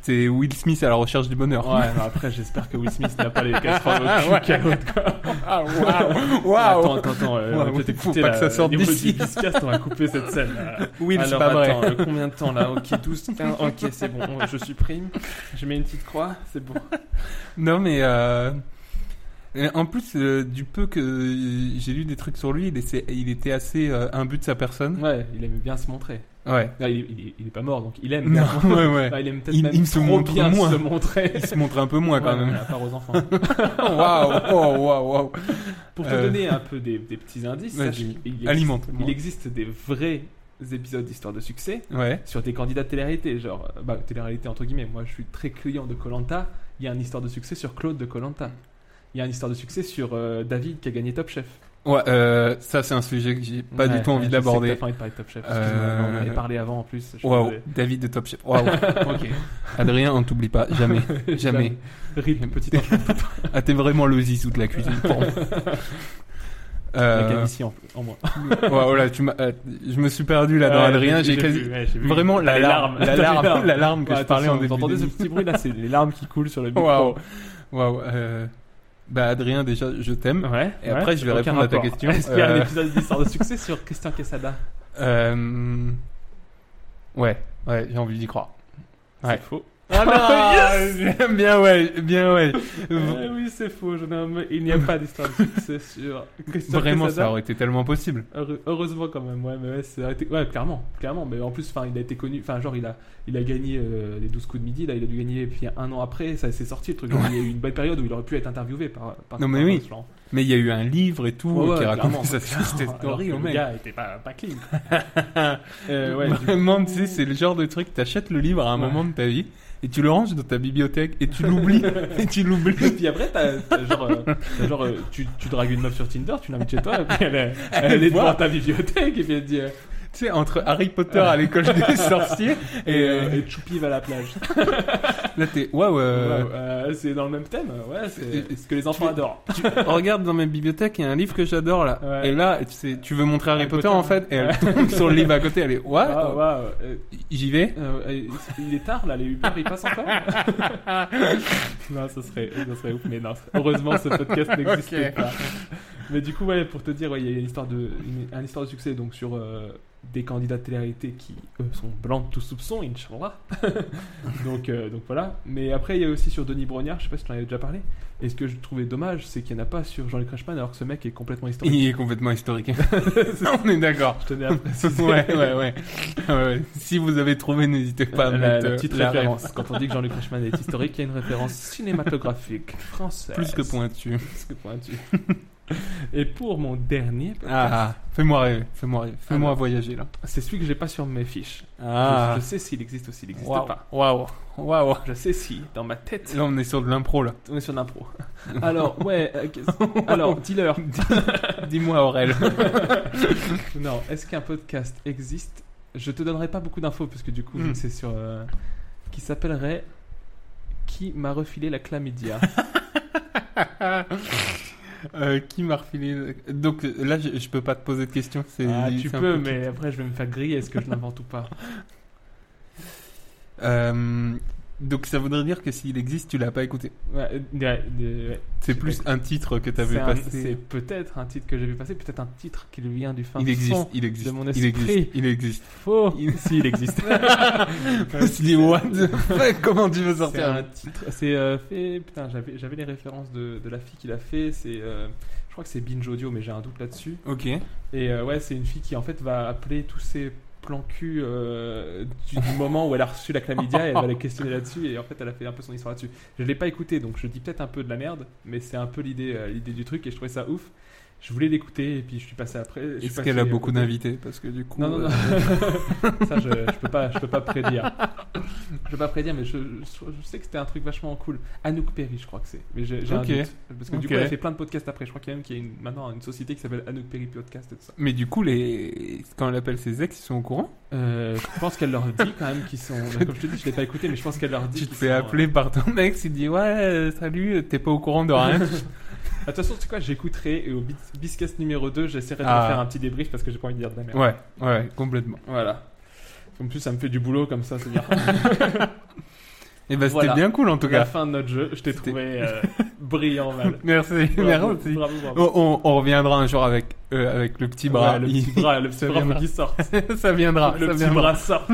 S8: C'était Will Smith à la recherche du bonheur.
S7: Ouais, Ah, non, après, j'espère que Will Smith n'a pas les casseroles au cul qu'à l'autre, quoi.
S8: Waouh,
S7: Attends,
S8: waouh.
S7: attends, attends. euh,
S8: Ouais,
S7: on va
S8: faut
S7: peut-être écouter
S8: pas
S7: la-
S8: que ça sorte
S7: au niveau
S8: d'ici.
S7: du Discast, on va couper cette scène. euh.
S8: Will, c'est
S7: Alors,
S8: pas vrai.
S7: attends, euh, combien de temps là Ok, 12, 15. Ok, c'est bon, euh, je supprime. Je mets une petite croix, c'est bon.
S8: Non, mais euh, euh, en plus, euh, du peu que euh, j'ai lu des trucs sur lui, il, essaie- il était assez euh, imbu de sa personne.
S7: Ouais, il aime bien se montrer.
S8: Ouais.
S7: Non, il, il, il est pas mort, donc il aime.
S8: Non,
S7: bien se montrer.
S8: ouais, ouais.
S7: Enfin, il aime peut-être
S8: Il-
S7: même
S8: il se
S7: trop
S8: montre
S7: bien
S8: moins.
S7: se montrer.
S8: Bah, Il se montre un peu moins quand
S7: Ouais,
S8: même.
S7: À part aux enfants.
S8: Waouh, waouh, waouh, waouh.
S7: Pour te
S8: Euh.
S7: donner un peu des, des petits indices,
S8: Vas-y.
S7: sache qu'il existe-
S8: Alimente-moi.
S7: il existe des vrais épisodes d'Histoire de succès
S8: Ouais.
S7: sur des candidats de télé-réalité, genre euh, bah, télé-réalité entre guillemets. Moi, je suis très client de Colanta. Il y a une histoire de succès sur Claude de Colanta. Il y a une histoire de succès sur euh, David qui a gagné Top Chef.
S8: Ouais, euh, ça c'est un sujet que j'ai pas
S7: Ouais,
S8: du tout
S7: ouais,
S8: envie
S7: je sais
S8: d'aborder.
S7: que t'as pas envie de parler de Top Chef.
S8: Euh,
S7: excuse-moi, On en avait parlé avant en plus. je suis
S8: Waouh,
S7: désolé.
S8: David de Top Chef. Waouh. ok. Adrien, on t'oublie pas, jamais, jamais.
S7: Rip, petit enfant.
S8: ah, t'es vraiment le zizou de la cuisine pour moi.
S7: Avec un
S8: Euh,
S7: ici en, en moi.
S8: ouais, voilà, tu m'as- euh, je me suis perdu là dans
S7: Ouais,
S8: Adrien,
S7: j'ai-
S8: j'ai
S7: j'ai
S8: quasi
S7: vu, ouais, j'ai vu.
S8: vraiment
S7: T'as
S8: la
S7: les
S8: larme,
S7: larmes.
S8: la
S7: T'as les
S8: larme,
S7: larmes.
S8: la larme que
S7: Ouais,
S8: je parlais en
S7: attention,
S8: début.
S7: Vous entendez ce
S8: d'émission.
S7: petit bruit là C'est les larmes qui coulent sur le micro.
S8: Waouh. Waouh. euh, Bah Adrien, déjà, je t'aime.
S7: Ouais.
S8: Et après, je vais
S7: Aucun
S8: répondre à ta
S7: rapport.
S8: question.
S7: Est-ce qu'il y a un
S8: Euh,
S7: épisode d'histoire de succès sur Christian Quesada
S8: Euh, Ouais, ouais, j'ai envie d'y croire. Ouais.
S7: C'est faux.
S8: Ah non Bien ouais, bien ouais.
S7: Euh, oui, c'est faux, jeune homme. Il n'y a pas d'histoire de succès sur Christian
S8: Vraiment, ça
S7: Quesada.
S8: aurait été tellement possible.
S7: Heureux- Heureusement quand même, ouais, mais ouais, ça a été- ouais, clairement, clairement. Mais en plus, enfin, il a été connu, enfin, genre, il a, il a gagné euh, les 12 coups de midi, là, il a dû gagner, et puis un an après, ça s'est sorti le truc. Il y a eu une belle période où il aurait pu être interviewé par. par
S8: Non, mais
S7: par
S8: oui.
S7: ce genre.
S8: Mais il y a eu un livre et tout
S7: Ouais, ouais,
S8: qui
S7: clairement.
S8: raconte sa success
S7: Alors que
S8: story au
S7: le
S8: mec.
S7: gars était pas, pas clean. Euh, ouais, du-
S8: Vraiment, tu sais, c'est le genre de truc, t'achètes le livre à un
S7: Ouais.
S8: moment de ta vie et tu le ranges dans ta bibliothèque et tu l'oublies. et tu
S7: Et
S8: l'oublies.
S7: puis après, t'as, t'as genre, euh, t'as genre euh, tu, tu dragues une meuf sur Tinder, tu l'invites chez toi, et puis elle, est- elle est devant ta bibliothèque, et puis elle te dit. euh,
S8: Tu sais, entre Harry Potter à l'école des sorciers et
S7: Et,
S8: euh,
S7: euh, et Choupi va à la plage.
S8: là t'es waouh. euh,
S7: Waouh, euh, c'est dans le même thème, ouais, c'est ce que les enfants
S8: Tu-
S7: adorent.
S8: tu- regarde dans ma bibliothèque, il y a un livre que j'adore là.
S7: Ouais.
S8: Et là, tu, sais, tu veux montrer Harry,
S7: Harry
S8: Potter,
S7: Potter,
S8: en fait, et elle tombe sur le livre à côté, elle est ouais,
S7: Waouh, waouh, euh,
S8: j'y vais.
S7: Euh, il est tard là, les Uber ils passent encore Non, ça serait, ça serait ouf, mais non. Heureusement, ce podcast n'existe
S8: Ok.
S7: pas. Mais du coup, ouais, pour te dire, ouais, il y a une histoire de, une, un histoire de succès donc sur euh, des candidats de télé-réalité qui eux, sont blancs de tout soupçon, Inch'Allah. donc, euh, donc voilà. Mais après, il y a aussi sur Denis Brognard, je sais pas si tu en avais déjà parlé, Et ce que je trouvais dommage, c'est qu'il n'y en a pas sur Jean-Luc Reichmann, alors que ce mec est complètement historique.
S8: Il est complètement historique. On est d'accord.
S7: Je tenais à préciser.
S8: ouais, ouais, ouais, ouais. ouais. Si vous avez trouvé, n'hésitez pas à
S7: la,
S8: mettre
S7: la
S8: euh,
S7: petite
S8: la
S7: référence. Quand on dit que Jean-Luc Reichmann est historique, il y a une référence cinématographique française.
S8: Plus que pointu.
S7: Plus que pointue. Et pour mon dernier,
S8: Ah, fais-moi rêver, fais-moi rêver, fais-moi
S7: Ah non.
S8: voyager là.
S7: c'est celui que j'ai pas sur mes fiches. Je,
S8: Ah,
S7: je sais s'il existe ou s'il n'existe
S8: waouh,
S7: pas.
S8: waouh, waouh.
S7: Je sais si, dans ma tête,
S8: Là, on est sur de l'impro là.
S7: on est sur l'impro. Alors, ouais, euh, qu'est-ce- alors, dealer.
S8: Dis-moi, Aurel.
S7: Non, est-ce qu'un podcast existe Je te donnerai pas beaucoup d'infos parce que du coup, vu
S8: Hmm.
S7: que c'est sur. euh, qui s'appellerait Qui m'a refilé la chlamydia
S8: Euh, qui m'a refilé le- Donc là, je, je peux pas te poser de questions. c'est-
S7: Ah, tu
S8: c'est un
S7: peux,
S8: peu-
S7: mais après, je vais me faire griller. Est-ce que je l'invente ou pas
S8: Euh, donc ça voudrait dire que s'il existe, tu l'as pas écouté.
S7: Ouais, euh, ouais, euh, ouais.
S8: C'est
S7: J'ai
S8: plus
S7: pas
S8: un titre que t'avais
S7: C'est un- c'est
S8: passé.
S7: peut-être un titre que j'ai vu passer, peut-être un titre qui lui vient du fin
S8: Il
S7: du
S8: existe,
S7: fond.
S8: il existe,
S7: de mon
S8: il existe,
S7: esprit.
S8: il existe.
S7: Faux.
S8: Il-
S7: S'il existe.
S8: Je me suis dit, what the fuck, comment tu veux
S7: C'est
S8: sortir
S7: un
S8: un...
S7: titre. C'est euh, fait. Putain, j'avais j'avais les références de, de la fille qui l'a fait. C'est. euh, je crois que c'est Binge Audio, mais j'ai un doute là-dessus.
S8: Ok.
S7: Et euh, ouais, c'est une fille qui en fait va appeler tous ses plans cul euh, du, du moment où elle a reçu la chlamydia et elle va les questionner là-dessus. Et en fait, elle a fait un peu son histoire là-dessus. Je l'ai pas écouté, donc je dis peut-être un peu de la merde, mais c'est un peu l'idée euh, l'idée du truc et je trouvais ça ouf. Je voulais l'écouter et puis je suis passé après. je suis
S8: Est-ce
S7: passé
S8: qu'elle a
S7: à
S8: beaucoup
S7: côté.
S8: d'invités Parce que du coup.
S7: Non, non, non.
S8: euh,
S7: ça, je, je peux pas, je peux pas prédire. Je peux pas prédire, mais je, je- je sais que c'était un truc vachement cool. Anouk Perry, je crois que c'est. Mais j'ai j'ai
S8: Ok.
S7: un doute. Parce que du
S8: Ok.
S7: coup, elle a fait plein de podcasts après. Je crois qu'il y a même qu'il y a une- maintenant une société qui s'appelle Anouk Perry Podcast et tout ça.
S8: Mais du coup, les... quand elle appelle ses ex, ils sont au courant
S7: Euh, je pense qu'elle leur dit quand même qu'ils sont. bah, Comme je te dis, je l'ai pas écouté, mais je pense qu'elle leur dit.
S8: Tu te
S7: qu'ils
S8: fais
S7: sont, euh,
S8: appeler par ton ex, il te dit ouais, euh, salut, euh, t'es pas au courant de rien.
S7: Ah, De toute façon, tu sais quoi, j'écouterai et au bis- Biscast numéro 2, j'essaierai de
S8: Ah.
S7: faire un petit débrief parce que j'ai pas envie de dire de la merde.
S8: ouais, ouais, complètement.
S7: Voilà. En plus, ça me fait du boulot comme ça, c'est bien.
S8: Et bah, c'était
S7: Voilà.
S8: bien cool en tout
S7: la
S8: cas.
S7: fin de notre jeu, je t'ai
S8: C'était-
S7: trouvé euh, brillant, Val.
S8: Merci,
S7: Bravo,
S8: merci.
S7: bravo, bravo.
S8: On, on- on reviendra un jour avec, euh, avec le petit bras.
S7: Ouais, le petit bras, le petit
S8: Ça
S7: bras faut
S8: viendra.
S7: qu'il sorte.
S8: ça viendra.
S7: le
S8: ça
S7: petit
S8: viendra. Ah
S7: bras sorte.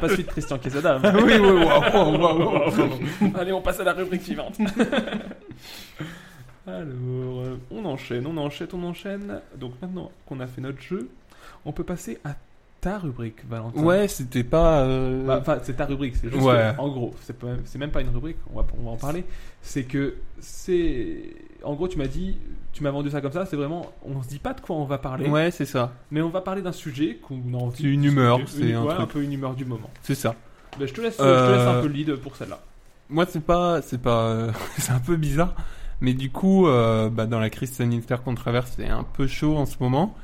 S7: Pas celui de Christian Quesada. mais-
S8: oui, oui, waouh, waouh, waouh, waouh.
S7: Allez, on passe à la rubrique suivante. Alors, euh, on enchaîne, on enchaîne, on enchaîne. Donc maintenant qu'on a fait notre jeu, on peut passer à ta rubrique, Valentin.
S8: Ouais, c'était pas. euh,
S7: Bah, Enfin, c'est ta rubrique, c'est juste.
S8: Ouais.
S7: que, en gros, c'est pas- c'est même pas une rubrique, on va, on va en parler. C'est que c'est. En gros, tu m'as dit, tu m'as vendu ça comme ça, c'est vraiment. On se dit pas de quoi on va parler.
S8: ouais, c'est ça.
S7: Mais on va parler d'un sujet qu'on a envie.
S8: C'est une
S7: de discuter.
S8: humeur,
S7: Une-
S8: c'est un
S7: ouais,
S8: truc.
S7: peu une humeur du moment.
S8: C'est ça.
S7: Mais je te laisse,
S8: Euh,
S7: je te laisse un peu le lead pour celle-là.
S8: Moi, c'est pas, c'est pas, euh, c'est un peu bizarre, mais du coup, euh, bah, dans la crise sanitaire qu'on traverse, c'est un peu chaud en ce moment,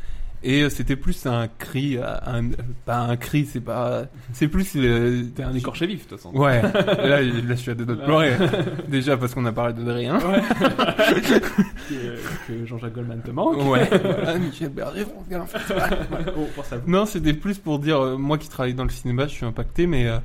S8: et euh, c'était plus un cri, euh, un, euh, pas un cri, c'est pas, c'est plus euh,
S7: T'es un Ah. écorché vif, de toute façon.
S8: Ouais, là, je- là, je suis à deux doigts de pleurer.
S7: Euh,
S8: Déjà parce qu'on a parlé de rien.
S7: Que, que Jean-Jacques Goldman te manque.
S8: Ouais. Voilà, Michel Berger, France Gall, en fait.
S7: Oh, force à vous.
S8: Non, c'était plus pour dire, euh, moi qui travaille dans le cinéma, je suis impacté, mais euh,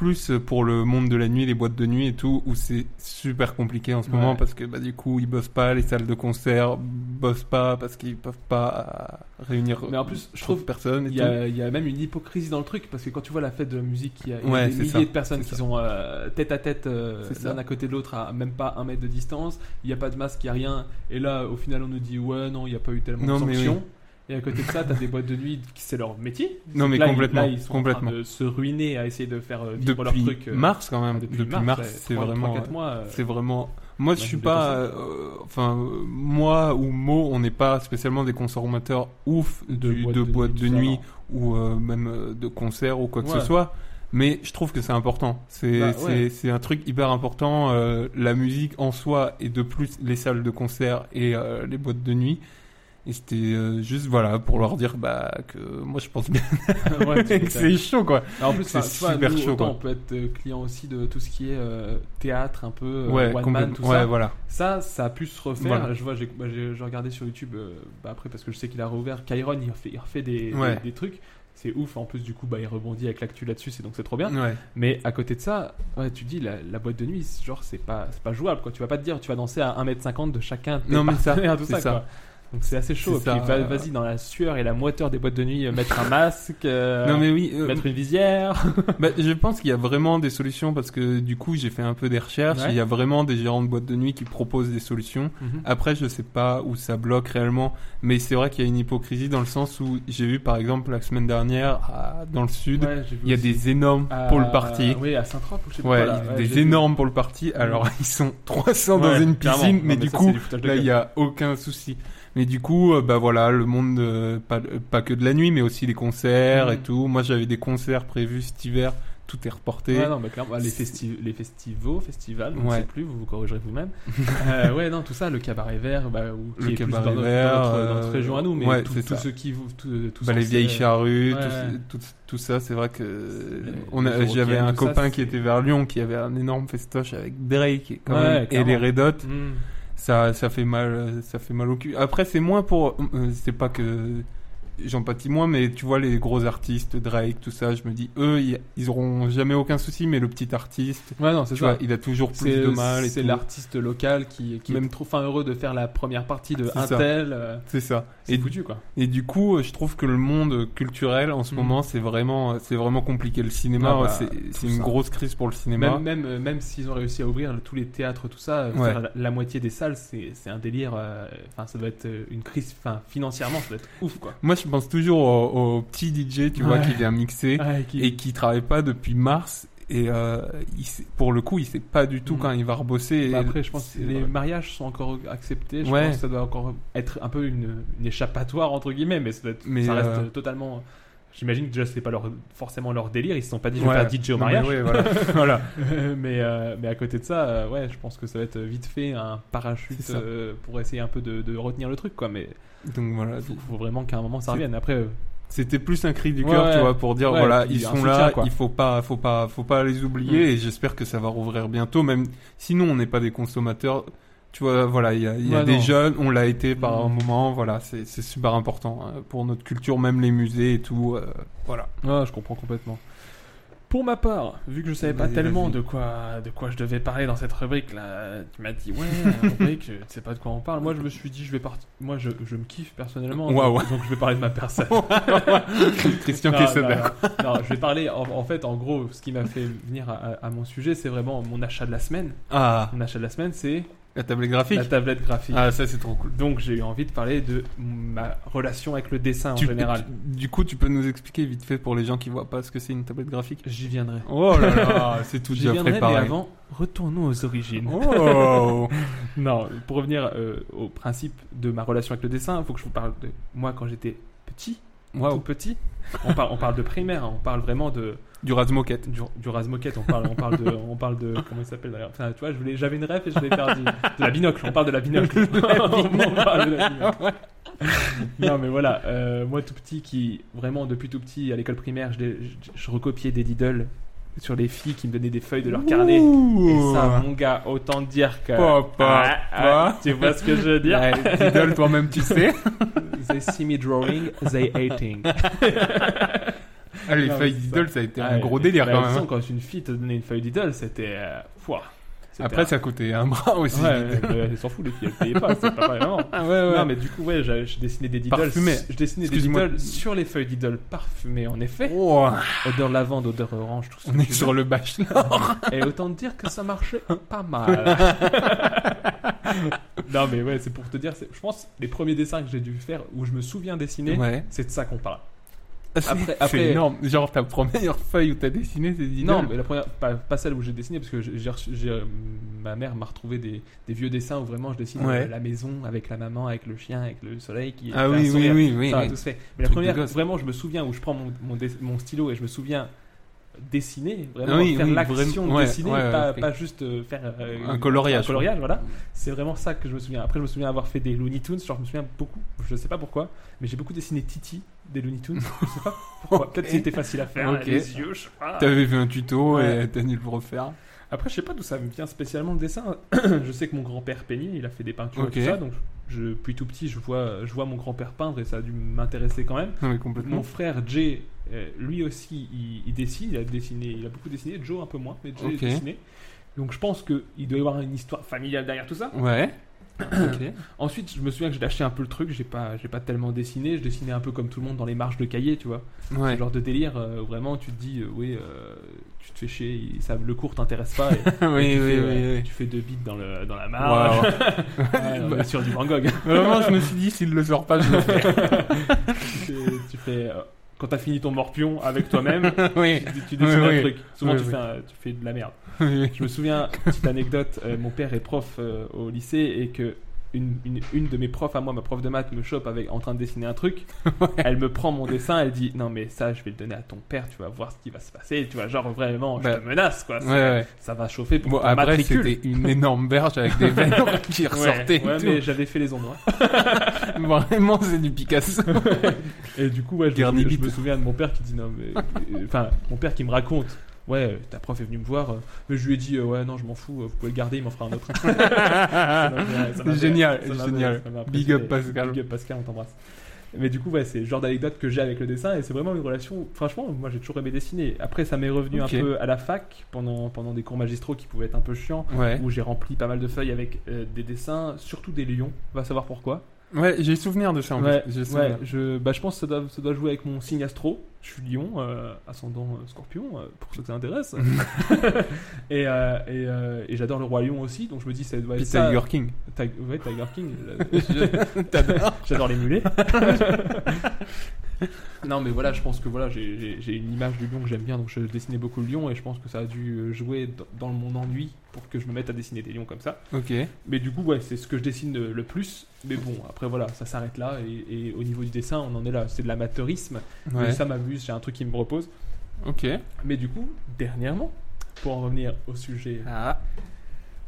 S8: plus euh, pour le monde de la nuit, les boîtes de nuit et tout, où c'est super compliqué en ce
S7: Ouais.
S8: moment parce que bah, du coup, ils bossent pas, les salles de concert bossent pas parce qu'ils peuvent pas euh, réunir.
S7: Mais en plus, je
S8: trop de
S7: trouve
S8: personnes et
S7: Il y, a, il y a même une hypocrisie dans le truc parce que quand tu vois la fête de la musique, il y a, il y a
S8: Ouais,
S7: des
S8: c'est
S7: milliers
S8: ça,
S7: de personnes
S8: c'est
S7: qui sont euh, tête à tête, euh,
S8: C'est
S7: l'un
S8: ça.
S7: à côté de l'autre, à même pas un mètre de distance. Il n'y a pas de masque, il n'y a rien. Et là, au final, on nous dit ouais, non, il n'y a pas eu tellement
S8: Non,
S7: de
S8: mais
S7: sanctions. Et à côté de ça, t'as des boîtes de nuit qui c'est leur métier.
S8: Non,
S7: C'est
S8: mais
S7: que là, ils-
S8: complètement,
S7: là, ils sont en
S8: complètement.
S7: train de se ruiner à essayer de faire euh,
S8: tout.
S7: vivre leur
S8: Depuis
S7: truc. euh,
S8: mars quand même. Depuis, mars,
S7: ouais,
S8: c'est
S7: trois- trois,
S8: vraiment.
S7: quatre mois, euh,
S8: C'est vraiment. Moi, je
S7: Bah,
S8: suis
S7: vous
S8: pas. euh, enfin, euh, moi ou Mo, on n'est pas spécialement des consommateurs ouf
S7: De
S8: du-
S7: boîtes
S8: de
S7: de
S8: boîtes
S7: nuit,
S8: de
S7: tout ça,
S8: nuit
S7: non.
S8: ou euh, même euh, de concerts ou quoi que
S7: Ouais.
S8: ce soit. Mais je trouve que c'est important. C'est
S7: Bah,
S8: c'est-
S7: ouais.
S8: c'est un truc hyper important. euh, la musique en soi et de plus les salles de concert et euh, les boîtes de nuit. Et c'était euh, juste voilà pour leur dire bah que moi je pense bien
S7: ouais, tu
S8: que c'est chaud quoi.
S7: Alors, Ah, en plus,
S8: C'est
S7: enfin, tu vois,
S8: super
S7: nous,
S8: chaud,
S7: autant
S8: quoi.
S7: on peut être euh, client aussi de tout ce qui est euh, théâtre, un peu euh,
S8: ouais,
S7: one man,
S8: complètement.
S7: tout
S8: ouais,
S7: ça.
S8: voilà.
S7: Ça, ça a pu se refaire.
S8: Voilà.
S7: Je vois, j'ai bah, j'ai- j'ai regardé sur YouTube euh, bah, après parce que je sais qu'il a rouvert. Kyron, il refait, il refait des,
S8: Ouais.
S7: des, des trucs. C'est ouf. En plus, du coup, bah, il rebondit avec l'actu là-dessus, c'est donc c'est trop bien.
S8: Ouais.
S7: Mais à côté de ça, ouais, tu dis la, la boîte de nuit, c'est- genre c'est pas c'est pas jouable quoi. Tu vas pas te dire, tu vas danser à 1m50 de chacun. de tes
S8: Non, mais ça,
S7: partenaires, tout
S8: c'est
S7: ça.
S8: ça.
S7: quoi. Donc c'est assez chaud.
S8: C'est ça,
S7: Puis va-
S8: euh.
S7: vas-y dans la sueur et la moiteur des boîtes de nuit, euh, mettre un masque, euh,
S8: non mais oui, euh,
S7: mettre une visière.
S8: bah, je pense qu'il y a vraiment des solutions parce que du coup j'ai fait un peu des recherches.
S7: Ouais.
S8: et Il y a vraiment des gérants de boîtes de nuit qui proposent des solutions.
S7: Mhm.
S8: Après, je sais pas où ça bloque réellement, mais c'est vrai qu'il y a une hypocrisie dans le sens où j'ai vu par exemple la semaine dernière à- dans le sud,
S7: Ouais, j'ai
S8: Euh,
S7: vu
S8: il y a
S7: aussi.
S8: des énormes
S7: À-
S8: pôles parties.
S7: Oui, à Saint-Trope ou je sais pas
S8: Ouais,
S7: quoi, là.
S8: il-
S7: Ouais, j'ai
S8: des
S7: vu. Mm.
S8: énormes pôles parties. Alors, ils sont 300 dans
S7: Ouais,
S8: une
S7: clairement.
S8: piscine,
S7: Non,
S8: mais,
S7: mais
S8: du
S7: ça, c'est
S8: coup,
S7: du foutage de
S8: là,
S7: gueule.
S8: il y a aucun souci. Mais du coup, euh, bah voilà, le monde, euh, pas, euh, pas que de la nuit, mais aussi les concerts
S7: Mhm.
S8: et tout. Moi, j'avais des concerts prévus cet hiver, tout est reporté.
S7: Ouais, non, mais clairement, les, festi- les festivals, festivals, je
S8: Ouais.
S7: sais plus, vous vous corrigerez vous-même. Euh, ouais, non, tout ça, le cabaret vert, bah, ou qui
S8: Le
S7: est plus
S8: cabaret
S7: dans notre,
S8: vert,
S7: dans notre- dans notre
S8: euh,
S7: région à nous, mais
S8: ouais,
S7: tout,
S8: c'est
S7: tout
S8: ça.
S7: ce qui, vous- tout, euh, tout
S8: Bah,
S7: ça,
S8: les
S7: c'est-
S8: vieilles charrues,
S7: ouais, ouais.
S8: tout, tout, tout ça, c'est vrai que euh,
S7: Les-
S8: on a-
S7: les
S8: j'avais
S7: Eurokéennes,
S8: un
S7: tout ça,
S8: copain
S7: c'est-
S8: qui était vers Lyon, qui avait un énorme festoche avec Drake et, quand
S7: Ouais,
S8: même- et
S7: clairement.
S8: les Red Hot.
S7: Hmm.
S8: ça ça fait mal euh, ça fait mal au cul après c'est moins pour euh, c'est pas que j'empathie moins mais tu vois les gros artistes Drake tout ça je me dis eux ils, ils auront jamais aucun souci mais le petit artiste
S7: Ouais, non, c'est
S8: tu
S7: ça.
S8: vois il a toujours plus
S7: c'est
S8: de mal et
S7: c'est
S8: tout.
S7: l'artiste local qui, qui
S8: Même-
S7: est trop fin heureux de faire la première partie de
S8: C'est
S7: un
S8: ça.
S7: tel. euh,
S8: c'est ça
S7: c'est
S8: et,
S7: foutu, quoi.
S8: et du coup euh, je trouve que le monde culturel en ce
S7: Mm.
S8: moment c'est vraiment euh, c'est vraiment compliqué le cinéma
S7: Ah bah,
S8: c'est c'est une
S7: ça.
S8: grosse crise pour le cinéma
S7: Même, même, euh, même s'ils ont réussi à ouvrir le- tous les théâtres, tout ça, euh,
S8: Ouais.
S7: faire la, la moitié des salles, c'est c'est un délire. euh, Enfin, ça doit être euh, une crise. Enfin, financièrement, ça doit être ouf, quoi.
S8: moi je pense toujours au, au petit DJ tu vois
S7: Ouais.
S8: qui vient mixer
S7: Ouais, Ah, qui-
S8: et qui travaille pas depuis mars et euh, il sait- pour le coup il sait pas du tout
S7: Mm.
S8: quand il va rebosser
S7: Bah
S8: Et
S7: après, je pense que
S8: c'est-
S7: les mariages sont encore acceptés. Je
S8: Ouais.
S7: pense que ça doit encore être un peu une, une échappatoire, entre guillemets, mais ça, doit être-
S8: Mais,
S7: ça reste
S8: euh,
S7: euh, totalement. J'imagine que déjà, c'est pas leur, forcément leur délire. Ils se sont pas dit, je vais
S8: Ouais.
S7: faire DJ au
S8: Non, mais
S7: mariage.
S8: ouais, voilà. Voilà.
S7: Euh, mais, euh, mais à côté de ça, euh, ouais, je pense que ça va être vite fait un parachute
S8: C'est ça.
S7: euh, pour essayer un peu de, de retenir le truc, quoi. Mais
S8: donc voilà
S7: faut, faut vraiment qu'à un moment ça revienne. Après, euh,
S8: c'était plus un cri du
S7: Ouais,
S8: cœur tu
S7: ouais.
S8: vois pour dire
S7: Ouais,
S8: voilà
S7: puis
S8: ils
S7: un
S8: sont
S7: soutien,
S8: là
S7: quoi. Mm.
S8: il faut pas faut pas faut pas les oublier et j'espère que ça va rouvrir bientôt même sinon on n'est pas des consommateurs tu vois voilà il y a, il y a
S7: Ouais,
S8: des
S7: non.
S8: jeunes on l'a été par
S7: Mm.
S8: un moment voilà c'est c'est super important hein, pour notre culture même les musées et tout euh, voilà
S7: Ah, je comprends complètement. Pour ma part, vu que je savais pas
S8: Vas-y,
S7: tellement
S8: vas-y.
S7: de quoi, de quoi je devais parler dans cette rubrique là, tu m'as dit ouais, rubrique, je sais pas de quoi on parle. Moi, je me suis dit, je vais partir. Moi, je, je me kiffe personnellement. donc-
S8: Waouh.
S7: Donc, je vais parler de ma personne.
S8: Christian
S7: Non,
S8: Quesada
S7: non, non. Non, je vais parler. En, en fait, en gros, ce qui m'a fait venir à, à- à mon sujet, c'est vraiment mon achat de la semaine.
S8: ah
S7: Mon achat de la semaine, c'est
S8: la tablette graphique
S7: la tablette graphique.
S8: ah ça c'est trop cool
S7: Donc, j'ai eu envie de parler de ma relation avec le dessin en
S8: Tu-
S7: général.
S8: tu- du coup, tu peux nous expliquer vite fait pour les gens qui voient pas ce que c'est une tablette graphique
S7: J'y viendrai.
S8: Oh là là, c'est tout
S7: J'y
S8: déjà
S7: viendrai, mais
S8: préparé.
S7: avant, retournons aux origines.
S8: Oh
S7: Non, pour revenir euh, au principe de ma relation avec le dessin, il faut que je vous parle de moi quand j'étais petit, tout
S8: Waouh,
S7: petit. On, par- on parle de primaire, hein, on parle vraiment de
S8: du Razmoquette.
S7: du, du Razmoquette, on parle, on parle de, on parle de comment il s'appelle d'ailleurs. Enfin, tu vois, je voulais- j'avais une ref et je voulais faire du- de la binocle. On parle de la binocle. on parle de la binocle. non, mais voilà, euh, moi tout petit, qui vraiment depuis tout petit à l'école primaire, je, les- je- je recopiais des diddles sur les filles qui me donnaient des feuilles de leur carnet. Et ça, mon gars, autant te dire que.
S8: Papa,
S7: Ah, ah, tu vois ce que je veux dire
S8: Diddle, toi-même, tu sais.
S7: They see me drawing, they hating.
S8: Ah, les
S7: Non, mais
S8: feuilles
S7: c'est
S8: Diddle, ça a été un
S7: Ouais,
S8: gros délire
S7: bah,
S8: quand
S7: de toute
S8: même.
S7: façon, Quand une fille te donnait une feuille d'idole, c'était. euh, pouah,
S8: hein.
S7: c'était un-
S8: Après, ça coûtait un bras aussi.
S7: Ouais, euh, elle s'en fout, les filles, elles payaient pas, c'est pas vrai, vraiment.
S8: Ah ouais, ouais.
S7: Non, mais du coup, ouais, j'ai- je dessinais des diddles.
S8: Parfumé.
S7: Je dessinais des
S8: Excuse-moi.
S7: diddles sur les feuilles d'idoles parfumées, en effet.
S8: Oh,
S7: Odeur lavande, odeur orange, tout ça.
S8: on est sur le bachelor.
S7: Et autant te dire que ça marchait pas mal. non, mais ouais, c'est pour te dire, c'est- je pense, les premiers dessins que j'ai dû faire où je me souviens dessiner,
S8: Ouais. Ah,
S7: c'est de ça qu'on parle.
S8: C'est-
S7: Après-
S8: C'est
S7: après-
S8: énorme. Genre, ta première feuille où t'as dessiné, c'est Diddle.
S7: Non, mais la première, pas, pas celle où j'ai dessiné, parce que j'ai- j'ai reçu- j'ai, euh, ma mère m'a retrouvé des, des vieux dessins où vraiment je dessine
S8: Ouais.
S7: euh, la maison avec la maman, avec le chien, avec le soleil qui.
S8: Ah
S7: fait un
S8: oui, oui,
S7: sourire.
S8: oui, oui.
S7: Ça,
S8: oui.
S7: tout se fait. Mais
S8: Truc
S7: la
S8: de
S7: première,
S8: gosse.
S7: vraiment, je me souviens où je prends mon, mon, dess- mon stylo et je me souviens dessiner, vraiment
S8: Ah oui,
S7: faire
S8: oui,
S7: l'action,
S8: vraiment, ouais,
S7: dessiner,
S8: ouais, ouais,
S7: pas,
S8: ok.
S7: pas juste euh, faire euh,
S8: Un coloriage.
S7: un coloriage, voilà. C'est vraiment ça que je me souviens. Après, je me souviens avoir fait des Looney Tunes, genre je me souviens beaucoup, je sais pas pourquoi, mais j'ai beaucoup dessiné Titi des Looney Tunes, je sais pas pourquoi. Peut-être que c'était facile à faire,
S8: Ok.
S7: les yeux, je sais pas.
S8: T'avais fait un tuto et
S7: Ouais.
S8: t'as dû le refaire.
S7: Après, je sais pas d'où ça me vient spécialement le dessin. je sais que mon grand-père peignait, il a fait des peintures
S8: Ok.
S7: et tout ça, donc je, depuis tout petit, je vois, je vois mon grand-père peindre et ça a dû m'intéresser quand même.
S8: Non, mais complètement.
S7: Mon frère Jay, euh, lui aussi, il, il dessine, il a dessiné, il a beaucoup dessiné, Joe un peu moins, mais Jay
S8: Ok.
S7: a dessiné. Donc je pense qu'il doit y avoir une histoire familiale derrière tout ça.
S8: Ouais.
S7: Ok. Ensuite, je me souviens que j'ai lâché un peu le truc, j'ai pas, j'ai pas tellement dessiné, je dessinais un peu comme tout le monde dans les marges de cahier, tu vois.
S8: Ouais.
S7: Ce genre de délire euh, où vraiment tu te dis, euh, oui, euh, tu te fais chier, il- ça, le cours t'intéresse pas. Et, et
S8: oui,
S7: tu,
S8: oui,
S7: fais,
S8: oui,
S7: euh,
S8: oui.
S7: tu fais deux bits dans, le, dans la marge.
S8: Waouh.
S7: Ouais, on est sur du Van Gogh.
S8: Vraiment, je me suis dit, s'il le sort pas, je le fais.
S7: tu, tu fais, euh, quand t'as fini ton morpion avec toi-même,
S8: oui.
S7: tu, tu dessines
S8: Oui,
S7: un
S8: oui.
S7: truc. Souvent,
S8: Oui,
S7: tu,
S8: oui.
S7: Fais un- tu fais de la merde.
S8: Oui.
S7: Je me souviens, petite anecdote, euh, mon père est prof euh, au lycée et que une, une- une de mes profs à moi, ma prof de maths, me chope avec, en train de dessiner un truc. Elle me prend mon dessin, elle dit Non, mais ça, je vais le donner à ton père, tu vas voir ce qui va se passer. Tu vois, genre vraiment,
S8: Bah,
S7: je te menace, quoi.
S8: Ouais,
S7: Ça,
S8: ouais.
S7: ça va chauffer pour
S8: Bon,
S7: ta
S8: après,
S7: matricule.
S8: c'était une énorme berge avec des veines qui
S7: Ouais,
S8: ressortaient. et
S7: ouais,
S8: tout.
S7: mais j'avais fait les endroits.
S8: Vraiment, c'est du Picasso.
S7: Et du coup, ouais, je, me
S8: Garni
S7: souviens, je
S8: bite.
S7: me souviens de mon père qui dit non, mais. euh, Enfin, mon père qui me raconte. Ouais, euh, ta prof est venue me voir, euh, mais je lui ai dit, euh, ouais, non, je m'en fous, euh, vous pouvez le garder, il m'en fera un autre. Ça m'a- ça m'a-
S8: Génial,
S7: ça m'a-
S8: génial.
S7: ça m'a
S8: Big
S7: impressionné.
S8: up Pascal.
S7: Big up Pascal, on t'embrasse. Mais du coup, ouais, c'est le genre d'anecdote que j'ai avec le dessin, et c'est vraiment une relation. Franchement, moi j'ai toujours aimé dessiner. Après, ça m'est revenu
S8: Ok.
S7: un peu à la fac, pendant, pendant des cours magistraux qui pouvaient être un peu chiants,
S8: Ouais.
S7: où j'ai rempli pas mal de feuilles avec euh, des dessins, surtout des lions, va savoir pourquoi.
S8: Ouais, j'ai souvenir de ça en
S7: Ouais,
S8: plus. J'ai
S7: ouais,
S8: souvenir.
S7: je, bah, je pense que ça doit, ça doit jouer avec mon signe astro. Je suis lion, euh, ascendant euh, scorpion, euh, pour ceux que ça intéresse. et euh, et, euh, et j'adore le roi lion aussi, donc je me dis ça doit être
S8: Puis
S7: ça.
S8: Tiger King.
S7: Ti- ouais, Tiger King. euh, j'adore- J'adore les mulets. non, mais voilà, je pense que voilà, j'ai- j'ai j'ai une image du lion que j'aime bien, donc je dessinais beaucoup le lion, et je pense que ça a dû jouer dans, dans mon ennui pour que je me mette à dessiner des lions comme ça.
S8: Ok.
S7: Mais du coup, ouais, c'est ce que je dessine euh, le plus. Mais bon, après, voilà, ça s'arrête là. Et, et au niveau du dessin, on en est là. C'est de l'amateurisme. Mais
S8: Ouais.
S7: ça m'amuse, j'ai un truc qui me repose.
S8: Ok.
S7: Mais du coup, dernièrement, pour en revenir au sujet,
S8: Ah.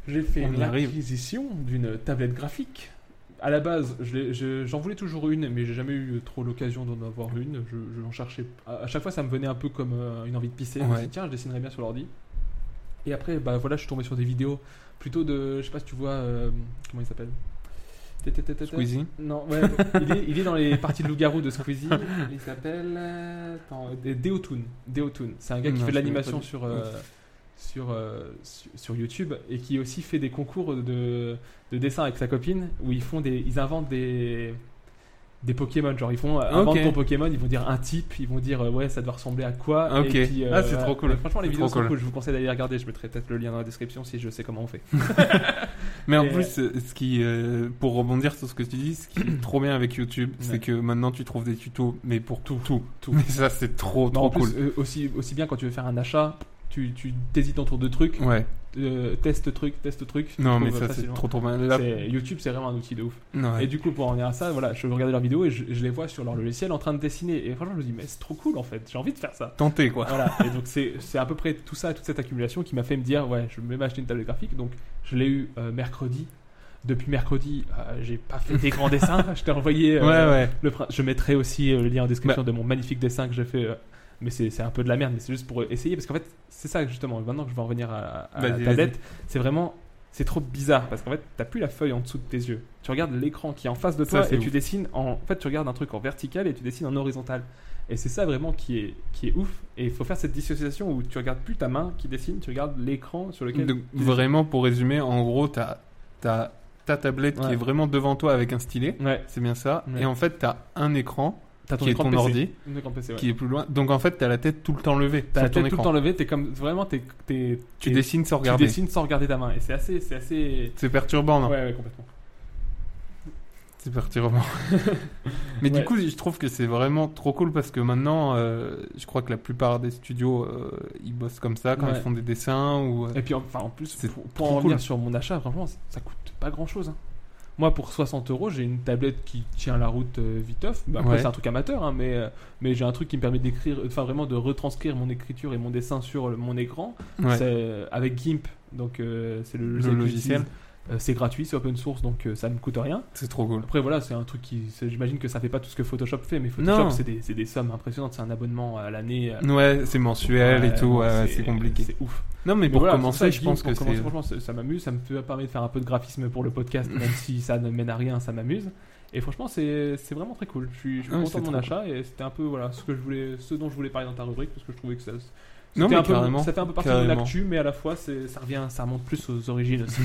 S7: j'ai fait
S8: On y arrive.
S7: l'acquisition d'une tablette graphique. À la base, je l'ai- je- j'en voulais toujours une, mais j'ai jamais eu trop l'occasion d'en avoir une. Je, je l'en cherchais. À, à chaque fois, ça me venait un peu comme euh, une envie de pisser. Je me
S8: Ouais.
S7: suis dit, tiens, je dessinerais bien sur l'ordi. Et après, bah voilà, je suis tombé sur des vidéos plutôt de. Je sais pas si tu vois. euh, comment il s'appelle Tê, tê, tê, tê, tê.
S8: Squeezie.
S7: Non, ouais, il, est, il est dans les parties de loup-garou de Squeezie. Il s'appelle. euh, attends, euh, Deotoon. Deotoon. C'est un gars qui
S8: Non, je connais
S7: fait de
S8: pas
S7: l'animation
S8: du-
S7: sur, euh, sur, euh, sur, sur YouTube et qui aussi fait des concours de, de dessin avec sa copine où ils, font des, ils inventent des. Des Pokémon, genre ils font euh, invente
S8: Ok.
S7: ton Pokémon, ils vont dire un type, ils vont dire euh, ouais ça doit ressembler à quoi.
S8: Ok.
S7: Et puis,
S8: Ah, c'est trop cool.
S7: Mais Franchement les
S8: C'est
S7: vidéos
S8: trop
S7: sont
S8: cool.
S7: cool, je vous conseille d'aller les regarder, je mettrai peut-être le lien dans la description si je sais comment on fait.
S8: Mais en
S7: Et-
S8: plus, euh, ce qui, euh, pour rebondir sur ce que tu dis, ce qui est trop bien avec YouTube, c'est
S7: Ouais.
S8: que maintenant tu trouves des tutos, mais pour tout, tout, tout. Mais ça, c'est trop,
S7: Non,
S8: trop
S7: en plus,
S8: cool.
S7: euh, aussi, aussi bien quand tu veux faire un achat, tu, tu t'hésites entre deux trucs,
S8: Ouais.
S7: euh, teste truc, teste truc. tu
S8: Non, mais
S7: trouves
S8: ça, c'est
S7: facilement.
S8: trop, trop bien. Là-
S7: C'est- YouTube, c'est vraiment un outil de ouf.
S8: Non, ouais.
S7: Et du coup, pour en venir à ça, voilà, je regardais leurs vidéos et je, je les vois sur leur logiciel en train de dessiner. Et franchement, je me dis, mais c'est trop cool en fait, j'ai envie de faire ça.
S8: Tenter, quoi.
S7: Voilà, et donc c'est c'est à peu près tout ça, toute cette accumulation qui m'a fait me dire, ouais, je vais m'acheter une tablette graphique. Donc je l'ai eu euh, mercredi. Depuis mercredi, euh, j'ai pas fait des grands dessins. Je t'ai envoyé euh,
S8: ouais, ouais.
S7: le prin- je mettrai aussi euh, le lien en
S8: Bah.
S7: description de mon magnifique dessin que j'ai fait. euh, mais c'est c'est un peu de la merde, mais c'est juste pour essayer. Parce qu'en fait, c'est ça justement. Maintenant que je vais en revenir à, à la
S8: Vas-y,
S7: tablette, c'est vraiment. C'est trop bizarre parce qu'en fait, t'as plus la feuille en dessous de tes yeux. Tu regardes l'écran qui est en face de
S8: Ça,
S7: toi
S8: c'est
S7: et
S8: ouf.
S7: tu dessines en. En fait, tu regardes un truc en vertical et tu dessines en horizontal. Et c'est ça vraiment qui est, qui est ouf. Et il faut faire cette dissociation où tu regardes plus ta main qui dessine, tu regardes l'écran sur lequel.
S8: Donc, vraiment, pour résumer, en gros, t'as t'as ta tablette qui
S7: Ouais.
S8: est vraiment devant toi avec un stylet.
S7: Ouais,
S8: C'est bien ça.
S7: Ouais.
S8: Et en fait, t'as un écran
S7: t'as ton
S8: qui est
S7: écran
S8: ton
S7: PC.
S8: ordi
S7: Ton écran PC, ouais.
S8: qui est plus loin. Donc, en fait, t'as la tête tout le temps levée.
S7: T'as
S8: sur
S7: la
S8: ton
S7: tête tout
S8: écran.
S7: le temps levée, t'es comme. Vraiment, t'es. t'es-
S8: Tu
S7: t'es-
S8: dessines sans
S7: tu
S8: regarder.
S7: dessines sans regarder ta main. Et c'est assez. C'est assez...
S8: C'est perturbant, non
S7: Ouais, ouais, complètement.
S8: C'est perturbant. Mais
S7: Ouais.
S8: du coup, je trouve que c'est vraiment trop cool parce que maintenant, euh, je crois que la plupart des studios, euh, ils bossent comme ça quand
S7: Ouais.
S8: ils font des dessins ou. euh,
S7: Et puis enfin, en plus,
S8: C'est
S7: pour, pour en
S8: trop
S7: revenir
S8: cool.
S7: sur mon achat, franchement, c- ça coûte pas grand chose. Moi, pour 60 euros, j'ai une tablette qui tient la route euh, viteuf. Bah, après,
S8: Ouais.
S7: c'est un truc amateur, hein, mais, euh, mais j'ai un truc qui me permet d'écrire, enfin vraiment de retranscrire mon écriture et mon dessin sur le- mon écran
S8: ouais.
S7: C'est, euh, avec GIMP. Donc, euh, c'est le
S8: Le
S7: logiciel. que
S8: logiciel.
S7: j'utilise. Euh, c'est gratuit, c'est open source, donc euh, ça ne me coûte rien.
S8: C'est trop cool.
S7: Après, voilà, c'est un truc qui. c'est- J'imagine que ça fait pas tout ce que Photoshop fait, mais Photoshop,
S8: Non.
S7: c'est des, c'est des sommes impressionnantes. C'est un abonnement à l'année. euh,
S8: Ouais, c'est mensuel et
S7: euh,
S8: tout, ouais, ouais, c'est
S7: c'est
S8: compliqué.
S7: C'est ouf.
S8: Non, mais,
S7: Mais
S8: pour
S7: voilà,
S8: commencer,
S7: c'est ça,
S8: je pense
S7: pour
S8: que
S7: commencer,
S8: c'est.
S7: franchement, ça, ça m'amuse, ça me fait- permet de faire un peu de graphisme pour le podcast, même si ça ne mène à rien, ça m'amuse. Et franchement, c'est c'est vraiment très cool. Je suis, je suis
S8: Ah oui,
S7: content
S8: c'est
S7: de mon
S8: trop
S7: achat et c'était un peu voilà ce que je voulais, ce dont je voulais parler dans ta rubrique parce que je trouvais que ça,
S8: Non,
S7: C'était
S8: mais
S7: un peu-
S8: carrément.
S7: ça fait un peu partie de
S8: carrément.
S7: l'actu, mais à la fois, c'est- ça revient, ça remonte plus aux origines aussi.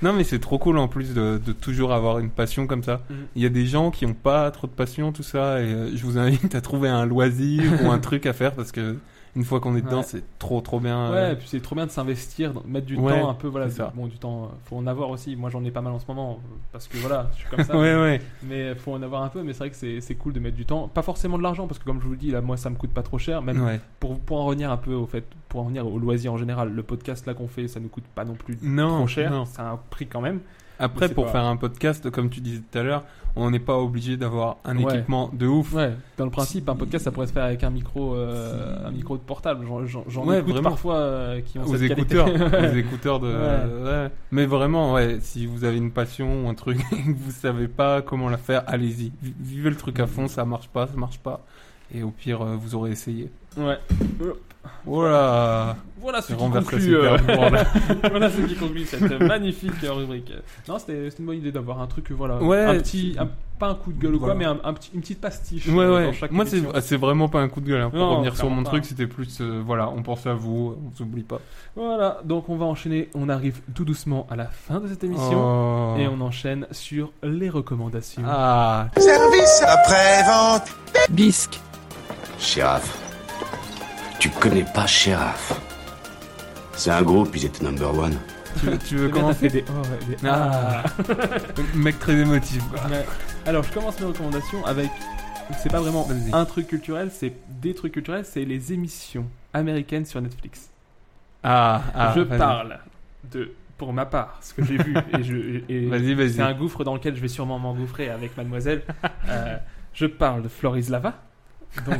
S8: Non, mais c'est trop cool en plus de, de toujours avoir une passion comme ça.
S7: Mhm.
S8: Il y a des gens qui n'ont pas trop de passion, tout ça, et euh, je vous invite à trouver un loisir ou un truc à faire parce que une fois qu'on est dedans,
S7: Ouais.
S8: c'est trop trop bien.
S7: Ouais,
S8: euh,
S7: et puis c'est trop bien de s'investir, de mettre du
S8: Ouais,
S7: temps un peu, voilà,
S8: c'est ça.
S7: bon, du temps, euh, faut en avoir aussi. Moi, j'en ai pas mal en ce moment, euh, parce que voilà, je suis comme ça.
S8: ouais, ouais.
S7: Mais faut en avoir un peu, mais c'est vrai que c'est c'est cool de mettre du temps. Pas forcément de l'argent, parce que comme je vous le dis, là, moi, ça me coûte pas trop cher. Même
S8: Ouais.
S7: pour, pour en revenir un peu au fait, pour en revenir au loisir en général, le podcast là qu'on fait, ça nous coûte pas non plus
S8: Non,
S7: trop cher.
S8: non.
S7: C'est un prix quand même.
S8: Après,
S7: c'est
S8: pour
S7: pas-
S8: faire un podcast, comme tu disais tout à l'heure, on n'est pas obligé d'avoir un
S7: Ouais.
S8: équipement de ouf.
S7: Ouais, dans le principe, un podcast, ça pourrait se faire avec un micro, euh,
S8: Si.
S7: un micro de portable. J'en- J'en j'en
S8: Ouais,
S7: écoute
S8: vraiment.
S7: parfois euh, qui ont
S8: aux
S7: cette qualité.
S8: écouteurs, aux écouteurs de.
S7: Ouais.
S8: ouais. Mais vraiment, ouais, si vous avez une passion ou un truc et que vous savez pas comment la faire, allez-y. Vi- Vivez le truc à fond, ça marche pas, ça marche pas. Et au pire, euh, vous aurez essayé.
S7: Ouais.
S8: Voilà
S7: Voilà ce
S8: C'est
S7: qui
S8: renversé
S7: conclut. euh,
S8: super bon, là.
S7: voilà ce qui conclut cette magnifique rubrique. Non, c'était c'était une bonne idée d'avoir un truc, voilà,
S8: Ouais,
S7: un petit, un- pas un coup de gueule ou quoi,
S8: Voilà.
S7: mais un, un petit- une petite pastiche.
S8: Ouais,
S7: euh,
S8: ouais.
S7: Dans chaque
S8: Moi, c'est
S7: émission.
S8: c'est vraiment pas un coup de gueule. hein. Pour
S7: Non,
S8: revenir sur
S7: clairement
S8: mon
S7: pas.
S8: truc, c'était plus. euh, voilà, on pense à vous, on vous oublie pas.
S7: Voilà, donc on va enchaîner. On arrive tout doucement à la fin de cette émission
S8: Oh.
S7: et on enchaîne sur les recommandations.
S8: Ah,
S1: Service après-vente.
S6: bisque,
S5: Sheriff. Tu connais pas Sheriff. C'est un groupe, ils étaient number one.
S8: tu, veux- tu veux
S7: Bien, t'as
S8: commencer
S7: fait des oh, ouais, des
S8: Ah. Mec très émotif. quoi.
S7: Ouais. Alors, je commence mes recommandations avec. C'est pas vraiment
S8: Vas-y.
S7: un truc culturel, c'est des trucs culturels, c'est les émissions américaines sur Netflix.
S8: Ah, ah,
S7: je
S8: vas-y.
S7: parle de, pour ma part, ce que j'ai vu et je. et-
S8: Vas-y, vas-y.
S7: C'est un gouffre dans lequel je vais sûrement m'engouffrer avec mademoiselle. Euh, je parle de Floris Lava. Donc,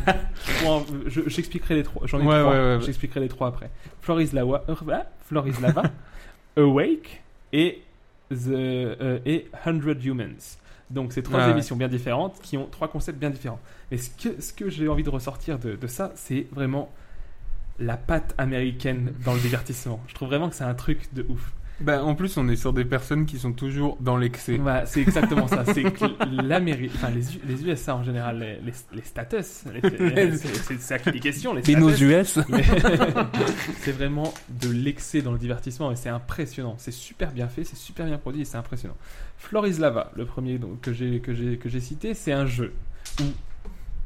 S7: pour en- je- j'expliquerai les trois. J'en ai
S8: Ouais,
S7: trois.
S8: ouais, ouais, ouais.
S7: J'expliquerai les trois après. Floris Lava, euh, ah, Floris Lava Awake et, the, euh, et 100 Humans. Donc, c'est trois
S8: Ah Ouais, ouais.
S7: émissions bien différentes qui ont trois concepts bien différents. Mais ce que, ce que j'ai envie de ressortir de, de ça, c'est vraiment la patte américaine dans le divertissement. Je trouve vraiment que c'est un truc de ouf.
S8: Bah, en plus, on est sur des personnes qui sont toujours dans l'excès.
S7: Voilà, Bah, c'est exactement ça. C'est que l'Amérique, enfin les, U- les USA en général, les, les, les status, les- les- c'est c'est ça qui est question. Les status.
S8: US
S7: Mais- c'est vraiment de l'excès dans le divertissement et c'est impressionnant. C'est super bien fait, c'est super bien produit et c'est impressionnant. Floris Lava, le premier donc, que j'ai que j'ai que j'ai cité, c'est un jeu où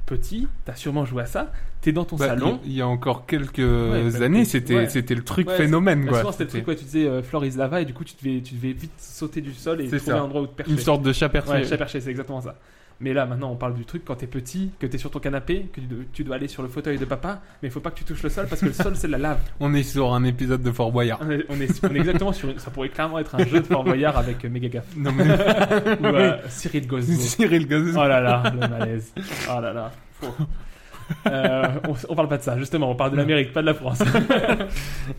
S7: petit, t'as sûrement joué à ça. T'es dans ton
S8: Bah,
S7: salon.
S8: Il y a encore quelques
S7: bah,
S8: années,
S7: t'es-
S8: c'était
S7: ouais.
S8: c'était le truc
S7: Ouais,
S8: phénomène.
S7: Bah,
S8: Quoi.
S7: souvent c'était le truc où tu disais euh, Floris Lava et du coup tu devais tu devais vite sauter du sol et
S8: C'est
S7: trouver
S8: ça.
S7: un endroit où te percher.
S8: Une sorte de chat percé.
S7: Ouais, chat perché, c'est exactement ça. Mais là, maintenant, on parle du truc quand t'es petit, que t'es sur ton canapé, que tu dois, tu dois aller sur le fauteuil de papa, mais il faut pas que tu touches le sol parce que le sol, c'est de la lave.
S8: On est sur un épisode de Fort Boyard.
S7: On est, on est- on est exactement sur une- Ça pourrait clairement être un jeu de Fort Boyard avec euh, Méga Gaffe.
S8: Non, mais
S7: Ou euh, Cyril Gozbo.
S8: Cyril Gazou.
S7: Oh là là, le malaise. Oh là là. Faux. Euh, on, on parle pas de ça, justement, on parle de l'Amérique, pas de la France.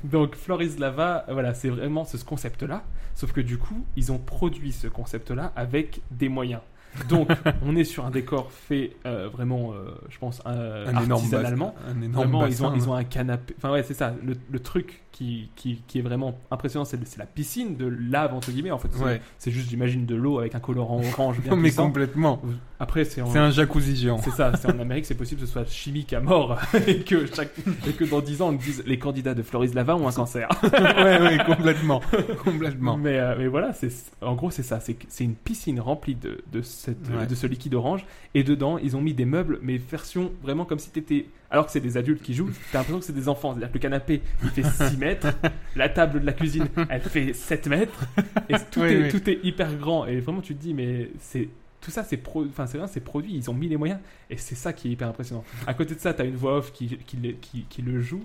S7: Donc, Floris Lava, voilà, c'est vraiment ce ce concept-là. Sauf que du coup, ils ont produit ce concept-là avec des moyens. Donc, on est sur un décor fait euh, vraiment, euh, je pense, euh,
S8: un énorme bassin.
S7: artisanalement.
S8: Un énorme
S7: Vraiment, ils,
S8: bassin,
S7: ont, ils
S8: hein.
S7: ont un canapé. Enfin, ouais, c'est ça. Le, le truc qui, qui, qui est vraiment impressionnant, c'est c'est la piscine de lave, entre guillemets. En fait, c'est
S8: Ouais.
S7: c'est juste, j'imagine, de l'eau avec un colorant orange bien
S8: Non, mais
S7: puissant.
S8: complètement.
S7: Après, c'est en-
S8: C'est un jacuzzi géant.
S7: c'est ça, c'est en Amérique, c'est possible que ce soit chimique à mort et que, chaque, et que dans 10 ans on te dise les candidats de Floris Lava ont un cancer.
S8: ouais, ouais, complètement. complètement.
S7: Mais, euh, mais voilà, c'est, en gros c'est ça, c'est, que- c'est une piscine remplie de, de, cette,
S8: Ouais.
S7: de ce liquide orange et dedans ils ont mis des meubles, mais version vraiment comme si t'étais. Alors que c'est des adultes qui jouent, t'as l'impression que c'est des enfants. C'est-à-dire que le canapé il fait 6 mètres, la table de la cuisine elle fait 7 mètres et tout,
S8: Oui,
S7: est,
S8: oui.
S7: tout est hyper grand et vraiment tu te dis, mais c'est. Tout ça, c'est, pro, enfin, c'est, rien, c'est produit, ils ont mis les moyens. Et c'est ça qui est hyper impressionnant. À côté de ça, t'as une voix off qui, qui, le- qui- qui le joue.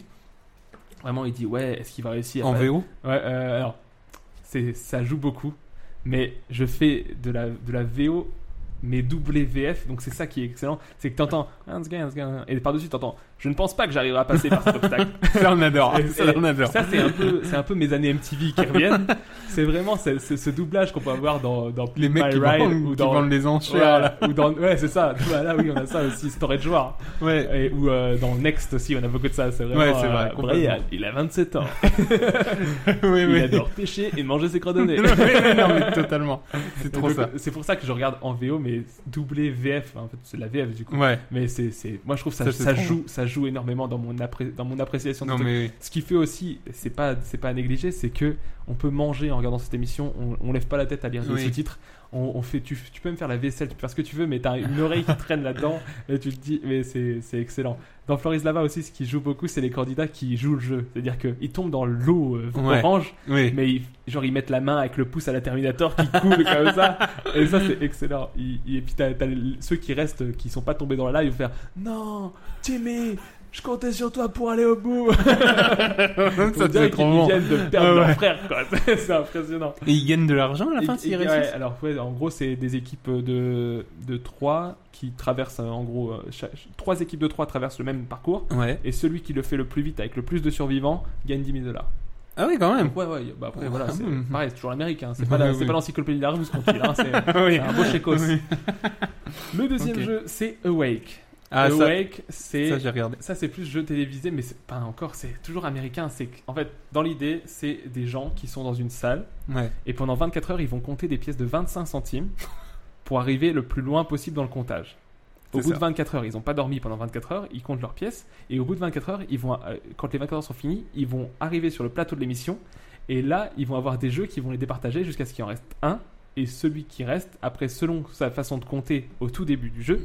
S7: Vraiment, il dit ouais, est-ce qu'il va réussir
S8: En
S7: Ouais,
S8: VO
S7: euh, alors, c'est, ça joue beaucoup, mais je fais de la, de la VO mais doublé VF, donc c'est ça qui est excellent, c'est que t'entends hein, Hans Gay, Hans Gay, Hans Gay et par-dessus t'entends je ne pense pas que j'arriverai à passer par cet obstacle.
S8: Ça, on adore.
S7: Et-
S8: Ah, Ça,
S7: et
S8: on adore.
S7: Ça, c'est un, peu, c'est un peu mes années MTV qui reviennent. c'est vraiment ce, ce- ce doublage qu'on peut avoir dans, dans
S8: Les mecs
S7: Pimp My
S8: qui
S7: Ride
S8: vendent,
S7: ou
S8: qui
S7: dans.
S8: vendent les enchères.
S7: Ouais,
S8: là.
S7: ou dans- ouais, c'est ça. Voilà, oui, on a ça aussi, Storage War.
S8: Ouais.
S7: Et, ou euh, dans Next aussi, on a beaucoup de ça. C'est vraiment.
S8: Ouais, c'est vrai,
S7: euh,
S8: complètement.
S7: Brian, il a 27 ans.
S8: oui,
S7: Il
S8: oui.
S7: adore pêcher et manger ses coordonnées.
S8: non, mais, non, mais totalement. C'est trop
S7: Donc,
S8: ça.
S7: C'est pour ça que je regarde en VO, mais doublé VF. En fait, c'est de la VF du coup.
S8: Ouais.
S7: euh, Mais c'est, c'est, moi je trouve ça,
S8: Ça,
S7: ça,
S8: c'est trop
S7: joue, ça joue énormément dans mon, appré- dans mon appréciation. de
S8: Non,
S7: ce truc.
S8: mais oui.
S7: Ce qui fait aussi, c'est pas, c'est pas à négliger, c'est que on peut manger en regardant cette émission, on, on lève pas la tête à lire les
S8: Oui.
S7: sous-titres, on, on fait, tu, tu peux me faire la vaisselle, tu peux faire ce que tu veux, mais t'as une oreille qui traîne là-dedans et tu te dis, mais c'est, c'est excellent. Dans Floris Lava aussi, ce qui joue beaucoup, c'est les candidats qui jouent le jeu, c'est-à-dire qu'ils tombent dans l'eau euh,
S8: Ouais.
S7: orange,
S8: Oui.
S7: mais ils, genre ils mettent la main avec le pouce à la Terminator qui coule comme ça, et ça c'est excellent. Il- il- et puis t'as, t'as l- ceux qui restent, euh, qui sont pas tombés dans la live, ils vont faire, non, Timmy, je comptais sur toi pour aller au bout.
S8: ça
S7: On dirait
S8: c'est
S7: qu'ils
S8: trop bon.
S7: viennent de perdre
S8: Ah ouais.
S7: leur frère, quoi. C'est c'est impressionnant.
S8: Et ils gagnent de l'argent à la fin
S7: Et-
S8: s'ils
S7: et-
S8: réussissent
S7: ouais, alors, ouais, en gros, c'est des équipes de, de 3 qui traversent, euh, en gros, euh, cha- trois équipes de 3 traversent le même parcours.
S8: Ouais.
S7: Et celui qui le fait le plus vite avec le plus de survivants gagne 10 000 dollars.
S8: Ah oui, quand même.
S7: Ouais, ouais, bah après,
S8: Ouais,
S7: voilà,
S8: ah
S7: c'est
S8: bon.
S7: pareil, c'est toujours l'Amérique, hein. c'est pas, la-
S8: Ouais,
S7: c'est
S8: oui.
S7: pas l'encyclopédie d'Argus qu'on file, hein, c'est
S8: oui.
S7: c'est un beau chèque
S8: Oui.
S7: Le deuxième
S8: Ok.
S7: jeu, c'est Awake.
S8: Ah, ça,
S7: Awake, c'est.
S8: ça j'ai regardé.
S7: Ça, c'est plus jeu télévisé, mais c'est pas encore, c'est toujours américain. C'est que- En fait, dans l'idée, c'est des gens qui sont dans une salle
S8: Ouais.
S7: et pendant 24 heures, ils vont compter des pièces de 25 centimes pour arriver le plus loin possible dans le comptage. Au
S8: C'est
S7: bout
S8: ça.
S7: de 24 heures, ils n'ont pas dormi pendant 24 heures, ils comptent leurs pièces et au bout de 24 heures, ils vont, euh, quand les 24 heures sont finies, ils vont arriver sur le plateau de l'émission et là, ils vont avoir des jeux qui vont les départager jusqu'à ce qu'il en reste un. Et celui qui reste, après, selon sa façon de compter au tout début du jeu,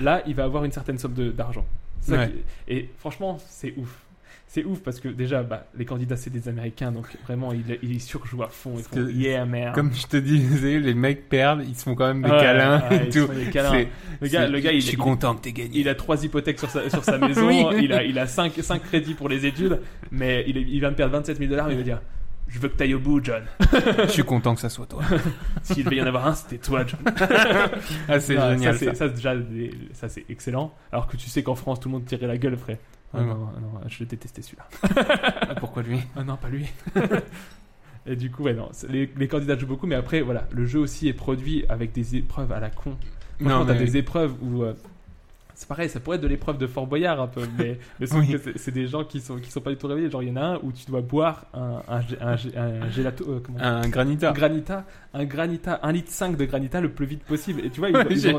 S7: là, il va avoir une certaine somme de- d'argent. C'est ça
S8: Ouais.
S7: qui- Et franchement, c'est ouf. C'est ouf parce que déjà, bah, les candidats, c'est des Américains, donc vraiment, ils, ils surjouent à fond. Ils
S8: Parce
S7: font
S8: que-
S7: yeah, man.
S8: Comme je te disais, les mecs perdent, ils se font quand même des
S7: Ah. Ouais,
S8: câlins et
S7: ouais, ils se
S8: tout.
S7: font des câlins.
S8: C'est-
S7: Le gars,
S8: c'est-
S7: le gars,
S8: je suis
S7: il, il,
S8: content que t'aies gagné.
S7: il a trois hypothèques sur sa, sur sa maison,
S8: Oui.
S7: il a, il a cinq, cinq crédits pour les études, mais il, est- il va me perdre 27 000 dollars, mais il va dire Je veux que t'ailles au bout, John.
S8: Je suis content que ça soit toi.
S7: S'il devait y en avoir un, c'était toi, John.
S8: Ah, c'est
S7: Non,
S8: génial.
S7: Ça,
S8: Ça,
S7: c'est- ça, c'est déjà, des- ça, c'est excellent. Alors que tu sais qu'en France, tout le monde tirait la gueule, frère. Ah
S8: Ouais.
S7: non, non, je le détestais celui-là.
S8: Pourquoi lui
S7: Ah non, pas lui. Et du coup, ouais, non, c'est- les, les candidats jouent beaucoup, mais après, voilà, le jeu aussi est produit avec des épreuves à la con. Non,
S8: Non,
S7: t'as
S8: mais
S7: des épreuves où. euh, c'est pareil, ça pourrait être de l'épreuve de Fort Boyard un peu, mais, mais sauf
S8: Oui.
S7: que c'est- c'est des gens qui sont, qui sont pas du tout réveillés. Genre, il y en a un où tu dois boire un, un, gé- un gé- un gelato. euh, comment
S8: un granita.
S7: un granita, un granita, un litre 5 de granita le plus vite possible. Et tu vois, ils, ils
S8: J'ai-
S7: ont,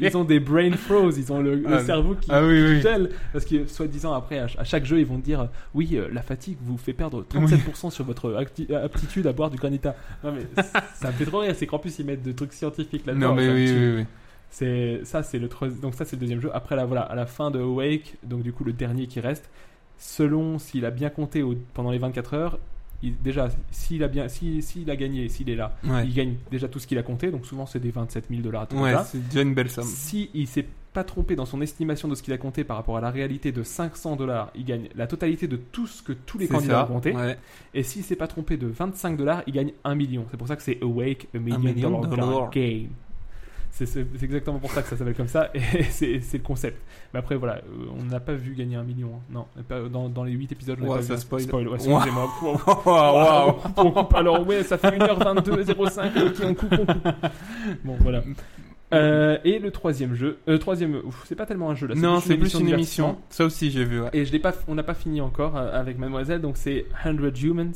S7: ils ont des brain froze, ils ont le, le
S8: Ah,
S7: cerveau qui,
S8: ah oui, oui.
S7: gèle. Parce que, soi-disant, après, à, ch- à chaque jeu, ils vont dire euh, Oui, euh, la fatigue vous fait perdre 37% sur votre acti- aptitude à boire du granita. Non, mais c- ça me fait trop rire, c'est qu'en plus, ils mettent des trucs scientifiques là-dedans.
S8: Non, mais
S7: Ça me
S8: oui,
S7: tue.
S8: oui, oui.
S7: C'est ça, c'est le troisi- donc ça c'est le deuxième jeu. Après là voilà, à la fin de Awake, donc du coup le dernier qui reste, selon s'il a bien compté au- pendant les 24 heures, il- déjà s'il a bien, si- s'il a gagné, s'il est là,
S8: Ouais.
S7: il gagne déjà tout ce qu'il a compté. Donc souvent c'est des 27 000 dollars.
S8: Ouais, c'est déjà une belle somme.
S7: Si il s'est pas trompé dans son estimation de ce qu'il a compté par rapport à la réalité de 500 dollars, il gagne la totalité de tout ce que tous les
S8: C'est
S7: candidats
S8: ça.
S7: ont compté.
S8: Ouais.
S7: Et s'il s'est pas trompé de 25 dollars, il gagne 1 million. C'est pour ça que c'est Awake a Million,
S8: million
S7: dollar
S8: dollar.
S7: Game. C'est c'est- c'est exactement pour ça que ça s'appelle comme ça, et c'est c'est le concept. Mais après, voilà, euh, on n'a pas vu gagner 1 million. hein. Non, pas- dans, dans les 8 épisodes, on n'a
S8: Ouah,
S7: pas
S8: ça
S7: vu.
S8: spoil.
S7: ouais,
S8: Ouah.
S7: excusez-moi.
S8: Waouh, waouh.
S7: On coupe, alors, ouais, ça fait 1h22.05, ok, on coupe, on coupe. Bon, voilà. Euh, et le troisième jeu, euh, troisième, ouf, c'est pas tellement un jeu là.
S8: Non, c'est plus
S7: de
S8: une
S7: divertissement.
S8: émission. Ça aussi, j'ai vu. ouais.
S7: Et je l'ai pas, on n'a pas fini encore euh, avec Mademoiselle, donc c'est 100 Humans.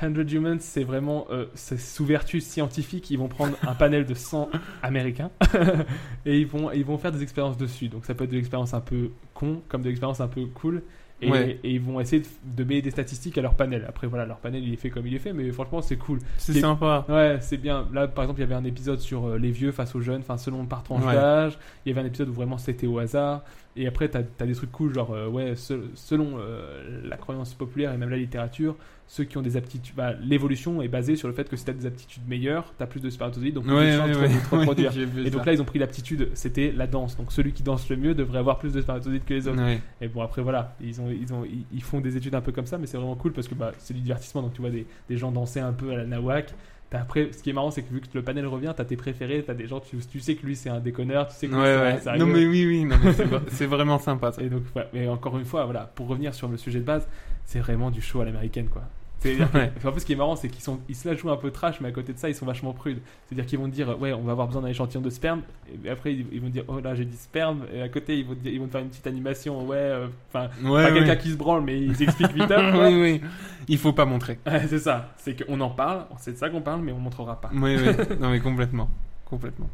S7: 100 Humans, c'est vraiment euh, c'est sous vertu scientifique. Ils vont prendre un panel de 100 américains et ils vont, ils vont faire des expériences dessus. Donc ça peut être de l'expérience un peu con, comme de l'expérience un peu cool. Et,
S8: Ouais.
S7: et ils vont essayer de, de mêler des statistiques à leur panel. Après, voilà, leur panel il est fait comme il est fait, mais franchement, c'est cool.
S8: C'est
S7: les-
S8: sympa.
S7: Ouais, c'est bien. Là, par exemple, il y avait un épisode sur euh, les vieux face aux jeunes, enfin, selon par tranche
S8: Ouais.
S7: d'âge. Il y avait un épisode où vraiment c'était au hasard. Et après, t'as as des trucs cool, genre, euh, ouais, se- selon euh, la croyance populaire et même la littérature, ceux qui ont des aptitudes. Bah, l'évolution est basée sur le fait que si t'as des aptitudes meilleures, t'as plus de spermatozoïdes, donc plus de
S8: Ouais,
S7: chances
S8: ouais,
S7: de-
S8: ouais.
S7: de te reproduire.
S8: J'ai vu
S7: Et donc
S8: ça.
S7: là, ils ont pris l'aptitude, c'était la danse. Donc celui qui danse le mieux devrait avoir plus de spermatozoïdes que les autres.
S8: Ouais.
S7: Et bon, après, voilà, ils, ont, ils, ont, ils- ils font des études un peu comme ça, mais c'est vraiment cool parce que bah, c'est du divertissement. Donc, tu vois des, des gens danser un peu à la nawak. T'as après, ce qui est marrant, c'est que vu que le panel revient, t'as tes préférés, t'as des gens, tu, tu sais que lui c'est un déconneur, tu sais que
S8: Ouais,
S7: lui c'est un
S8: ouais.
S7: sérieux.
S8: Non, mais oui, oui. non, mais c'est vra- C'est vraiment sympa. ça.
S7: Et donc, ouais, mais encore une fois, voilà, pour revenir sur le sujet de base, c'est vraiment du show à l'américaine, quoi. C'est-à-dire que-
S8: Ouais.
S7: enfin, en plus, ce qui est marrant, c'est qu'ils sont, ils se la jouent un peu trash, mais à côté de ça, ils sont vachement prudes. C'est-à-dire qu'ils vont dire, euh, ouais, on va avoir besoin d'un échantillon de sperme, et après, ils, ils vont dire, oh là, j'ai dit sperme, et à côté, ils vont, dire- ils vont te faire une petite animation, ouais, euh, enfin,
S8: Ouais,
S7: pas
S8: ouais.
S7: quelqu'un qui se branle, mais ils expliquent vite heures, quoi.
S8: Oui, oui. Il faut pas montrer.
S7: Ouais, c'est ça, c'est qu'on en parle, c'est de ça qu'on parle, mais on montrera pas.
S8: Oui, oui. Non, mais complètement. Complètement.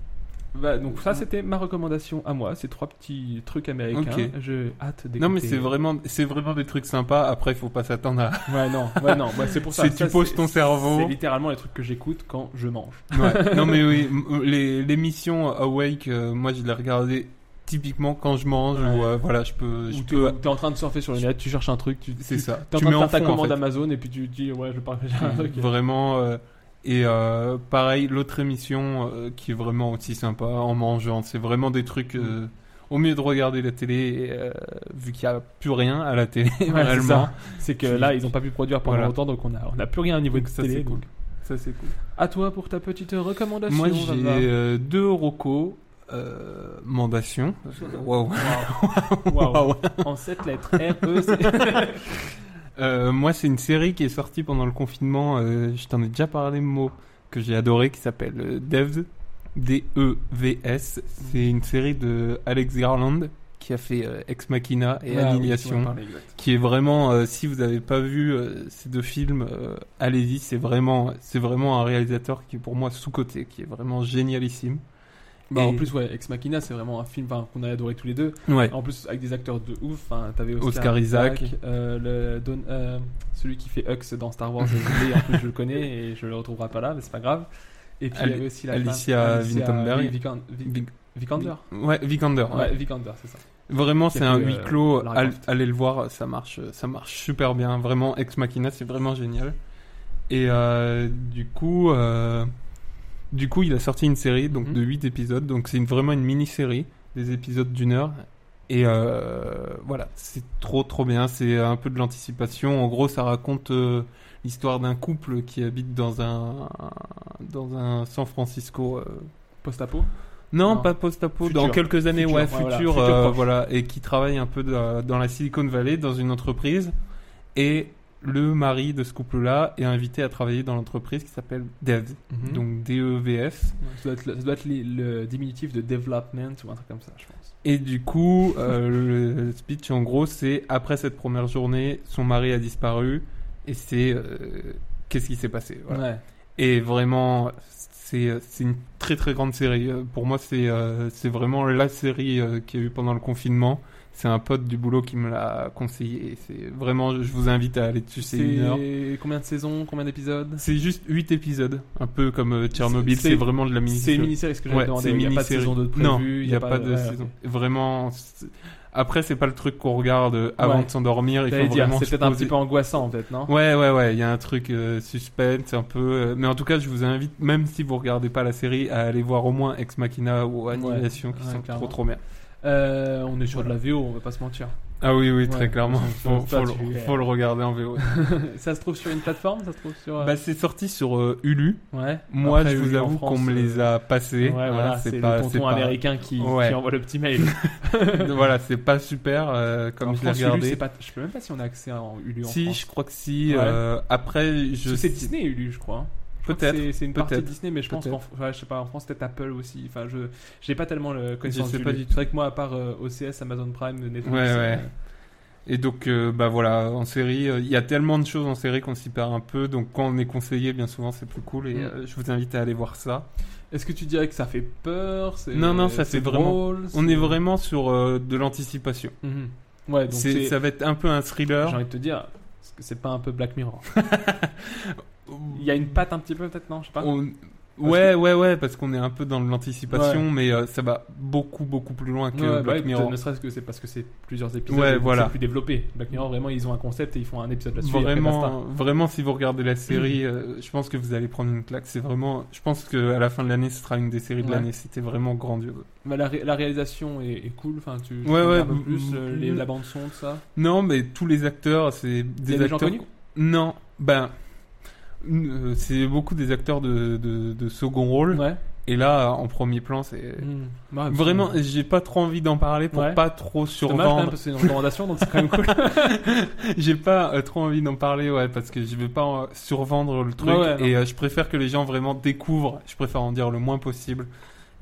S7: Bah, donc ça, c'était ma recommandation à moi. Ces trois petits trucs américains.
S8: Ok.
S7: J'ai hâte d'écouter.
S8: Non mais c'est vraiment, c'est vraiment des trucs sympas. Après, faut pas s'attendre à.
S7: Ouais, non, ouais, non. Bah, c'est pour ça.
S8: C'est
S7: Ça,
S8: tu poses ton cerveau.
S7: C'est littéralement les trucs que j'écoute quand je mange.
S8: Ouais. non mais oui, m- euh, les- l'émission Awake, euh, moi je l'ai regardée typiquement quand je mange
S7: Ouais.
S8: ou euh, voilà, je peux, je
S7: Ou
S8: peux.
S7: t'es t'es en train de surfer sur le net, tu cherches un truc, tu.
S8: C'est
S7: tu-
S8: ça.
S7: T'es en
S8: Tu
S7: train
S8: mets
S7: de
S8: en
S7: faire
S8: fond,
S7: ta
S8: en
S7: commande
S8: fait.
S7: Amazon et puis tu dis ouais, je parle un truc.
S8: Vraiment. euh, et euh, pareil, l'autre émission euh, qui est vraiment aussi sympa en mangeant, c'est vraiment des trucs.
S7: Mm.
S8: euh, Au mieux de regarder la télé, euh, vu qu'il n'y a plus rien à la télé,
S7: Ouais, c'est
S8: réellement.
S7: ça. C'est que là, ils ont pas pu produire pendant
S8: Voilà.
S7: longtemps, donc on a, on a plus rien au niveau
S8: Donc
S7: de
S8: ça,
S7: télé.
S8: c'est cool.
S7: donc.
S8: Ça, c'est cool.
S7: À toi pour ta petite recommandation.
S8: Moi, j'ai
S7: Vava.
S8: euh, deux rocos. Euh, mandation. Waouh.
S7: Waouh.
S8: Waouh.
S7: En 7 lettres.
S8: E,
S7: R-E, c'est.
S8: Euh, moi, c'est une série qui est sortie pendant le confinement. euh, je t'en ai déjà parlé, mot que j'ai adoré, qui s'appelle euh, Devs. D-E-V-S. C'est une série de Alex Garland qui a fait euh, Ex Machina et
S7: Ah oui, tu
S8: Annihilation.
S7: m'en parlais, exact.
S8: qui est vraiment, euh, si vous n'avez pas vu euh, ces deux films, euh, allez-y. C'est vraiment, c'est vraiment un réalisateur qui est pour moi sous côté, qui est vraiment génialissime.
S7: Bah, en
S8: Et-
S7: plus, ouais, Ex Machina, c'est vraiment un film enfin, qu'on a adoré tous les deux.
S8: Ouais.
S7: En plus, avec des acteurs de ouf. Enfin, T'avais Oscar,
S8: Oscar Isaac.
S7: euh, le Don- euh, celui qui fait Hux dans Star Wars. je l'ai, en plus, je le connais et je le retrouverai pas là, mais c'est pas grave. Et puis, il y
S8: Ali-
S7: avait aussi la
S8: Alicia
S7: femme- Alicia-
S8: Winterberg.
S7: oui, Vican- Vi-
S8: Vic-
S7: Vikander.
S8: Ouais, Vikander. ouais.
S7: Ouais, Vikander, c'est ça.
S8: Vraiment,
S7: Qui a
S8: c'est un
S7: fait,
S8: huis
S7: euh,
S8: clos.
S7: Lara
S8: Al-
S7: Croft.
S8: allez le voir, ça marche, ça marche super bien. Vraiment, Ex Machina, c'est vraiment génial. Et euh, du coup, euh, du coup, il a sorti une série donc
S7: Mhm.
S8: de 8 épisodes. Donc c'est une- vraiment une mini série, des épisodes d'une heure. Et euh, voilà, c'est trop trop bien. C'est un peu de l'anticipation. En gros, ça raconte euh, l'histoire d'un couple qui habite dans un dans un San Francisco. euh,
S7: Post-apo.
S8: non,
S7: Non.
S8: pas post-apo,
S7: Futur.
S8: dans quelques années,
S7: Futur,
S8: ouais,
S7: ouais,
S8: futur,
S7: voilà.
S8: euh,
S7: Futur
S8: voilà,
S7: proche.
S8: et qui travaille un peu de- dans la Silicon Valley, dans une entreprise, et le mari de ce couple-là est invité à travailler dans l'entreprise qui s'appelle Dev,
S7: Mhm.
S8: donc E D-E-V-S,
S7: Ça doit être, le, ça doit être les- le diminutif de development ou un truc comme ça, je pense.
S8: et du coup, euh, le speech en gros, c'est après cette première journée, son mari a disparu, et c'est euh, qu'est-ce qui s'est passé, voilà.
S7: Ouais.
S8: Et vraiment, c'est euh, c'est une très très grande série. Euh, Pour moi, c'est euh, c'est vraiment la série euh, qu'il y a eu pendant le confinement. C'est un pote du boulot qui me l'a conseillé. Et c'est vraiment, je vous invite à aller dessus. C'est une heure.
S7: C'est combien de saisons, combien d'épisodes
S8: C'est juste 8 épisodes, un peu comme euh, Tchernobyl.
S7: C'est- c'est-
S8: C'est vraiment de la mini
S7: C'est une mini-série, ce que j'avais
S8: Ouais,
S7: demandé.
S8: c'est une
S7: Il n'y a pas de
S8: mini-série.
S7: saison de prévu.
S8: Non, il n'y a, pas de
S7: ouais,
S8: saison.
S7: ok.
S8: Vraiment. c'est- Après, c'est pas le truc qu'on regarde euh, avant
S7: Ouais.
S8: de s'endormir. Il faut
S7: J'allais dire,
S8: vraiment
S7: c'est
S8: se
S7: peut-être un
S8: poser.
S7: petit peu angoissant, peut-être, non
S8: Ouais, ouais, ouais, il y a un truc euh, suspense un peu. euh, mais en tout cas, je vous invite, même si vous regardez pas la série, à aller voir au moins Ex Machina ou Annihilation qui
S7: ouais,
S8: sont
S7: clairement.
S8: trop trop bien.
S7: Euh, on est sur de la VO, on va pas se mentir.
S8: Ah oui, oui, très
S7: Ouais,
S8: clairement.
S7: ça,
S8: Faut,
S7: ça,
S8: faut
S7: tu-
S8: le, faut le regarder en VO.
S7: ça se trouve sur une plateforme Ça se trouve sur. euh,
S8: bah, c'est sorti sur euh, Hulu.
S7: ouais.
S8: Moi,
S7: Après,
S8: je vous
S7: Hulu en
S8: avoue
S7: France, euh,
S8: qu'on me les a passés.
S7: Ouais,
S8: Voilà,
S7: voilà, c'est le
S8: c'est
S7: tonton américain qui,
S8: Ouais.
S7: qui envoie le petit mail.
S8: voilà, c'est pas super euh, comme
S7: En
S8: je l'ai
S7: France, Hulu,
S8: regardé.
S7: c'est pas... Je sais même pas si on a accès à en Hulu en
S8: Si,
S7: France.
S8: je crois que si.
S7: Ouais.
S8: euh, après,
S7: Parce
S8: je.
S7: que C'est Disney, Hulu, je crois. hein. Je crois que
S8: Peut-être,
S7: C'est c'est une partie de
S8: peut-être,
S7: Disney, mais je pense
S8: peut-être.
S7: qu'en Fr- ouais, je sais pas, en France, peut-être Apple aussi. Enfin, je j'ai pas tellement le connaissance
S8: Je sais
S7: du
S8: pas
S7: lieu.
S8: du tout.
S7: C'est vrai que moi, à part euh, OCS, Amazon Prime, Netflix.
S8: Ouais,
S7: euh,
S8: ouais. Et donc, euh, bah voilà, en série, euh, il y a tellement de choses en série qu'on s'y perd un peu. Donc, quand on est conseillé, bien souvent, c'est plus cool. Et
S7: Mm.
S8: euh, je vous invite à aller voir ça.
S7: Est-ce que tu dirais que ça fait peur c'est-
S8: Non, non, ça
S7: c'est
S8: fait vraiment-
S7: drôle,
S8: On
S7: c'est-
S8: est vraiment sur euh, de l'anticipation.
S7: Mhm. Ouais, donc
S8: C'est-
S7: c'est.
S8: Ça va être un peu un
S7: J'ai
S8: thriller.
S7: envie de te dire, est-ce que c'est pas un peu Black Mirror Il y a une patte un petit peu, peut-être, non Je sais pas.
S8: On- Ouais, ouais, ouais, parce qu'on est un peu dans de l'anticipation, mais euh, ça va beaucoup, beaucoup plus loin que
S7: Ouais, bah
S8: Black
S7: ouais,
S8: Mirror.
S7: Ne serait-ce que c'est parce que c'est plusieurs épisodes
S8: Ouais,
S7: et que
S8: voilà.
S7: c'est plus développé. Black Mirror, vraiment, ils ont un concept et ils font un épisode là-dessus. et après, basta. Mm.
S8: Vraiment, hein. vraiment, si vous regardez la série, euh, je pense que vous allez prendre une claque. C'est vraiment, je pense que à la fin de l'année, ce sera une des séries de
S7: Ouais.
S8: l'année. C'était vraiment grandiose.
S7: Mais Bah, la, ré- la réalisation est, est cool. Enfin, tu. tu
S8: Ouais,
S7: regardes
S8: ouais,
S7: Un peu plus
S8: mm,
S7: euh, les-
S8: mm.
S7: la bande son, tout ça.
S8: Non, mais tous les acteurs, c'est
S7: Il y
S8: des
S7: a des gens
S8: acteurs.
S7: connus.
S8: non, ben, euh, c'est beaucoup des acteurs de, de, de second rôle.
S7: Ouais.
S8: Et là, en premier plan, c'est
S7: Mm. Ouais,
S8: vraiment.
S7: c'est-
S8: J'ai pas trop envie d'en parler pour
S7: Ouais.
S8: pas trop
S7: C'est dommage quand
S8: survendre.
S7: même parce que c'est une recommandation, donc c'est quand même cool.
S8: j'ai pas euh, trop envie d'en parler, ouais, parce que je vais pas euh, survendre le truc.
S7: Ouais, ouais, non.
S8: et euh, je préfère que les gens vraiment découvrent. Je préfère en dire le moins possible.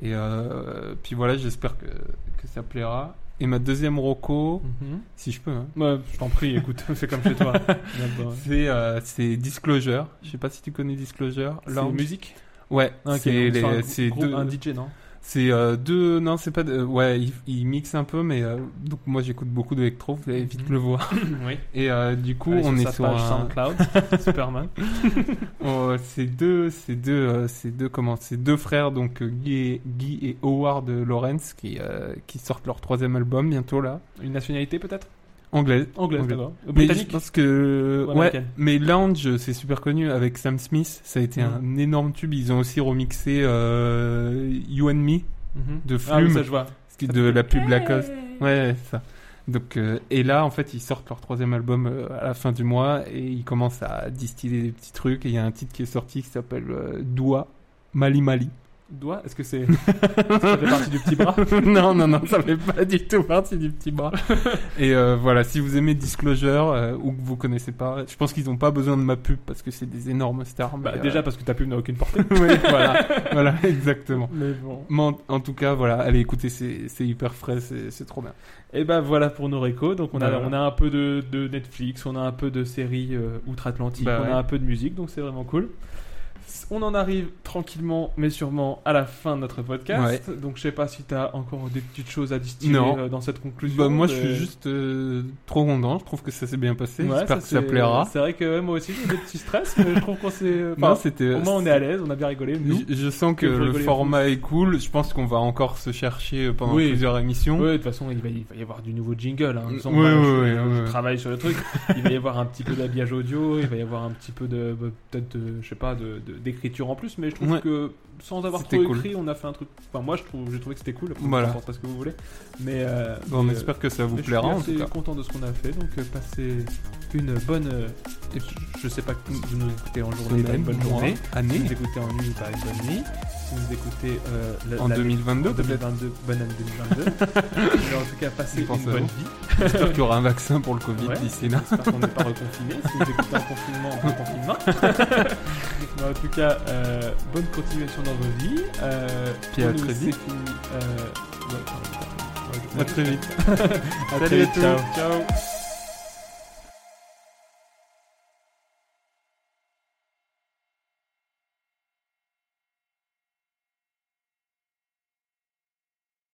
S8: Et euh, puis voilà, j'espère que, que ça plaira. Et ma deuxième roco,
S7: Mhm.
S8: si je peux. hein.
S7: Ouais, je t'en prie, écoute, fais comme chez toi. bah, Là-bas.
S8: C'est euh, c'est Disclosure. Je sais pas si tu connais Disclosure.
S7: C'est
S8: Lounge.
S7: musique
S8: Ouais.
S7: Ok,
S8: c'est
S7: donc
S8: les-
S7: un grou-
S8: c'est
S7: groupe-
S8: deux-
S7: un DJ, non
S8: C'est euh, deux. Non, c'est pas. de- euh, Ouais, ils il mixent un peu, mais euh, donc moi j'écoute beaucoup d'électro. Vous allez vite le voir.
S7: Oui.
S8: Et euh, du coup,
S7: Mhm. Allez,
S8: on
S7: sur
S8: est
S7: sa
S8: sur.
S7: page
S8: un-
S7: SoundCloud, Superman.
S8: Oh, c'est deux, c'est deux, euh, c'est deux comment, c'est deux frères donc euh, Guy et, Guy et Howard Lawrence qui euh, qui sortent leur troisième album bientôt là,
S7: Une nationalité peut-être
S8: anglaise.
S7: Anglaise,
S8: Anglaise.
S7: d'accord.
S8: Mais
S7: Euh,
S8: je
S7: Britannique
S8: pense que
S7: Ou
S8: ouais,
S7: américaine
S8: mais Lounge c'est super connu avec Sam Smith, ça a été un énorme tube. Ils ont aussi remixé euh, You and Me
S7: Mhm.
S8: de
S7: Ah oui,
S8: Flume,
S7: ça je vois.
S8: ce qui est de la pub Lacoste. Ouais, c'est ça. Donc euh, et là en fait ils sortent leur troisième album euh, à la fin du mois et ils commencent à distiller des petits trucs et il y a un titre qui est sorti qui s'appelle euh, Doua Mali Mali.
S7: Doigt Est-ce que c'est. ça fait partie du petit bras
S8: non non non ça fait pas du tout partie du petit bras. et euh, voilà si vous aimez Disclosure euh, ou que vous connaissez pas, je pense qu'ils ont pas besoin de ma pub parce que c'est des énormes stars.
S7: Bah,
S8: mais, euh,
S7: déjà parce que ta pub n'a aucune portée.
S8: ouais, voilà voilà exactement.
S7: Mais bon.
S8: Mais en, en tout cas voilà allez écoutez c'est c'est hyper frais c'est c'est trop bien.
S7: Et ben voilà pour nos récos. Donc on a,
S8: Bah ouais.
S7: on a un peu de, de Netflix, on a un peu de séries euh, outre-Atlantique,
S8: Bah
S7: on
S8: ouais.
S7: a un peu de musique, donc c'est vraiment cool. On en arrive tranquillement mais sûrement à la fin de notre podcast. Donc je sais pas si t'as encore des petites choses à distiller
S8: Non.
S7: euh, dans cette conclusion.
S8: Bah, moi, je
S7: mais-
S8: suis juste euh, trop content. Je trouve que ça s'est bien passé.
S7: Ouais,
S8: J'espère que ça
S7: c'est-
S8: plaira.
S7: C'est vrai que ouais, moi aussi j'ai des petits stress, mais je trouve qu'on s'est.
S8: Non,
S7: enfin,
S8: c'était.
S7: au moins on est à l'aise, on a bien rigolé. Nous.
S8: Je, je sens que
S7: Que vous
S8: le
S7: rigolez
S8: format est cool. Je pense qu'on va encore se chercher pendant
S7: Oui.
S8: plusieurs émissions.
S7: Ouais, de toute façon, il va, il va y avoir du nouveau jingle. Hein.
S8: Mm,
S7: Sans
S8: ouais,
S7: mal, je,
S8: ouais,
S7: je-
S8: ouais,
S7: je
S8: ouais.
S7: travaille sur le truc. il va y avoir un petit peu d'habillage audio. Il va y avoir un petit peu de bah, peut-être de- je sais pas de- de- d'écriture en plus. Mais je trouve
S8: Ouais.
S7: que sans avoir
S8: C'était
S7: trop
S8: cool.
S7: écrit, on a fait un truc. Enfin, moi, je trouve, j'ai trouvé que c'était cool. Après,
S8: Voilà.
S7: Vous en pensez ce que vous voulez. Mais euh,
S8: Bon, on
S7: mais,
S8: espère que ça vous
S7: mais je
S8: plaira en
S7: suis
S8: tout
S7: assez
S8: cas.
S7: content de ce qu'on a fait. Donc euh, passez une bonne. euh, et je- je sais pas que vous nous écoutez en journée, bah, une bonne
S8: mois,
S7: journée. Si
S8: année,
S7: vous nous écoutez en nuit, bah, une bonne nuit. Si vous nous écoutez euh, la-
S8: en
S7: la-
S8: 2022 peut-être.
S7: 2022, bonne année 2022. Mais en tout cas, passez
S8: Je
S7: une
S8: pense à
S7: bonne
S8: vous.
S7: vie.
S8: J'espère qu'il y aura un vaccin pour le Covid
S7: Ouais.
S8: d'ici là.
S7: J'espère qu'on n'est pas reconfiné. Si vous écoutez en confinement, en confinement. Mais en tout cas, euh, bonne continuation dans vos vies. Euh,
S8: Puis à
S7: pour nous,
S8: très
S7: c'est
S8: vite.
S7: fini. Euh, ouais, pardon, pardon. Ouais, je-
S8: À très vite.
S7: À
S8: Salut
S7: très
S8: à
S7: vite.
S8: tous.
S7: Ciao. ciao.